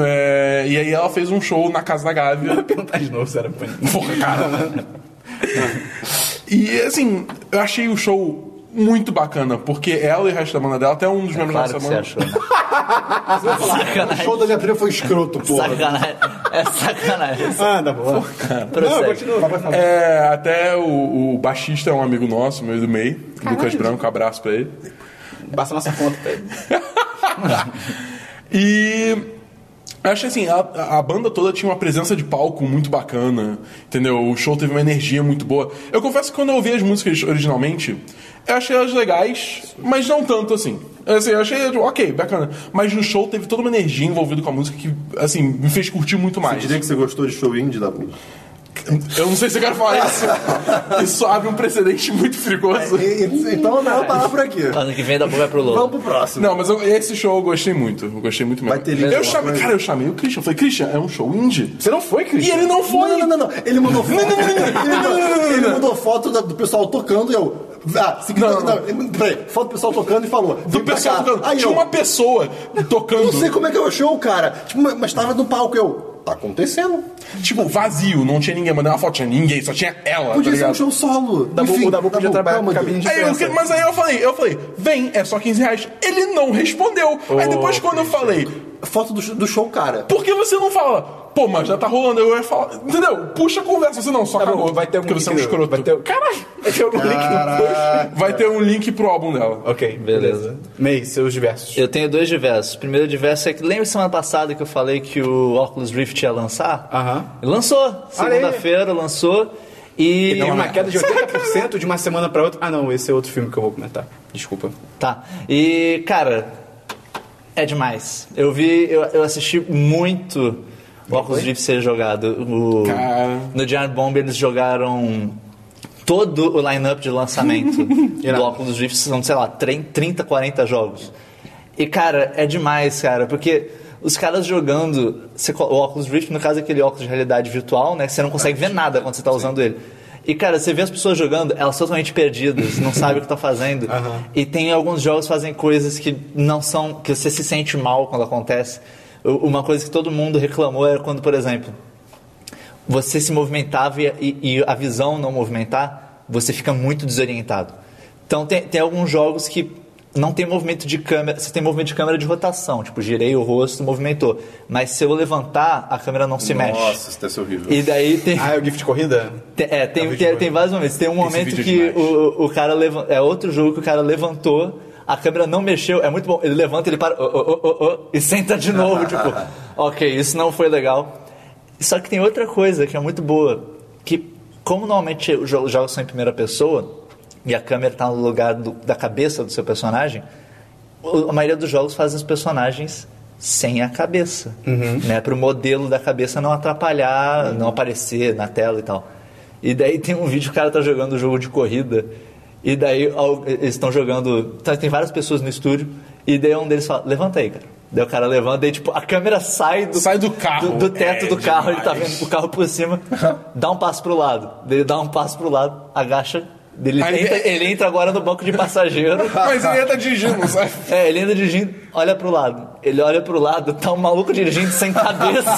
é, e aí ela fez um show na casa da Gávea.
Vou perguntar de novo se era bonito.
Porra, cara. e assim, eu achei o show muito bacana, porque ela e o resto da banda dela, até um dos membros
É Claro
da
que você
semana.
achou. né? sacanagem.
O show da minha prima foi escroto, porra.
Sacanagem. É sacanagem.
Ah, da boa. Não,
Prossegue.
continua. vai falar.
É, até o, o baixista é um amigo nosso, meu e do MEI, Lucas Branco, abraço pra ele.
Basta nossa conta. tá?
E eu achei assim, a, a banda toda tinha uma presença de palco muito bacana, entendeu? O show teve uma energia muito boa. Eu confesso que quando eu ouvi as músicas originalmente, eu achei elas legais, mas não tanto assim. Assim, eu achei, tipo, ok, bacana. Mas no show teve toda uma energia envolvida com a música que, assim, me fez curtir muito
Você
mais.
diria que você gostou de show indie, Dabu?
Eu não sei se eu quero falar isso. Isso abre um precedente muito perigoso.
Então, não, parar por aqui.
Ano que vem Dabu vai pro
Vamos
Lolo.
pro próximo.
Não, mas eu- esse show eu gostei muito. Eu gostei muito mesmo.
Vai ter link
eu
alguma
chamei,
coisa?
cara, eu chamei o Christian. Eu falei, Christian, é um show indie?
Você não foi,
E
Cristian?
ele não foi!
Não, não, não, não. Ele mandou foto. Ele mandou- Ele mandou foto da- do pessoal tocando e eu. Ah,
Não,
significa.
não.
Não, ele- peraí. Foto do pessoal tocando e falou.
Do pessoal tocando.
Aí
Tinha
eu.
uma pessoa tocando.
Não sei como é que é o show, cara. Tipo, mas mas tava no palco eu. Tá acontecendo.
Tipo, vazio, não tinha ninguém. Mandei uma foto, tinha ninguém, só tinha ela.
Podia
tá
ser um
ligado?
show solo.
Dabu,
Enfim,
o Dabu podia trabalhar
tá calma,
com cabine de
Aí eu-
imprensa.
mas aí eu falei, eu falei, vem, é só 15 reais. Ele não respondeu. aí depois quando eu falei,
Foto do, sh- do show, cara.
por que você não fala? Pô, mas já tá rolando, eu ia falar. Entendeu? Puxa a conversa, você não, só
Tá
acabou.
bom, vai ter algum
porque você é um
link no-
escroto.
Vai ter... Caralho! Vai ter algum link no post.
Vai ter um link pro álbum dela.
Ok, beleza. Mei, seus diversos.
Eu tenho dois diversos. O primeiro diverso é que lembra semana passada que eu falei que o Oculus Rift ia lançar?
Aham.
Lançou.
Olha aí.
Segunda-feira lançou. E.
E tem uma
merda.
queda de 80% de uma semana pra outra. Ah, não, esse é outro filme que eu vou comentar. Desculpa.
Tá. E, cara, é demais. Eu vi, eu, eu assisti muito o Oculus Rift ser jogado. O,
Cara.
no Giant Bomb eles jogaram todo o line-up de lançamento do
Irado.
Oculus Rift. São, sei lá, 30, 30, 40 jogos. E, cara, é demais, cara, porque... Os caras jogando você co- o Oculus Rift, no caso é aquele óculos de realidade virtual, né? que Você não consegue ver nada quando você tá usando ele. E, cara, você vê as pessoas jogando, elas totalmente perdidas, não sabem o que tá fazendo. E tem alguns jogos que fazem coisas que não são. que você se sente mal quando acontece. U- Uma coisa que todo mundo reclamou era quando, por exemplo, você se movimentava e, e- e a visão não movimentar, você fica muito desorientado. Então tem, tem alguns jogos que não tem movimento de câmera, você tem movimento de câmera de rotação, tipo girei o rosto, movimentou, mas se eu levantar a câmera não se mexe.
Nossa, isso deve ser horrível.
E daí tem
Ah, é o GIF de corrida?
tem- É,
É um
tem,
vídeo
tem,
bom.
tem vários momentos. Tem um momento
vídeo é
que
demais.
o, o cara levantou. É outro jogo que o cara levantou, a câmera não mexeu, é muito bom. Ele levanta, ele para, ô, ô, ô, ô, ô, e senta de novo. tipo, ok, isso não foi legal. Só que tem outra coisa que é muito boa: que, como normalmente os jo- jogos são em primeira pessoa, e a câmera tá no lugar do- da cabeça do seu personagem, o- a maioria dos jogos fazem os personagens sem a cabeça,
Uhum.
né? Para o modelo da cabeça não atrapalhar, não aparecer na tela e tal. E daí tem um vídeo que o cara tá jogando um jogo de corrida e daí ao- eles estão jogando, tá, tem várias pessoas no estúdio e daí um deles fala: "Levanta aí, cara". Daí o cara levanta e tipo a câmera sai do
Sai do carro.
do, do teto
É
do carro, ele tá
demais.
vendo o carro por cima, dá um passo pro lado, daí ele dá um passo pro lado, agacha Ele,
Aí-
entra, ele entra agora no banco de passageiro.
Mas ele tá dirigindo, sabe?
É, ele anda dirigindo, olha pro lado. Ele olha pro lado, tá um maluco dirigindo sem cabeça.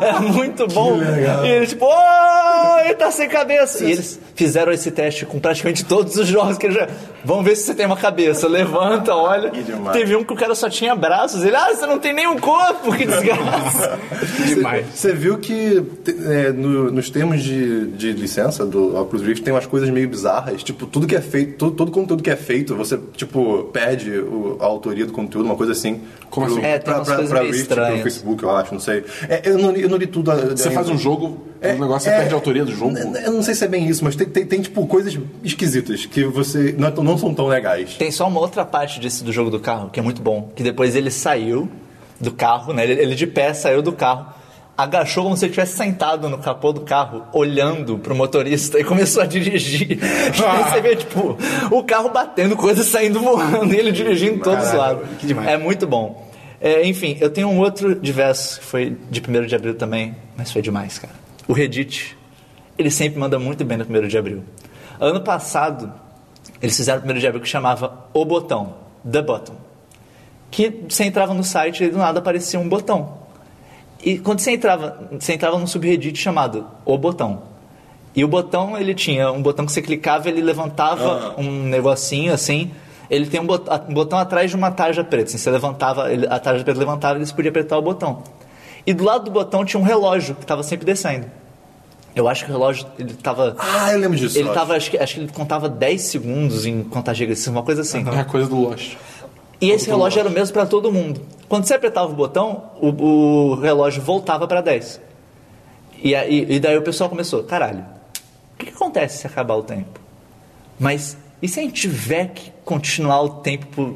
é muito bom. E ele, tipo, "Oh, ele tá sem cabeça. E eles fizeram esse teste com praticamente todos os jogos que ele já. Vamos ver se você tem uma cabeça. Levanta, olha.
demais.
Teve um que o cara só tinha braços. Ele, ah, você não tem nenhum corpo, que desgraça.
Demais.
Você viu que te- é, no- nos termos de, de licença do Oculus Rift tem umas coisas meio bizarras. Tipo, tudo que é feito, todo, todo conteúdo que é feito, você, tipo, perde o- a autoria do conteúdo, uma coisa assim.
Como assim?
É, tem umas coisas meio
Rift, pro
estranhas.
Facebook, eu acho, não sei. É, eu, não, li- eu não li tudo.
Você faz um jogo,
É,
um negócio, você
é,
perde a autoria do jogo.
n- n- Eu não sei se é bem isso, mas tem, tem, tem, tipo, coisas esquisitas que você não, é tão- não são tão legais.
Tem só uma outra parte desse do jogo do carro que é muito bom. Que depois ele saiu do carro, né? Ele, ele de pé saiu do carro, agachou como se ele estivesse sentado no capô do carro, olhando pro motorista e começou a dirigir. Aí você vê, tipo, o carro batendo, coisa saindo voando, e ele dirigindo todos os lados.
que demais.
É muito bom. É, enfim, eu tenho um outro diverso que foi de 1 de abril também, mas foi demais, cara. O Reddit, ele sempre manda muito bem no 1 de abril. Ano passado, eles fizeram o 1 de abril que chamava O Botão, The Button. Que você entrava no site e do nada aparecia um botão. E quando você entrava, você entrava num subreddit chamado O Botão. E o botão, ele tinha um botão que você clicava, ele levantava um negocinho assim. Ele tem um bot- a- um botão, atrás de uma tarja preta. Assim, você levantava, ele- a tarja preta levantava e você podia apertar o botão. E do lado do botão tinha um relógio que estava sempre descendo. Eu acho que o relógio, ele estava...
Ah, eu lembro disso.
Ele
eu
tava, acho que, acho que ele contava 10 segundos em contagem regressiva, uma coisa assim.
É a coisa do Lost.
E esse relógio era o mesmo para todo mundo. Quando você apertava o botão, o, o relógio voltava para 10. E, aí, e daí o pessoal começou, caralho, o que, que acontece se acabar o tempo? Mas e se a gente tiver que continuar o tempo por-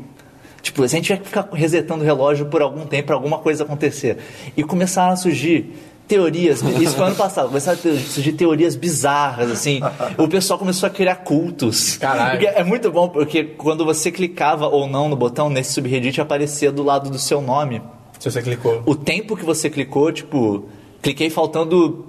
Tipo, se a gente tiver que ficar resetando o relógio por algum tempo, pra alguma coisa acontecer. E começaram a surgir teorias, isso foi ano passado, começaram a ter- surgir teorias bizarras, assim. O pessoal começou a criar cultos.
Caralho.
Porque é muito bom, porque quando você clicava ou não no botão, nesse subreddit aparecia do lado do seu nome
Se você clicou.
o tempo que você clicou, tipo, cliquei faltando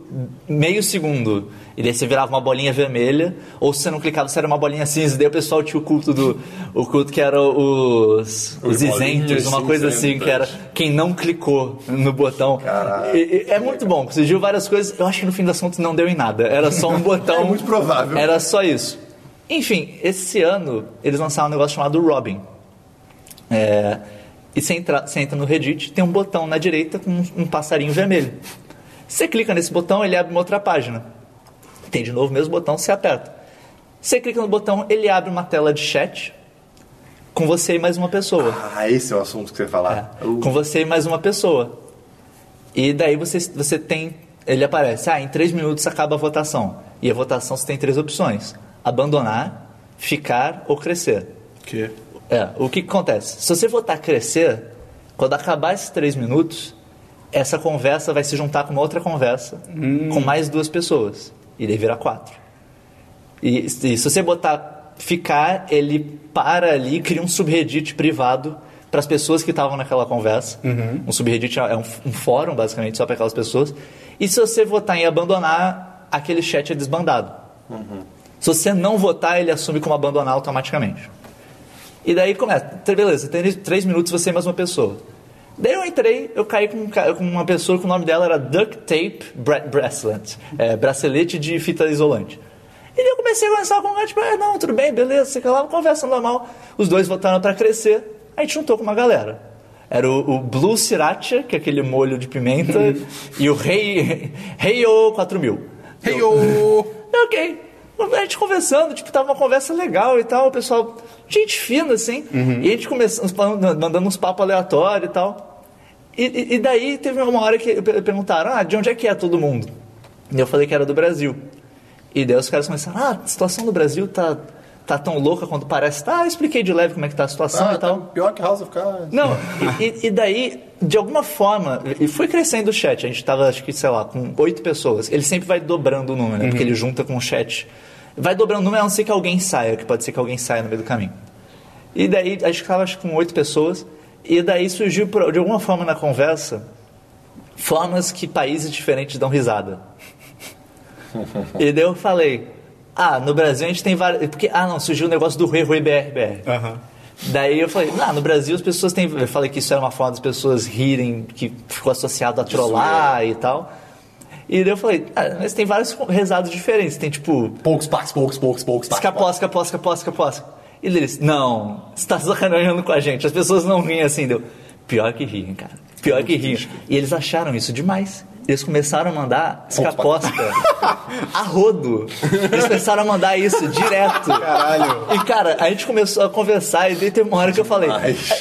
meio segundo. E daí você virava uma bolinha vermelha, ou se você não clicava, você era uma bolinha cinza. E daí o pessoal tinha o culto do. O culto que era os. Os
Os
isentos,
bolinhas
uma coisa assim,
cinzentas.
que era quem não clicou no botão.
Caraca.
E- e- é muito bom, surgiu várias coisas. Eu acho que no fim do assunto não deu em nada. Era só um botão.
É muito provável.
Era só isso. Enfim, esse ano eles lançaram um negócio chamado Robin. É, e você entra, você entra no Reddit, tem um botão na direita com um, um passarinho vermelho. Você clica nesse botão, ele abre uma outra página. Tem de novo o mesmo botão, você aperta. Você clica no botão, ele abre uma tela de chat com você e mais uma pessoa.
Ah, esse é o assunto que você ia falar.
É,
Eu-
com você e mais uma pessoa. E daí você, você tem. Ele aparece, ah, em três minutos acaba a votação. E a votação você tem três opções: abandonar, ficar ou crescer.
Que?
É, o que que acontece? Se você votar crescer, quando acabar esses três minutos, essa conversa vai se juntar com uma outra conversa com mais duas pessoas. E daí vira quatro. E, e se você botar ficar, ele para ali e cria um subreddit privado para as pessoas que estavam naquela conversa. Um subreddit é um, f- um fórum, basicamente, só para aquelas pessoas. E se você votar em abandonar, aquele chat é desbandado. Se você não votar, ele assume como abandonar automaticamente. E daí começa, tá, beleza, tem três minutos você e mais uma pessoa. Daí eu entrei, eu caí com, um ca- com uma pessoa que o nome dela era Duct Tape Bra- Bracelet, é, bracelete de fita isolante. E daí eu comecei a conversar com o cara, tipo, ah, não, tudo bem, beleza, sei que lá, conversa normal. Os dois votaram pra crescer, a gente juntou com uma galera. Era o, o Blue Sriracha, que é aquele molho de pimenta, e o Rei hey, 4000.
Hey, ô!
É, Ok. A gente conversando, tipo, tava uma conversa legal e tal, o pessoal, gente fina, assim.
Uhum.
E a gente começando, falando- mandando uns papos aleatórios e tal. E, e- e daí teve uma hora que per- perguntaram, ah, de onde é que é todo mundo? E eu falei que era do Brasil. E daí os caras começaram, ah, a situação do Brasil tá, tá tão louca quanto parece. Tá, eu expliquei de leve como é que tá a situação
Ah,
e tal.
tá pior que House of Cards.
Não, e, e- e daí, de alguma forma, e foi crescendo o chat. A gente tava, acho que, sei lá, com oito pessoas. Ele sempre vai dobrando o número, né? Porque ele junta com o chat. Vai dobrando o número, a não ser que alguém saia, que pode ser que alguém saia no meio do caminho. E daí, a gente tava, acho que, com oito pessoas. E daí surgiu, por- de alguma forma, na conversa, formas que países diferentes dão risada. E daí eu falei, Ah, no Brasil a gente tem várias. Porque, ah, não, surgiu o negócio do Rui Rui BR, BR.
Aham.
Daí eu falei, não, no Brasil as pessoas têm. Eu falei que isso era uma forma das pessoas rirem, que ficou associado a trollar e tal. E daí eu falei, ah, mas tem vários rezados diferentes. Tem tipo,
Poucos, pax, poucos, poucos, poucos, pax.
escaposca, posca, posca, posca. E eles, não, você tá sacaneando com a gente. As pessoas não riem assim, deu. Pior que riem, cara. Pior que riem. E eles acharam isso demais. Eles começaram a mandar escaposca a rodo. Eles começaram a mandar isso direto.
Caralho.
E, cara, a gente começou a conversar e daí teve uma hora que eu falei...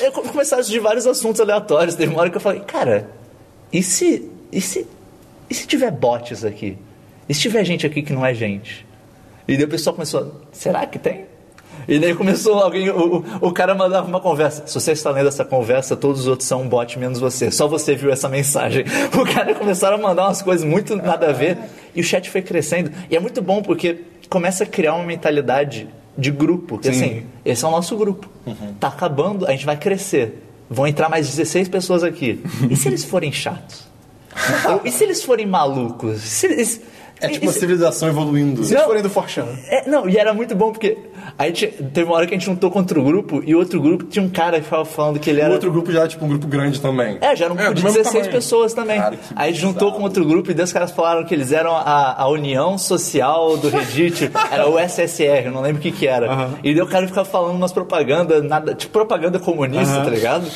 Eu come- começaram de vários assuntos aleatórios. Teve uma hora que eu falei, cara, e se... E se, e se tiver bots aqui? E se tiver gente aqui que não é gente? E daí o pessoal começou, será que tem? E daí começou alguém, o, o o cara mandava uma conversa. Se você está lendo essa conversa, todos os outros são um bot, menos você. Só você viu essa mensagem. O cara começaram a mandar umas coisas muito nada a ver. E o chat foi crescendo. E é muito bom porque começa a criar uma mentalidade de grupo. Que, assim, esse é o nosso grupo.
Uhum.
Tá acabando, a gente vai crescer. Vão entrar mais 16 pessoas aqui. E se eles forem chatos? Ou, e se eles forem malucos? Se eles-
É tipo
e
uma
se-
civilização evoluindo.
Se eles forem do Forchan.
é, não, e era muito bom porque a gente, teve uma hora que a gente juntou contra o grupo e o outro grupo tinha um cara que tava falando que ele
O
era.
outro grupo já é tipo um grupo grande também.
É, já era um grupo
do
de
mesmo
16
tamanho.
pessoas também.
Cara, que
Aí a gente juntou
bizarro.
com outro grupo e daí os caras falaram que eles eram a, a união social do Reddit. era o SSR, eu não lembro o que que era. E daí o cara ficava falando umas propagandas, nada, tipo propaganda comunista, tá ligado?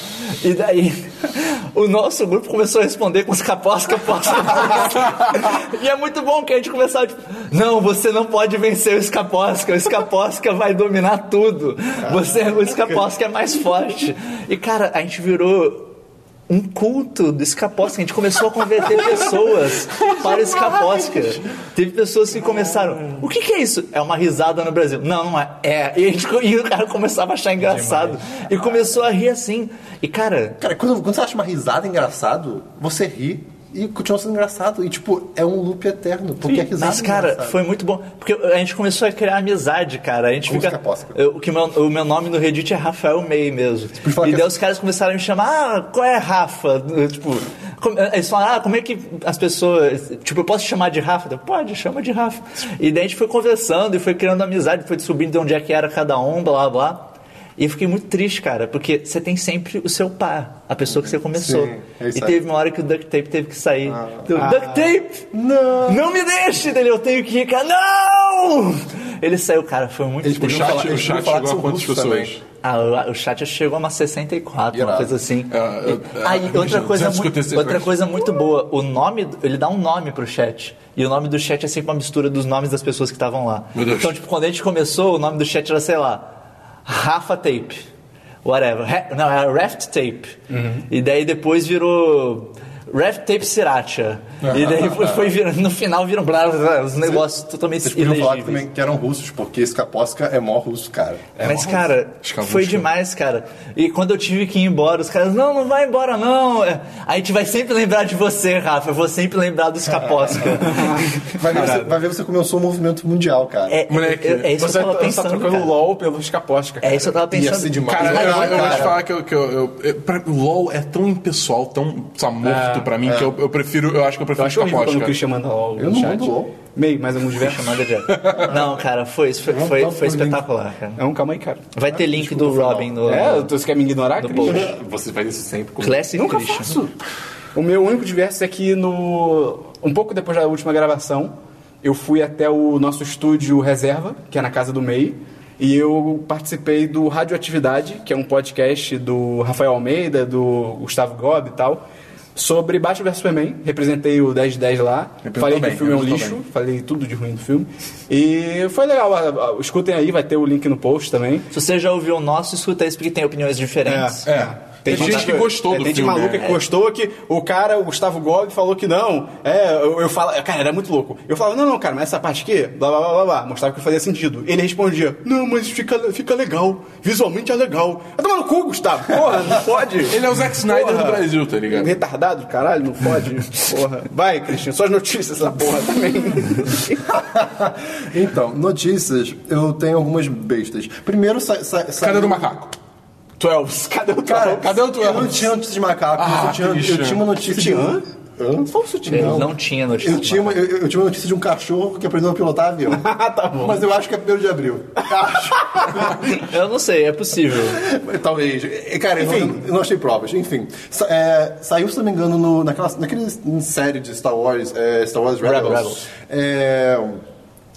E daí o nosso grupo começou a responder com os capós, capós, capós. e é muito bom que a gente começava tipo, não, você não pode vencer o escaposca, o escaposca vai dominar tudo. Você, o escaposca é mais forte. E cara, a gente virou um culto do Escaposca. A gente começou a converter pessoas para o Escaposca. Teve pessoas que começaram. O que, que é isso? É uma risada no Brasil. Não, não é. É. E, a gente, e o cara começava a achar engraçado. E começou a rir assim. E cara,
Cara, quando, quando você acha uma risada engraçado, você ri e continua sendo engraçado. E tipo, é um loop eterno. Porque a risada
mas
é
cara,
engraçada.
foi muito bom. Porque a gente começou a criar amizade, cara. A gente
Com o
fica.
Escaposca.
Eu- o, que meu, o meu nome no Reddit é Rafael May mesmo.
podia falar
E
que
daí
é-
os caras começaram a me chamar, ah, qual é Rafa? Tipo, como- eles falaram, ah, como é que as pessoas. Tipo, eu posso te chamar de Rafa? Eu, Pode, chama de Rafa. E daí a gente foi conversando e foi criando amizade, foi descobrindo de onde é que era cada um, blá blá. E eu fiquei muito triste, cara, porque você tem sempre o seu par, a pessoa que você começou.
Sim, é isso
e
aí.
teve uma hora que o duct tape teve que sair. Então, duct tape! Não! Não me deixe dele, eu tenho que ir, cara. Não! Ele saiu, cara, foi muito
Eles
O
triste.
podiam
chat,
falar-
o
eles
chat
podiam falar
chegou
que
a
são
quantas
russos
pessoas?
também.
Ah, o- o chat chegou a umas 64, uma
Irado.
coisa assim.
É, eu-
Ah, e outra,
eu
coisa
já escutei
muito,
esse
outra
efeito.
coisa muito boa, o nome, do- ele dá um nome pro chat. E o nome do chat é sempre uma mistura dos nomes das pessoas que estavam lá.
Meu Deus.
Então, tipo, quando a gente começou, o nome do chat era, sei lá, Rafa Tape. Whatever. Ra- não, era Raft Tape.
Uhum.
E daí depois virou Raft Tape Sriracha. E daí foi, foi virando, no final viram blá, blá, blá, os negócios totalmente
Vocês podiam falar
é
ilegíveis.
também que eram russos, porque Escaposca é mó russo, cara.
Mas, cara,
Escavou,
foi
escavou.
demais, cara. E quando eu tive que ir embora, os caras, não, não vai embora, não. É, A gente vai sempre lembrar de você, Rafa. Eu vou sempre lembrar dos Caposca.
Vai ver, você, vai ver você começou um movimento mundial, cara.
É,
Moleque,
é, é isso que
Você
eu tava
tá, você tá
pensando,
trocando
cara.
LOL pelos caposca.
É isso que eu tava
Ia
pensando.
ser demais.
Cara,
Vai
eu,
lá,
eu vou te
cara.
falar que, eu, que eu, eu- eu- pra- o LOL é tão impessoal, tão tá morto pra mim, que eu, eu prefiro, eu acho que eu
Eu
prefiro
acho é
ficar
horrível
pós,
quando o
cara.
Christian manda LOL
Eu
no
não
chat.
mando LOL.
Meio, mas é alguns diversos.
Chamada de- Não, cara, foi, isso foi,
Não
foi,
tá
foi
por mim.
espetacular, cara.
É um calma aí, cara.
Vai ter link do Robin no,
É, tu- você quer me ignorar,
no
Christian?
post.
Você faz isso sempre comigo.
Classic
Nunca
Christian.
faço. O meu único diverso é que no um pouco depois da última gravação, eu fui até o nosso estúdio reserva, que é na casa do MEI, e eu participei do Radioatividade, que é um podcast do Rafael Almeida, do Gustavo Gob e tal, sobre Batman vs Superman. Representei o 1010 lá.
Representou
Falei que
bem,
o filme é um
representou
lixo, falei tudo de ruim do filme. E foi legal. a- a- Escutem aí, vai ter o link no post também.
Se você já ouviu o nosso, escuta isso, porque tem opiniões diferentes.
É. Tem, gente
maluco-
que gostou
é,
do
tem
filme.
Tem gente maluca
né?
que gostou que o cara, o Gustavo Gobi, falou que não. É, eu, eu falo, cara, era muito louco. Eu falava, não, não, cara, mas essa parte aqui, blá blá blá blá, blá. mostrava que fazia sentido. Ele respondia, não, mas fica, fica legal. Visualmente é legal. Eu tava no cu, Gustavo. Porra, não pode.
Ele é o Zack Snyder
Porra. é
do Brasil, tá ligado?
Retardado, caralho, não pode. Porra. Vai, Cristina, só as notícias essa porra também.
Então, notícias, eu tenho algumas bestas. Primeiro, sa, sa, sa,
Cadê o é do macaco?
12, cadê o cara?
Cara,
Cadê o
Eu não
Twelve?
tinha notícia de macaco,
Ah,
eu, tinha, eu
Christian.
tinha uma notícia de.
Tinha?
Hã? Só um
Ele
sutil.
não, tinha notícia.
Eu tinha, uma, eu, eu tinha uma notícia de um cachorro que aprendeu a pilotar avião.
Ah, tá bom.
Mas eu acho que é 1 de abril. Acho.
Eu não sei, é possível.
Talvez. É, Cara, eu não, eu não achei provas. Enfim. Sa- é, saiu, se não me engano, no, naquela, naquela série de Star Wars, é, Star Wars Rebels.
Rebels.
É,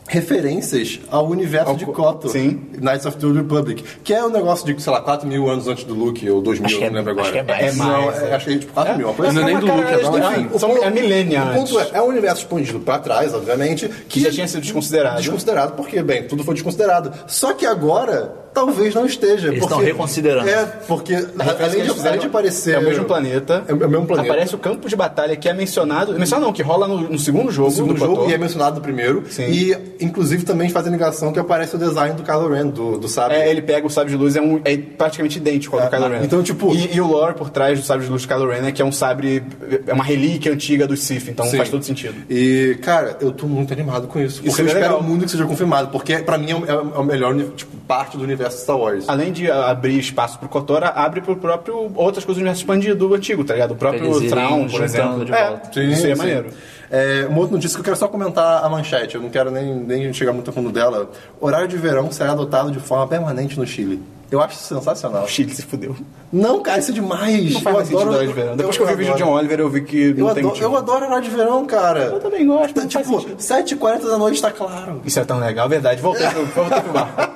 referências ao universo de Kotor.
sim.
Knights of the Old Republic. Que é um negócio de, sei lá, 4 mil anos antes do Luke, ou 2 mil,
Acho que é-
não lembro agora.
acho que é mais. É
Não, é, acho que é tipo 4 mil, uma coisa
Não é nem do Luke, é da
Mas,
Leia.
enfim, o
São-
ponto-
é millennials.
O ponto é, é um universo expandido pra trás, obviamente, que
já tinha sido desconsiderado.
Desconsiderado porque, bem, tudo foi desconsiderado. Só que agora talvez não esteja.
Eles
porque-
estão reconsiderando.
É, porque
Parece que eles
além de, além de
fizeram-
parecer
É o mesmo planeta.
É o mesmo planeta.
Aparece o campo de batalha que é mencionado. Mencionado não, que rola no, no segundo jogo.
no segundo
do
jogo
Kotor.
e é mencionado no primeiro
Sim.
e inclusive também faz a ligação que aparece o design do Kylo Ren do, do sabre
É, ele pega o sábio de luz, é, um, é praticamente idêntico ao do
É,
Kylo Ren.
então, tipo-
E, e o lore por trás do sábio de luz do Kylo Ren é que é um sabre. É uma relíquia antiga do Sith, então
Sim.
faz todo sentido.
E, cara, eu tô muito animado com isso. Porque
é
eu espero
legal.
muito que seja confirmado. Porque, pra mim, é o, é o melhor tipo, parte do universo Star Wars.
Além de ah, abrir espaço pro Kotora, abre pro próprio outras coisas do universo expandido antigo, tá ligado? O
Eles
próprio
irem
Traum, por
juntando
exemplo.
de
é,
volta.
isso seria maneiro.
É, uma outra notícia que eu quero só comentar a manchete, eu não quero nem, nem chegar muito a fundo dela. Horário de verão será adotado de forma permanente no Chile. Eu acho sensacional.
O Chile se fudeu.
Não, cara, isso é demais.
Não faz mais
eu
sentido
adoro
horário de verão. Depois que eu vi o vídeo de
adoro.
John Oliver, eu vi que
Eu
não tem
adoro,
motivo.
eu adoro horário de verão, cara. Eu
também gosto, mas não faz
tipo,
sentido.
7h40 da noite tá claro.
Isso é tão legal, verdade. Voltei pro, voltei pro bar.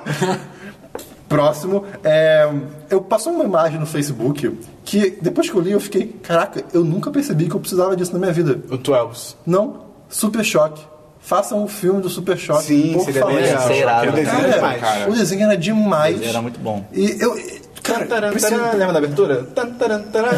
Próximo, é, eu passou uma imagem no Facebook que depois que eu li eu fiquei, caraca, eu nunca percebi que eu precisava disso na minha vida.
O 12.
Não, Super Choque. Façam um filme do Super Choque.
Sim,
por
seria
favor.
bem legal.
Isso é irado,
o desenho
Cara,
é demais.
O desenho era demais.
Ele era muito bom.
E eu, cara,
Taran,
preciso-
taran, lembra da abertura? Tan, taran, taran.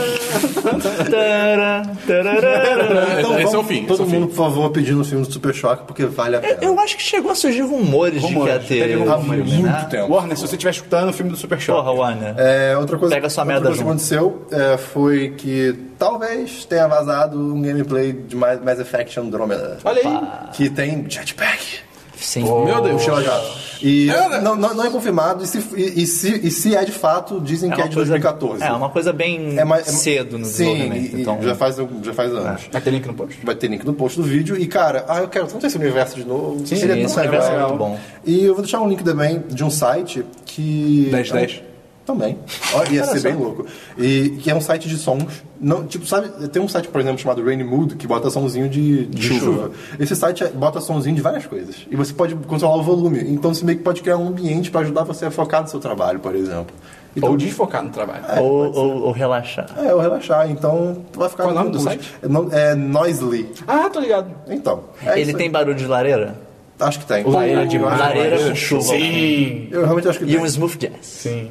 Tará, tarará.
Então,
Esse
vamos-
é o fim, esse
Todo
é o
mundo, por favor, pedindo o filme do Super Choque, porque vale a pena.
Eu acho que chegou a surgir rumores,
Rumores,
de que ia ter
teve rumores.
filme, né?
Muito tempo.
Warner, se você estiver escutando o filme do Super Show.
Porra, Warner.
É, outra coisa,
Pega sua
outra
merda
coisa que
junto.
aconteceu é, foi que talvez tenha vazado um gameplay de Ma- Mass Effect Andromeda.
Olha aí.
Que tem jetpack.
Sim.
Meu Deus.
Mochila jato. E
Meu Deus.
não, não- não é confirmado, e se, e, e se, e se é de fato, dizem que é de 2014.
é uma coisa bem
É mais- é-
cedo no
Sim,
desenvolvimento.
e- e
então, É.
já, faz, algum- já faz anos.
Vai ter link no post.
Vai ter link no post do vídeo. E, cara, ah, eu quero tanto esse universo de novo.
Sim,
Seria
sim,
tão
esse universo é
legal.
muito
bom.
E eu vou deixar um link também de um site que... é
1010.
Também. Olha, ia ser bem louco. E que é um site de sons. Não, tipo, sabe, tem um site, por exemplo, chamado Rainy Mood, que bota somzinho de, de chuva. Esse site é, bota somzinho de várias coisas. E você pode controlar o volume. Então você meio que pode criar um ambiente pra ajudar você a focar no seu trabalho, por exemplo. Então,
Ou desfocar no trabalho.
ou, ou- ou relaxar.
É, ou relaxar. Então vai ficar
Qual é o
no
nome do
post.
site?
É, no- é Noisely.
Ah, tô ligado.
Então. é
Ele
isso
tem barulho de lareira?
aí. Acho que tem.
Lareira de
lareira com chuva.
Sim.
Eu realmente acho que
E
tem.
um smooth jazz.
Sim.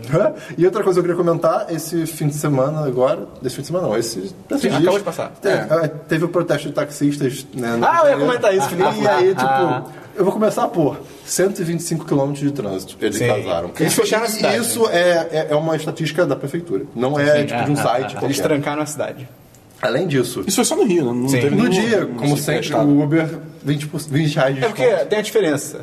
E outra coisa que eu queria comentar, esse fim de semana agora, esse fim de semana não, esse esses
Sim,
dias,
acabou de passar.
te- é, teve o protesto de taxistas, né? no
Ah, eu ia
Rio de Janeiro.
comentar isso, Felipe. Ah.
E aí, tipo, eu vou começar por 125 km de trânsito eles
Sim.
casaram.
Eles fecharam a cidade.
Isso é, é, é uma estatística da prefeitura, não é tipo de um
ah,
site.
Eles
qualquer.
trancaram a cidade. É
Além disso,
Isso foi só no Rio, né? não
Hum, Sim.
teve
no
nenhum-
dia,
não
como
sei
sempre,
qual estado.
o Uber, 20, por- 20 reais
É
de desconto.
porque tem a diferença.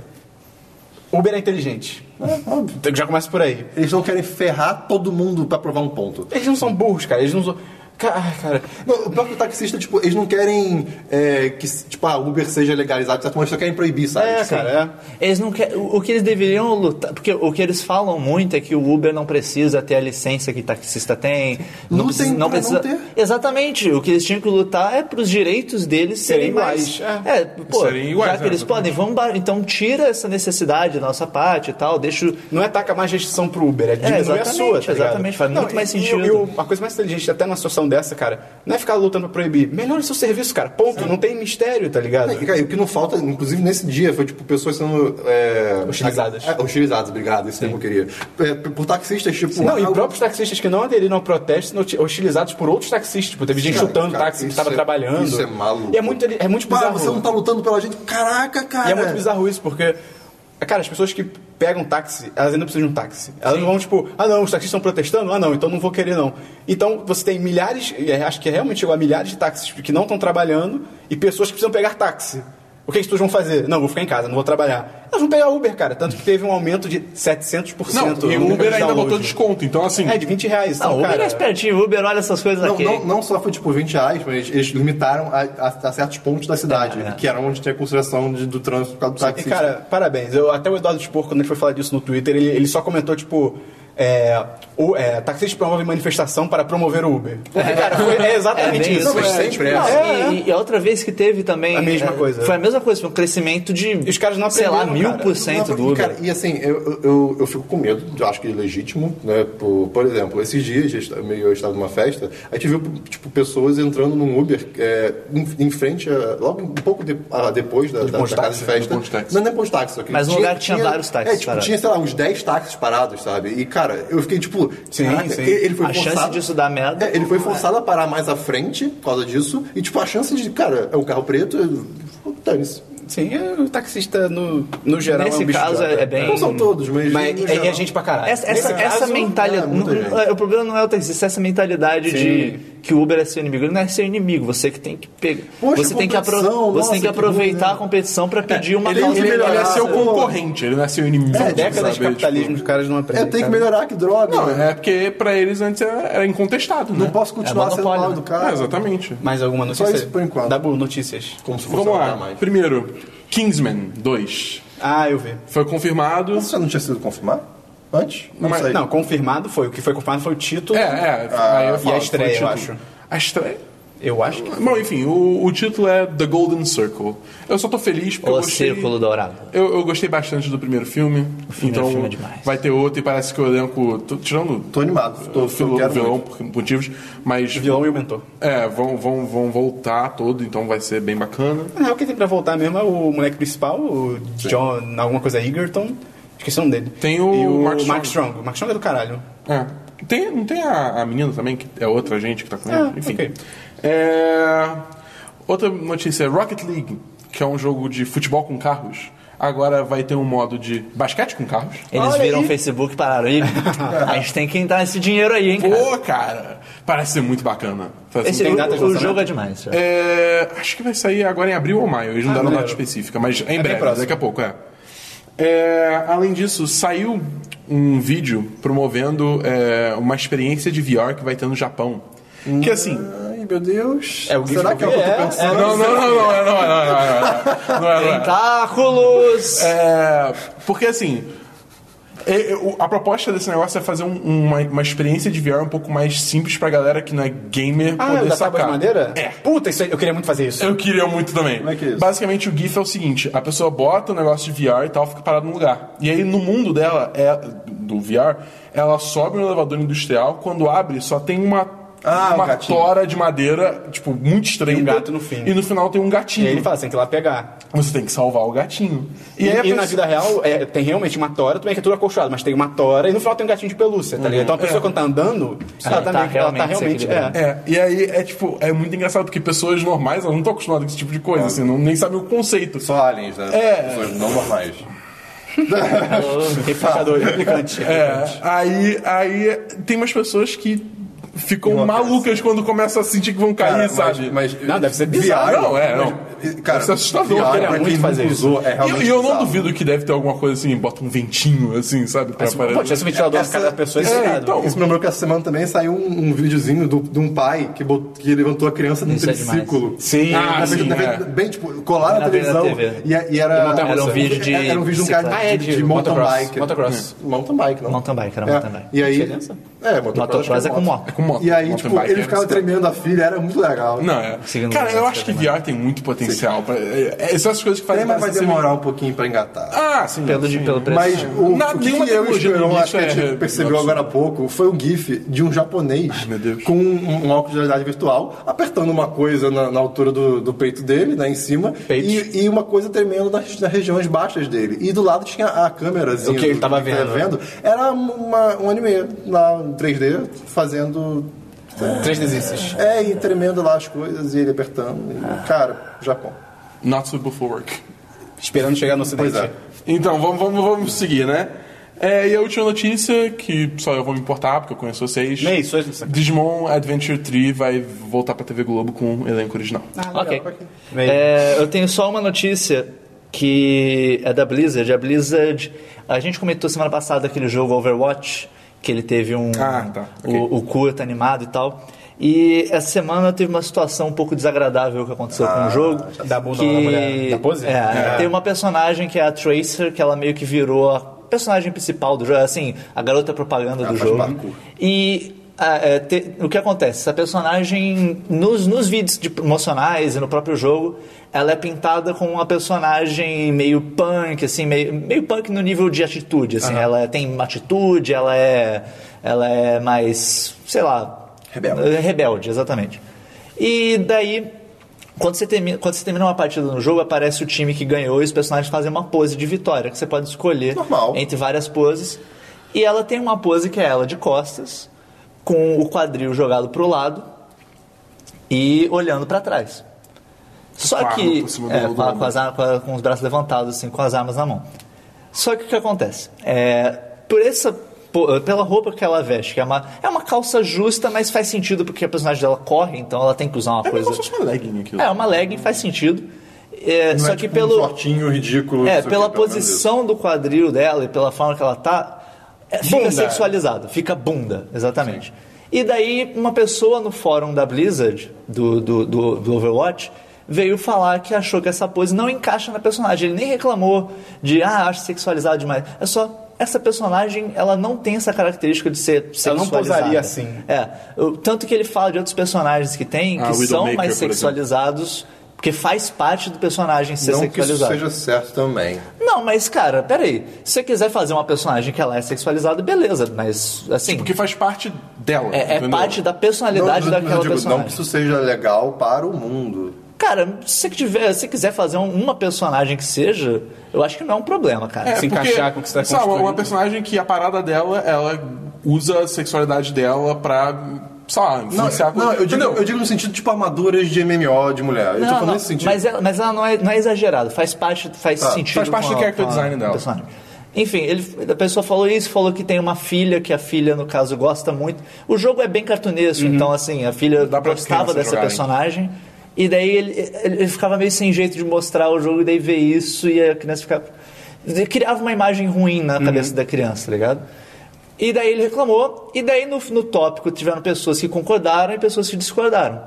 Uber é inteligente.
É, óbvio.
Então, Já começa por aí.
Eles não querem ferrar todo mundo pra provar um ponto.
Eles não são burros, cara. Eles não são... Ca- ah, Cara,
Não, o próprio taxista, tipo, eles não querem é, que, tipo, a Uber seja legalizado, certo? mas só querem proibir, sabe?
É,
Tipo,
cara,
Eles não quer, o o que eles deveriam lutar, porque o que eles falam muito é que o Uber não precisa ter a licença que taxista tem, não
Lutem
precisa, não
pra
precisa.
não
Exatamente, o que eles tinham que lutar é para os direitos deles serem
Serem iguais,
mais,
é. né?
é, pô,
Serem iguais,
já que eles podem,
exatamente.
vamos bar- então tira essa necessidade da nossa parte e tal, deixa o-
Não é tacar mais restrição pro Uber, é diminuir a
exatamente,
sua, tá ligado?
exatamente, faz muito
e-
mais
e-
sentido.
E, o- a coisa mais inteligente, até numa situação dessa, cara, não é ficar lutando pra proibir. Melhora seu serviço, cara, ponto. Não tem mistério, tá ligado?
E, cara, e o que não falta, inclusive nesse dia, foi tipo pessoas sendo. É,
Hostilizadas.
É, hostilizadas, obrigado, isso é o que eu queria. É, por taxistas, tipo.
Não, e
algo-
próprios taxistas que não aderiram ao protesto sendo uti- hostilizados por outros taxistas. Tipo, teve gente
Cara,
chutando
cara,
táxi que
isso
tava
é-
trabalhando.
isso é maluco.
E é muito, é muito
Pá,
bizarro.
você não tá lutando pela gente. Caraca, cara.
E é muito bizarro isso, porque. Cara, as pessoas que pegam táxi, elas ainda precisam de um táxi. Elas não vão, tipo, ah não, os taxistas estão protestando, ah não, então não vou querer não. Então você tem é, milhares, e acho que realmente chegou a milhares de táxis que não estão trabalhando e pessoas que precisam pegar táxi. O que, que eles vão fazer? Não, vou ficar em casa, não vou trabalhar. Elas vão pegar Uber, cara. Tanto que teve um aumento de 700%.
Não, e
no
o
número
Uber
de
ainda botou
downloads.
desconto, então assim.
É, de 20 reais.
Não,
então,
Uber
cara,
é espertinho, Uber olha essas coisas
Não,
aqui.
não, não só foi tipo 20 reais, mas eles, eles limitaram a, a- a certos pontos da cidade,
É, é.
que era onde tinha consideração de- do trânsito por causa do
E,
taxista.
cara, parabéns. Eu, até o Eduardo Spor, quando ele foi falar disso no Twitter, ele, ele só comentou, tipo... É, o, é, taxista promove manifestação para promover o Uber. Porque, cara, foi, é exatamente
É bem
isso.
isso,
é,
mas sempre é
não,
assim.
é, é.
E, e- e a outra vez que teve também.
A mesma
eh,
coisa.
Foi a mesma coisa, foi um crescimento de.
os caras não
Sei lá,
aprenderam,
mil
cara.
por cento
Não,
do Uber.
Cara, e assim, eu, eu- eu, eu fico com medo, eu acho que é legítimo, né? Por, por exemplo, esses dias, eu esta- meio eu estava numa festa, a gente viu, tipo, pessoas entrando num Uber é, em, em frente, a- logo um pouco de- a- depois da, da, da casa de festa.
no ponto-táxi.
Não, não é post-táxi, só que
Mas um lugar que tinha vários táxis
É, tipo,
parados.
tinha, sei lá, uns 10 táxis parados, sabe? E, cara, eu fiquei, tipo,
Sim,
caraca,
sim.
ele foi
A
forçado...
chance disso dar merda.
É, ele foi forçado a parar mais à frente por causa disso, e, tipo, a chance de, cara, é um carro preto, é- dane-se.
Sim, é, o taxista, no, no geral, é
Nesse
um bicho
caso,
idiota.
é bem.
Não são todos, mas...
Mas
no
é, é
geral.
gente pra caralho.
Essa, essa,
Nesse
essa
caso,
mentalidade.
é, muita
não-
gente.
é, o problema não é o taxista, é essa mentalidade de que o Uber é seu inimigo. Ele não é seu inimigo, você que tem que pegar.
Poxa,
você tem que, apro-
competição,
você tem
nossa,
que
que
aproveitar
bom, né?
a competição para pedir uma
Ele,
causa
ele, ele é
melhor.
seu
Pô.
concorrente, ele não é seu inimigo.
São décadas de
sabe?
capitalismo, os caras não
tipo, É,
aprendem.
tem
cara.
que melhorar, que droga.
Tipo, não, é porque pra eles antes era, era incontestado, né?
Não posso continuar
É
sendo
monopólio,
mal
né?
do cara.
É, exatamente.
Mais alguma
Só
notícia?
isso por enquanto.
Dabu, notícias.
Como se fosse
Vamos
nada
lá.
mais.
Primeiro, Kingsman 2.
Ah, eu vi.
Foi confirmado.
Isso já não tinha sido confirmado? Antes? Não
Mas-
sei.
Não, confirmado foi. O que foi confirmado foi o título.
É, é. aí eu
e
falo,
a estreia,
foi o
eu
título.
acho.
A estreia?
Eu acho que
Bom, enfim, o, o título é The Golden Circle. Eu só tô feliz porque eu
É O
gostei...
Círculo Dourado.
Eu, eu gostei bastante do primeiro filme. então
filme é demais.
vai ter outro e parece que o elenco... tô tirando
Tô animado. Tô,
o
eu quero
vilão
muito.
por motivos, mas...
o vilão e o mentor.
É, vão, vão, vão voltar todo, então vai ser bem bacana.
Na real, quem tem pra voltar mesmo é o moleque principal, o John, alguma coisa Egerton. Esqueci o nome dele.
Tem o
e o
Mark
Mark
Strong.
Strong. O Mark Strong é do caralho.
É. Tem, não tem a, a menina também, que é outra gente que tá com ele?
Ah,
Enfim.
ok.
É, Outra notícia é Rocket League, que é um jogo de futebol com carros. Agora vai ter um modo de basquete com carros.
Eles
Olha
viram
aí.
o Facebook e pararam. "Ih, a gente tem que entrar nesse dinheiro aí, hein, cara.
Pô, cara! Parece ser muito bacana. Parece
Esse,
muito
o,
data de
o
lançamento?
jogo é demais. cara.
É, acho que vai sair agora em abril ou maio. Eles não deram
maneiro.
data específica, mas é em
bem
breve,
próximo.
daqui a pouco, é. É, Além disso, saiu um vídeo promovendo é, uma experiência de VR que vai ter no Japão. Que assim.
Ai, meu Deus.
É o Gui
Será que é o que eu tô pensando?
Não, não, não, não, não, é, não, é, não, é, não, é, não, é, não, é, não, é.
Tentáculos!
É, porque assim. é, é, o- A proposta desse negócio é fazer um- uma, uma experiência de VR um pouco mais simples pra galera que não é gamer
Ah, é o
poder
da Tábua de
sacar.
Madeira?
É.
Puta, isso aí, eu queria muito fazer isso.
Eu queria muito também.
Como é que é isso?
Basicamente, o GIF é o seguinte: a pessoa bota o negócio de VR e tal, fica parado num lugar. E aí, no mundo dela, é- do VR, ela sobe no elevador industrial, quando abre, só tem uma,
Ah, um
uma
gatinho.
tora de madeira, tipo, muito estreita.
E um gato no fim.
E no final tem um
E
gatinho.
aí ele fala assim, tem que ir lá pegar.
Você tem que salvar o gatinho.
E,
aí a
e na
pessoa-
vida real, é, tem realmente uma tora, tudo bem que é tudo acolchoado, mas tem uma tora e no final tem um gatinho de pelúcia,
Uhum.
tá ligado? Então a pessoa quando tá andando, ela,
tá
tá meio que- ela tá realmente...
realmente desequilibrada.
É.
É, e aí é tipo, é muito engraçado, porque pessoas normais, elas não estão acostumadas com esse tipo de coisa, assim, não, nem sabem o conceito.
Só aliens, né?
É.
Pessoas não normais. É.
Liquidificador, replicante.
É, aí, aí tem umas pessoas que ficam
Enlouquecem.
malucas quando começam a sentir que vão cair,
Cara,
sabe?
Mas,
é. Não, deve ser
Ah,
bizarro.
não, é, não.
mas, cara,
Isso é assustador,
VR,
cara.
pra
muito
quem
fazer
nunca
isso.
usou, é realmente
E eu, e eu não
bizarro.
duvido que deve ter alguma coisa assim, bota um ventinho, assim, sabe? Pra
Mas, Pô, tivesse um ventilador na casa da pessoa,
É,
isso é,
então.
irado.
Isso me lembrou que essa semana também saiu um, um videozinho do- de um pai que, bot- que levantou a criança num
Isso é
triciclo.
Sim.
Ah,
Na verdade,
sim,
na
é.
verdade, bem, tipo,
Na
colaram na televisão
TV.
e, é, e era...
Era um vídeo de
Era um vídeo de um cara
bicicleta.
de,
Ah, é, de
de mountain
motocross,
bike.
motocross.
Hum, Mountain bike, não.
Mountain bike, era
É,
mountain bike.
E aí...
Diferença?
É, motocross,
Motocross é com moto.
É com moto.
E aí,
mountain
tipo,
bike,
ele
é
ficava
bicicleta.
tremendo a filha, era muito legal.
Não, é.
Seguindo
Cara, eu
essa
acho que
também.
VR tem muito potencial. Pra, é, é, são essas coisas que fazem
Mas vai
parecer ser-
demorar um pouquinho pra engatar.
Ah, sim.
Pelo, de,
sim.
pelo preço.
Mas o,
Nada-
o que,
nenhuma
que eu e o
tecnologia
Esperon,
no
acho que a
início é-
gente percebeu
Nossa.
agora há pouco, foi um gif de um japonês
meu Deus.
com um, um óculos de realidade virtual apertando uma coisa na, na altura do, do peito dele, né, em cima,
Peito.
e, e uma coisa tremendo nas, nas regiões baixas dele. E do lado tinha a câmera
O que ele tava vendo, né?
Era uma- um anime lá, em 3D, fazendo...
Três desistes.
É, e tremendo lá as coisas, e ele apertando.
Ah.
E, cara, Japão.
Not suitable for work.
Hum. Esperando chegar no ocidente.
Pois é.
Então, vamos, vamos, vamos seguir, né? É, e a última notícia, que só eu vou me importar, porque eu conheço vocês.
Nem é isso, isso, isso.
Digimon Adventure 3 vai voltar pra TV Globo com o elenco original.
Ah.
Ah, ok. É, eu tenho só uma notícia que é da Blizzard. A Blizzard. A gente comentou semana passada aquele jogo Overwatch, que ele teve um.
Ah, tá, ok.
O, o curta animado e tal. E essa semana teve uma situação um pouco desagradável que aconteceu
Ah.
com o jogo.
da bunda
que...
da mulher. Da pose?
É, tem uma personagem que é a Tracer, que ela meio que virou a personagem principal do jogo, assim, a garota propaganda do
faz
jogo.
parkour.
E ah, é, te- o que acontece? Essa personagem, nos, nos vídeos de promocionais e no próprio jogo, ela é pintada como uma personagem meio punk, assim, meio, meio punk no nível de atitude, assim. Ela tem uma atitude, ela é, ela é mais, sei lá...
Rebelde.
é, Rebelde, exatamente. E daí... Quando você, termina, quando você termina uma partida no jogo, aparece o time que ganhou e os personagens fazem uma pose de vitória, que você pode escolher
Normal.
entre várias poses. E ela tem uma pose que é ela de costas, com o quadril jogado pro lado e olhando para trás. Só
Com a arma
que.
por cima do-
é,
do
com, a-
ombro.
com as ar- com a- com os braços levantados, assim, com as armas na mão. Só que o que acontece? É, por essa. po- Pela roupa que ela veste, que é uma, é uma calça justa, mas faz sentido porque a personagem dela corre, então ela tem que usar uma
É
coisa.
como se fosse uma legging aquilo.
É, uma legging faz sentido. É,
Não
só
é,
que
tipo,
pelo.
Um shortinho ridículo.
É,
não sei o
pela
quê, pelo menos isso.
posição do quadril dela e pela forma que ela tá, é, fica sexualizado, fica bunda, exatamente. E daí, uma pessoa no fórum da Blizzard, do, do, do, do Overwatch, veio falar que achou que essa pose não encaixa na personagem. Ele nem reclamou de, ah, acho sexualizado demais. É só. Essa personagem, ela não tem essa característica de ser
Ela não
sexualizada.
posaria assim.
É. Eu- Tanto que ele fala de outros personagens que tem,
Ah,
que
Widowmaker,
são mais
por exemplo.
sexualizados, porque faz parte do personagem ser
Não que isso
sexualizado.
seja certo também.
Não, mas cara, peraí. Se você quiser fazer uma personagem que ela é sexualizada, beleza, mas assim.
Porque faz parte dela.
é, é
Tipo, entendeu?
parte da
Não,
personalidade
eu
daquela
digo,
personagem.
não que isso seja legal para o mundo.
Cara, se você, tiver, se você quiser fazer um- uma personagem que seja, eu acho que não é um problema, cara.
É,
Assim,
se
porque,
encaixar com o que você tá
sabe, uma- Uma
construindo.
personagem que a parada dela, ela usa a sexualidade dela pra, sei lá,
Não,
influenciar...
não, eu digo,
entendeu?
eu digo no sentido tipo armaduras de MMO de mulher. Eu
Não,
tô
tipo,
falando
não,
nesse sentido.
Mas ela, mas ela não, é, não é exagerado, faz parte, faz sentido.
Tá. faz parte
com
do
a-
character
com a
design dela.
personagem. Enfim, ele, a pessoa falou isso, falou que tem uma filha, que a filha, no caso, gosta muito. O jogo é bem cartunesco, então, assim, a filha
Uhum. Dá pra
gostava
criança
dessa
jogar, hein?
personagem. E daí ele, ele- ele ficava meio sem jeito de mostrar o jogo, e daí vê isso, e a criança ficava. ele Criava uma imagem ruim na
Uhum.
cabeça da criança, tá ligado? E daí ele reclamou, e daí no, no tópico tiveram pessoas que concordaram e pessoas que discordaram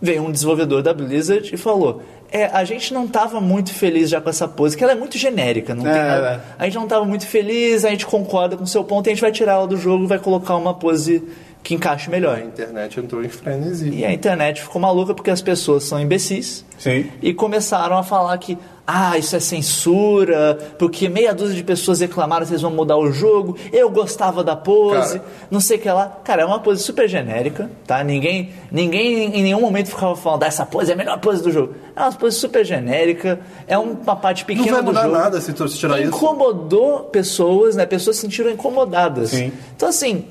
veio um desenvolvedor da Blizzard e falou: É, a gente não tava muito feliz já com essa pose, que ela é muito genérica, não tem
É,
nada. A gente não tava muito feliz, a gente concorda com o seu ponto, e a gente vai tirar ela do jogo e vai colocar uma pose que encaixe
A
melhor.
internet entrou em frenesi.
E a internet ficou maluca porque as pessoas são imbecis
Sim.
e começaram a falar que ah, isso é censura, porque meia dúzia de pessoas reclamaram, vocês vão mudar o jogo, eu gostava da pose,
Cara.
não sei o que lá. Cara, é uma pose super genérica, tá? Ninguém, ninguém em nenhum momento ficava falando, "Ah, essa pose é a melhor pose do jogo. É uma pose super genérica, é uma parte
Não
pequena
vai
do
mudar
jogo
nada se tu se tirar isso.
incomodou pessoas, né? Pessoas se sentiram incomodadas.
Sim.
Então, assim,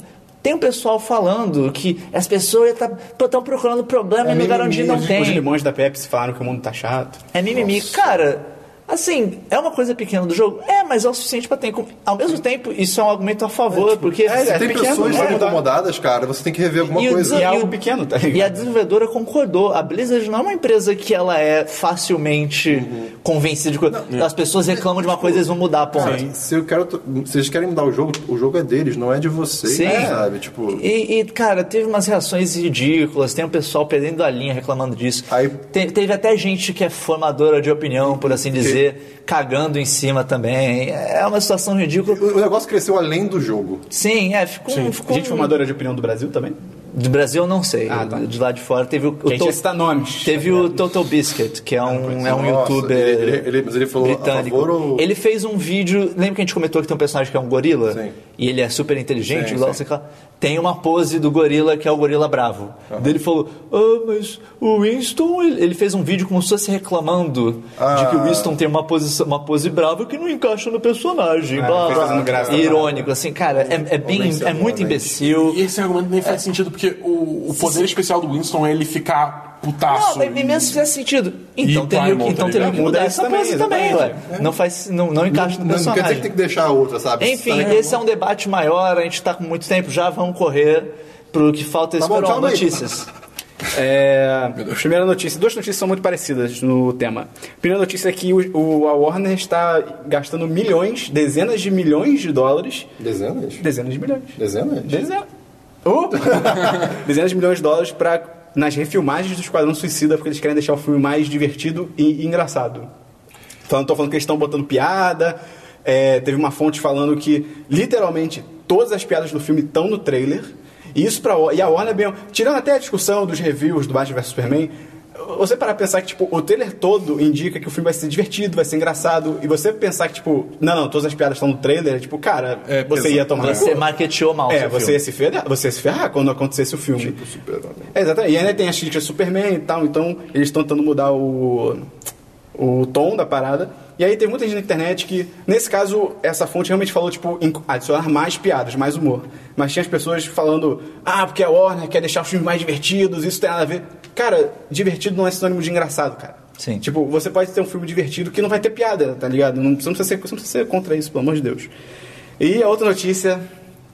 tem um pessoal falando que as pessoas estão procurando
É
problema em lugar onde não
os,
tem.
Os limões da Pepsi falaram que o mundo tá chato.
É mimimi. Cara, assim, é uma coisa pequena do jogo? É, mas é o suficiente pra ter. incom- Ao mesmo tempo, isso é um argumento a favor, porque. assim,
é,
Tem
pequeno,
pessoas
não vai
sendo
mudar.
incomodadas, cara. Você tem que rever alguma
o
coisa.
desen-
E é
o-
algo pequeno, tá ligado?
E a desenvolvedora concordou. A Blizzard não é uma empresa que ela é facilmente
Uhum.
convencida de coisa. As
é,
pessoas reclamam
tipo,
de uma coisa e eles vão mudar a ponta.
Se eu quero, to- se vocês querem mudar o jogo, o jogo é deles, não é de vocês,
Sim. É.
sabe? Tipo,
E, e, cara, teve umas reações ridículas, tem o pessoal perdendo a linha reclamando disso.
Aí-
Te- teve até gente que é formadora de opinião, por assim dizer, cagando em cima também. É uma situação ridícula.
Tipo,
o o negócio cresceu além do jogo.
Sim, é, ficou, um- ficou
Gente
um-
formadora de opinião do Brasil também?
Do Brasil eu não sei.
Ah, tá.
De lá de fora teve o.
Que a gente
o
ia citar nomes.
Teve o Total Biscuit, que é um, é um
Ah, Nossa,
youtuber.
ele- ele- ele- mas ele falou a
britânico.
favor ou-
Ele fez um vídeo. Lembra que a gente comentou que tem um personagem que é um gorila?
Sim.
E ele é super inteligente,
Sim,
igual,
sim.
sei lá. Tem uma pose do gorila que é o gorila bravo. Daí ele falou: Ah, mas o Winston. Ele, ele fez um vídeo como se fosse reclamando de que o Winston tem uma, posição, uma pose brava que não encaixa no personagem. blá, blá,
fazendo
blá.
graça.
Irônico, assim, cara, é, é, bem, é muito imbecil.
E esse argumento nem faz sentido, porque o, o poder especial do Winston é ele ficar putaço.
Não, mas mesmo se fizesse sentido. Então
o
teria que,
Primal,
então
tá
teria
ligado?
que mudar
Muda
essa
isso
pose também,
também,
ué. Não, faz, não, não encaixa
Não,
no
não quer
personagem.
dizer que tem que deixar a outra, sabe?
Enfim,
Tá ligado?
esse é um debate maior, a gente tá com muito tempo, já vamos correr pro que falta
bom,
esperar
calma aí.
notícias.
É, primeira notícia. Duas notícias são muito parecidas no tema. Primeira notícia é que o, o- a Warner está gastando milhões, dezenas de milhões de dólares.
Dezenas?
Dezenas de milhões.
Dezenas?
Dezenas. Oh! dezenas de milhões de dólares para nas refilmagens do Esquadrão Suicida, porque eles querem deixar o filme mais divertido e, e engraçado. Então, tô falando que eles estão botando piada. é, teve uma fonte falando que literalmente todas as piadas do filme estão no trailer. E isso pra Wa- e a Warner bem, tirando até a discussão dos reviews do Batman vs Superman, você parar pra pensar que tipo o trailer todo indica que o filme vai ser divertido, vai ser engraçado, e você pensar que tipo, não, não, todas as piadas estão no trailer, tipo, cara,
É,
você
pesa-
ia tomar no
Você
cu.
marketeou mal o
É,
seu
você
filme.
ia, se ferrar, você ia se ferrar quando acontecesse o filme.
Tipo super-homem.
É, exatamente. E ainda tem as críticas do Superman e tal, então eles estão tentando mudar o, o tom da parada. E aí tem muita gente na internet que, nesse caso, essa fonte realmente falou, tipo, em- adicionar mais piadas, mais humor. Mas tinha as pessoas falando, ah, porque a Warner quer deixar os filmes mais divertidos, isso tem nada a ver. Cara, divertido não é sinônimo de engraçado, cara.
Sim.
Tipo, você pode ter um filme divertido que não vai ter piada, tá ligado? Não, você, não precisa ser, você não precisa ser contra isso, pelo amor de Deus. E a outra notícia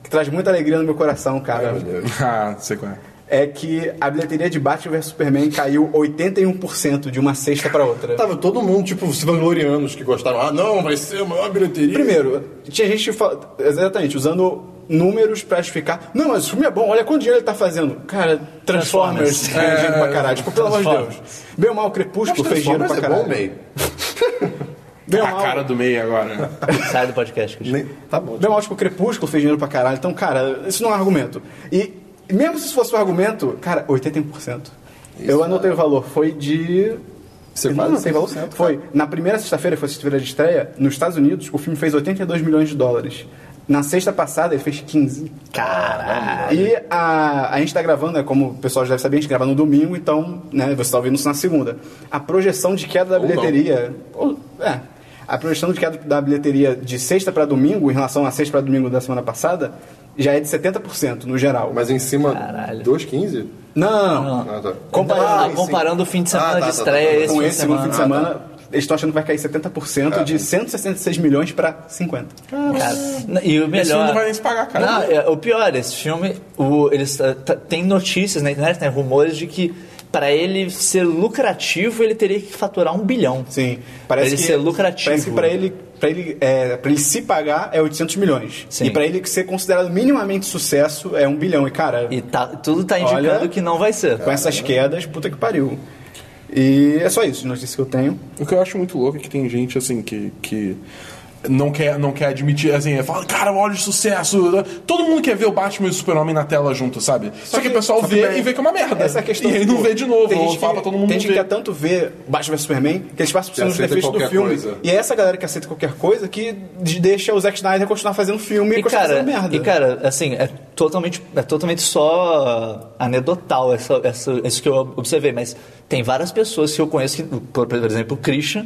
que traz muita alegria no meu coração, cara
Ah, sei qual é.
é que a bilheteria de Batman vs Superman caiu 81% de uma sexta pra outra.
Tá.
Tava todo mundo, tipo, se vangloriando os que gostaram. Ah, não, vai ser a maior bilheteria.
Primeiro, tinha gente fa- exatamente usando números pra justificar. Não, mas o filme é bom, olha quanto dinheiro ele tá fazendo. Cara, Transformers fez dinheiro pra caralho. Tipo, pelo amor de Deus. Bem ou mal, Crepúsculo fez dinheiro pra
É, Transformers é bom, Ah,
caralho.
meio.
Bem ou
A
mal,
cara do meio agora.
Sai do podcast, Cristian.
Nem- Tá bom.
bem ou mal, tipo, Crepúsculo fez dinheiro pra caralho. Então, cara, isso não é um argumento. E mesmo se isso fosse um argumento, cara, 81%. Eu anotei o valor, foi de
é Você
Não,
quase
não tem valor.
100%, cara.
Foi. Na primeira sexta-feira, que foi a sexta-feira de estreia, nos Estados Unidos, o filme fez 82 milhões de dólares. Na sexta passada, ele fez 15. Caralho! E a, a gente tá gravando, né, como o pessoal já deve saber, a gente grava no domingo, então, né, você tá ouvindo isso na segunda. A projeção de queda da
não.
bilheteria... ou- é. A projeção de queda da bilheteria de sexta pra domingo, em relação à sexta pra domingo da semana passada, já é de 70% no geral.
Mas em cima,
Caralho.
2,15?
Não, não, não.
Ah, tá.
Comparando-
Ah,
sim.
comparando o fim de semana
Ah, tá,
de
tá,
estreia
tá, tá, tá.
esse
com
fim de
esse no fim de
semana.
semana, eles estão achando que vai cair 70% de 166 milhões pra 50.
Cara, e o melhor.
filme não vai nem se pagar, cara.
Não, é, o pior, esse filme, o, eles tá- tá- tem notícias na internet, né, rumores de que para ele ser lucrativo ele teria que faturar um bilhão.
Sim.
Pra ele ser lucrativo.
Parece que pra ele, pra ele, é, pra ele se pagar é 800 milhões.
Sim.
E pra ele ser considerado minimamente sucesso é 1 bilhão. E cara,
E tá- tudo tá indicando
Olha.
que não vai ser.
com essas quedas, puta que pariu. E é só isso de notícia que eu tenho.
O que eu acho muito louco é que tem gente assim que. que... Não quer, não quer admitir, assim, fala, cara, olha o sucesso. Todo mundo quer ver o Batman e o Super-Homem na tela junto, sabe? Só, que, o pessoal
só que
vê
bem,
e vê que é uma merda.
Essa é a questão
e aí
tipo,
não vê de novo,
tem
ou
gente que-
fala pra todo mundo
Tem gente que é
ver.
quer tanto ver Batman vs Superman que eles passam por cima dos
aceita
defeitos do
qualquer
filme.
coisa.
E é essa galera que aceita qualquer coisa que de- deixa o Zack Snyder continuar fazendo filme e,
E
continuar
cara,
fazendo merda.
e cara, assim, é totalmente, é totalmente só anedotal essa, essa, isso que eu observei, mas tem várias pessoas que eu conheço, que, por, por exemplo, o Christian,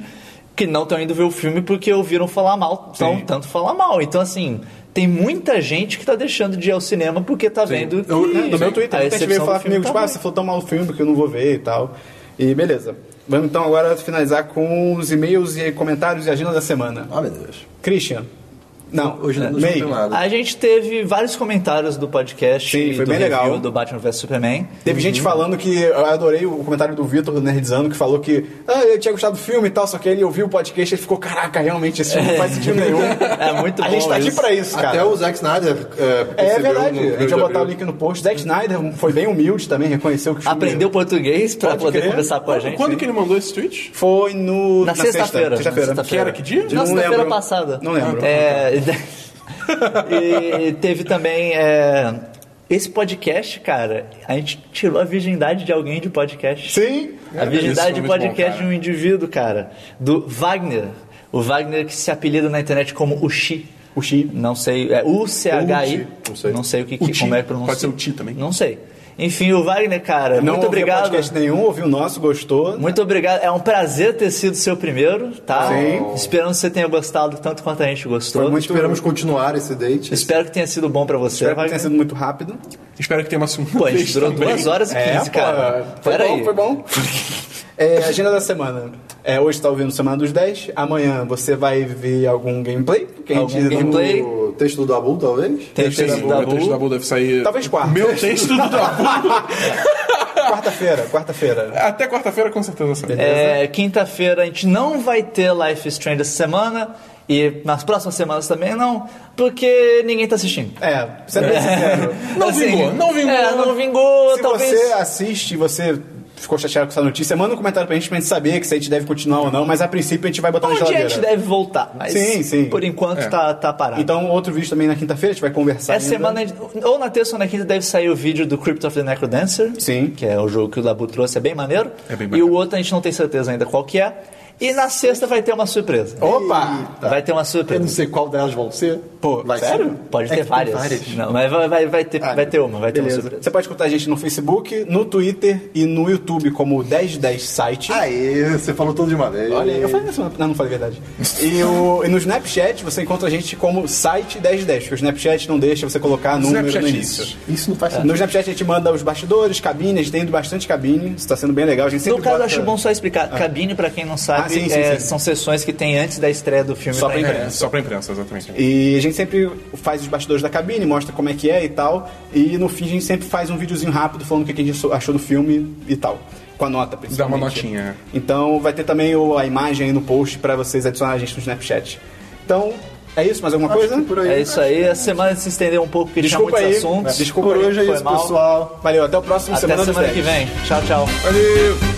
que não estão indo ver o filme porque ouviram falar mal, tão, tanto falar mal. Então, assim, tem muita gente que tá deixando de ir ao cinema porque tá vendo que...
Eu, é, no Né? meu Twitter, muita gente
a recepção
veio
do
falar
filme
comigo,
tá
tipo, ah,
ruim.
você falou tão mal o filme porque eu não vou ver e tal. E beleza. Vamos então agora finalizar com os e-mails e comentários e agenda da semana.
Ah, meu Deus.
Christian. Não,
Hoje não, hoje não
May.
tem nada.
A gente teve vários comentários do podcast
"Ah, Sim,
e
foi
do
bem
review
legal.
do Batman vs Superman.
Teve
Uhum.
gente falando que. Eu adorei o comentário do Vitor do Nerdzano que falou que. Ah, eu tinha gostado do filme e tal, só que ele ouviu o podcast e ficou, caraca, realmente, esse filme não faz sentido nenhum.
É muito
A
bom
gente tá aqui
isso.
pra isso, cara.
Até o Zack Snyder é,
É
percebeu
verdade.
no primeiro
A gente
de
vai botar o
abril.
link no post. Zack Snyder foi bem humilde também, reconheceu que o filme-
Aprendeu português pra
Pode
poder
crer.
conversar com a gente.
Quando que ele mandou esse tweet?
Foi no.
Na sexta-feira.
Sexta-feira.
na
Que era que dia?
Não
Na sexta-feira
lembro.
passada.
Não lembro.
É, e teve também. é, esse podcast, cara, a gente tirou a virgindade de alguém de podcast.
Sim.
A virgindade
Isso foi
de
muito bom,
podcast
cara.
de um indivíduo, cara. Do Wagner. O Wagner que se apelida na internet como Uchi.
Uchi.
Não sei. É U-C-H-I.
Uchi, não sei.
Não sei o que,
Uchi.
que, como é que pronuncia.
Pode ser Uchi também.
Não sei. Enfim, o Wagner, cara,
Não
muito
ouviu
obrigado.
podcast nenhum, ouviu o nosso, gostou.
Muito obrigado. É um prazer ter sido seu primeiro, tá?
Sim.
Esperamos que você tenha gostado tanto quanto a gente gostou.
Foi muito... Esperamos continuar esse date.
Espero que tenha sido bom pra você.
Espero que
Wagner.
tenha sido muito rápido.
Espero que tenha uma segunda
Pô, a gente
vez
durou
também.
duas horas e quinze, cara.
É, Foi
Pera
bom,
aí.
foi bom. É, agenda da semana. É, hoje tá ouvindo Semana dos 10. Amanhã você vai ver algum gameplay. Que a gente
Algum
não-
gameplay?
O texto do Dabu, talvez?
Tem o
Texto
texto
da
da
Bull, texto da
Bull.
Bull deve sair...
Talvez quarta.
Meu texto do Dabu.
Quarta-feira, quarta-feira.
Até quarta-feira, com certeza, sai.
É, Quinta-feira a gente não vai ter Life is Strange essa semana. E nas próximas semanas também não, porque ninguém tá assistindo.
É, sendo bem sincero.
Não vingou, não vingou.
É, não vingou,
né? Se
talvez. um
você assiste e você ficou chateado com essa notícia, manda um comentário pra gente pra gente saber que se a gente deve continuar ou não, mas a princípio a gente vai botar tá na
Um dia a
geladeira.
gente deve voltar, mas
Sim, sim.
por enquanto
É.
tá, tá parado.
Então, outro vídeo também na quinta-feira, a gente vai conversar.
Essa
ainda.
semana, ou na terça ou na quinta, deve sair o vídeo do Crypt of the Necrodancer.
Sim.
Que é o jogo que o Dabu trouxe, é bem maneiro.
É bem
e
bacana.
o outro a gente não tem certeza ainda qual que é. E na sexta vai ter uma surpresa.
Opa!
Vai ter uma
Eu não
surpresa.
sei qual delas vão ser.
Pô,
Vai
sério?
ser.
Pode
É
ter
que tem
várias. Não, mas vai, vai, vai ter, vai ter uma, vai ter uma
Ah, Beleza.
surpresa.
Você pode escutar a gente no Facebook, no Twitter e no YouTube como 1010 Site.
Aê, você falou tudo de uma vez.
Olha aí, eu falei isso, não, não falei a verdade. E, o- e no Snapchat você encontra a gente como site 1010, porque o Snapchat não deixa você colocar número no
Snapchat é
início.
Isso não faz
No
sentido.
Snapchat a gente manda os bastidores, cabine, a gente tem ido bastante cabine, isso tá sendo bem legal. A gente sempre
No caso,
bota-
acho bom só explicar. Cabine, pra quem não sabe,
Ah, sim, sim,
é,
sim.
são sessões que tem antes da estreia do filme.
Só
pra
pra
entrar.
É, só pra imprensa, exatamente.
E a gente sempre faz os bastidores da cabine, mostra como é que é e tal. E no fim a gente sempre faz um videozinho rápido falando o que a gente so- achou do filme e tal. Com a nota,
Dá
principalmente.
uma notinha. é.
Então vai ter também o- a imagem aí no post pra vocês adicionarem a gente no Snapchat. Então, é isso? Mais alguma coisa?
Por aí.
É isso aí. A semana se estendeu um pouco, porque
Desculpa
tinha
aí.
muitos assuntos.
Desculpa
Por
aí.
hoje é
Foi
isso,
mal.
pessoal.
Valeu, até o próximo
Até
Semana dos
semana que
10.
vem. Tchau, tchau.
Valeu!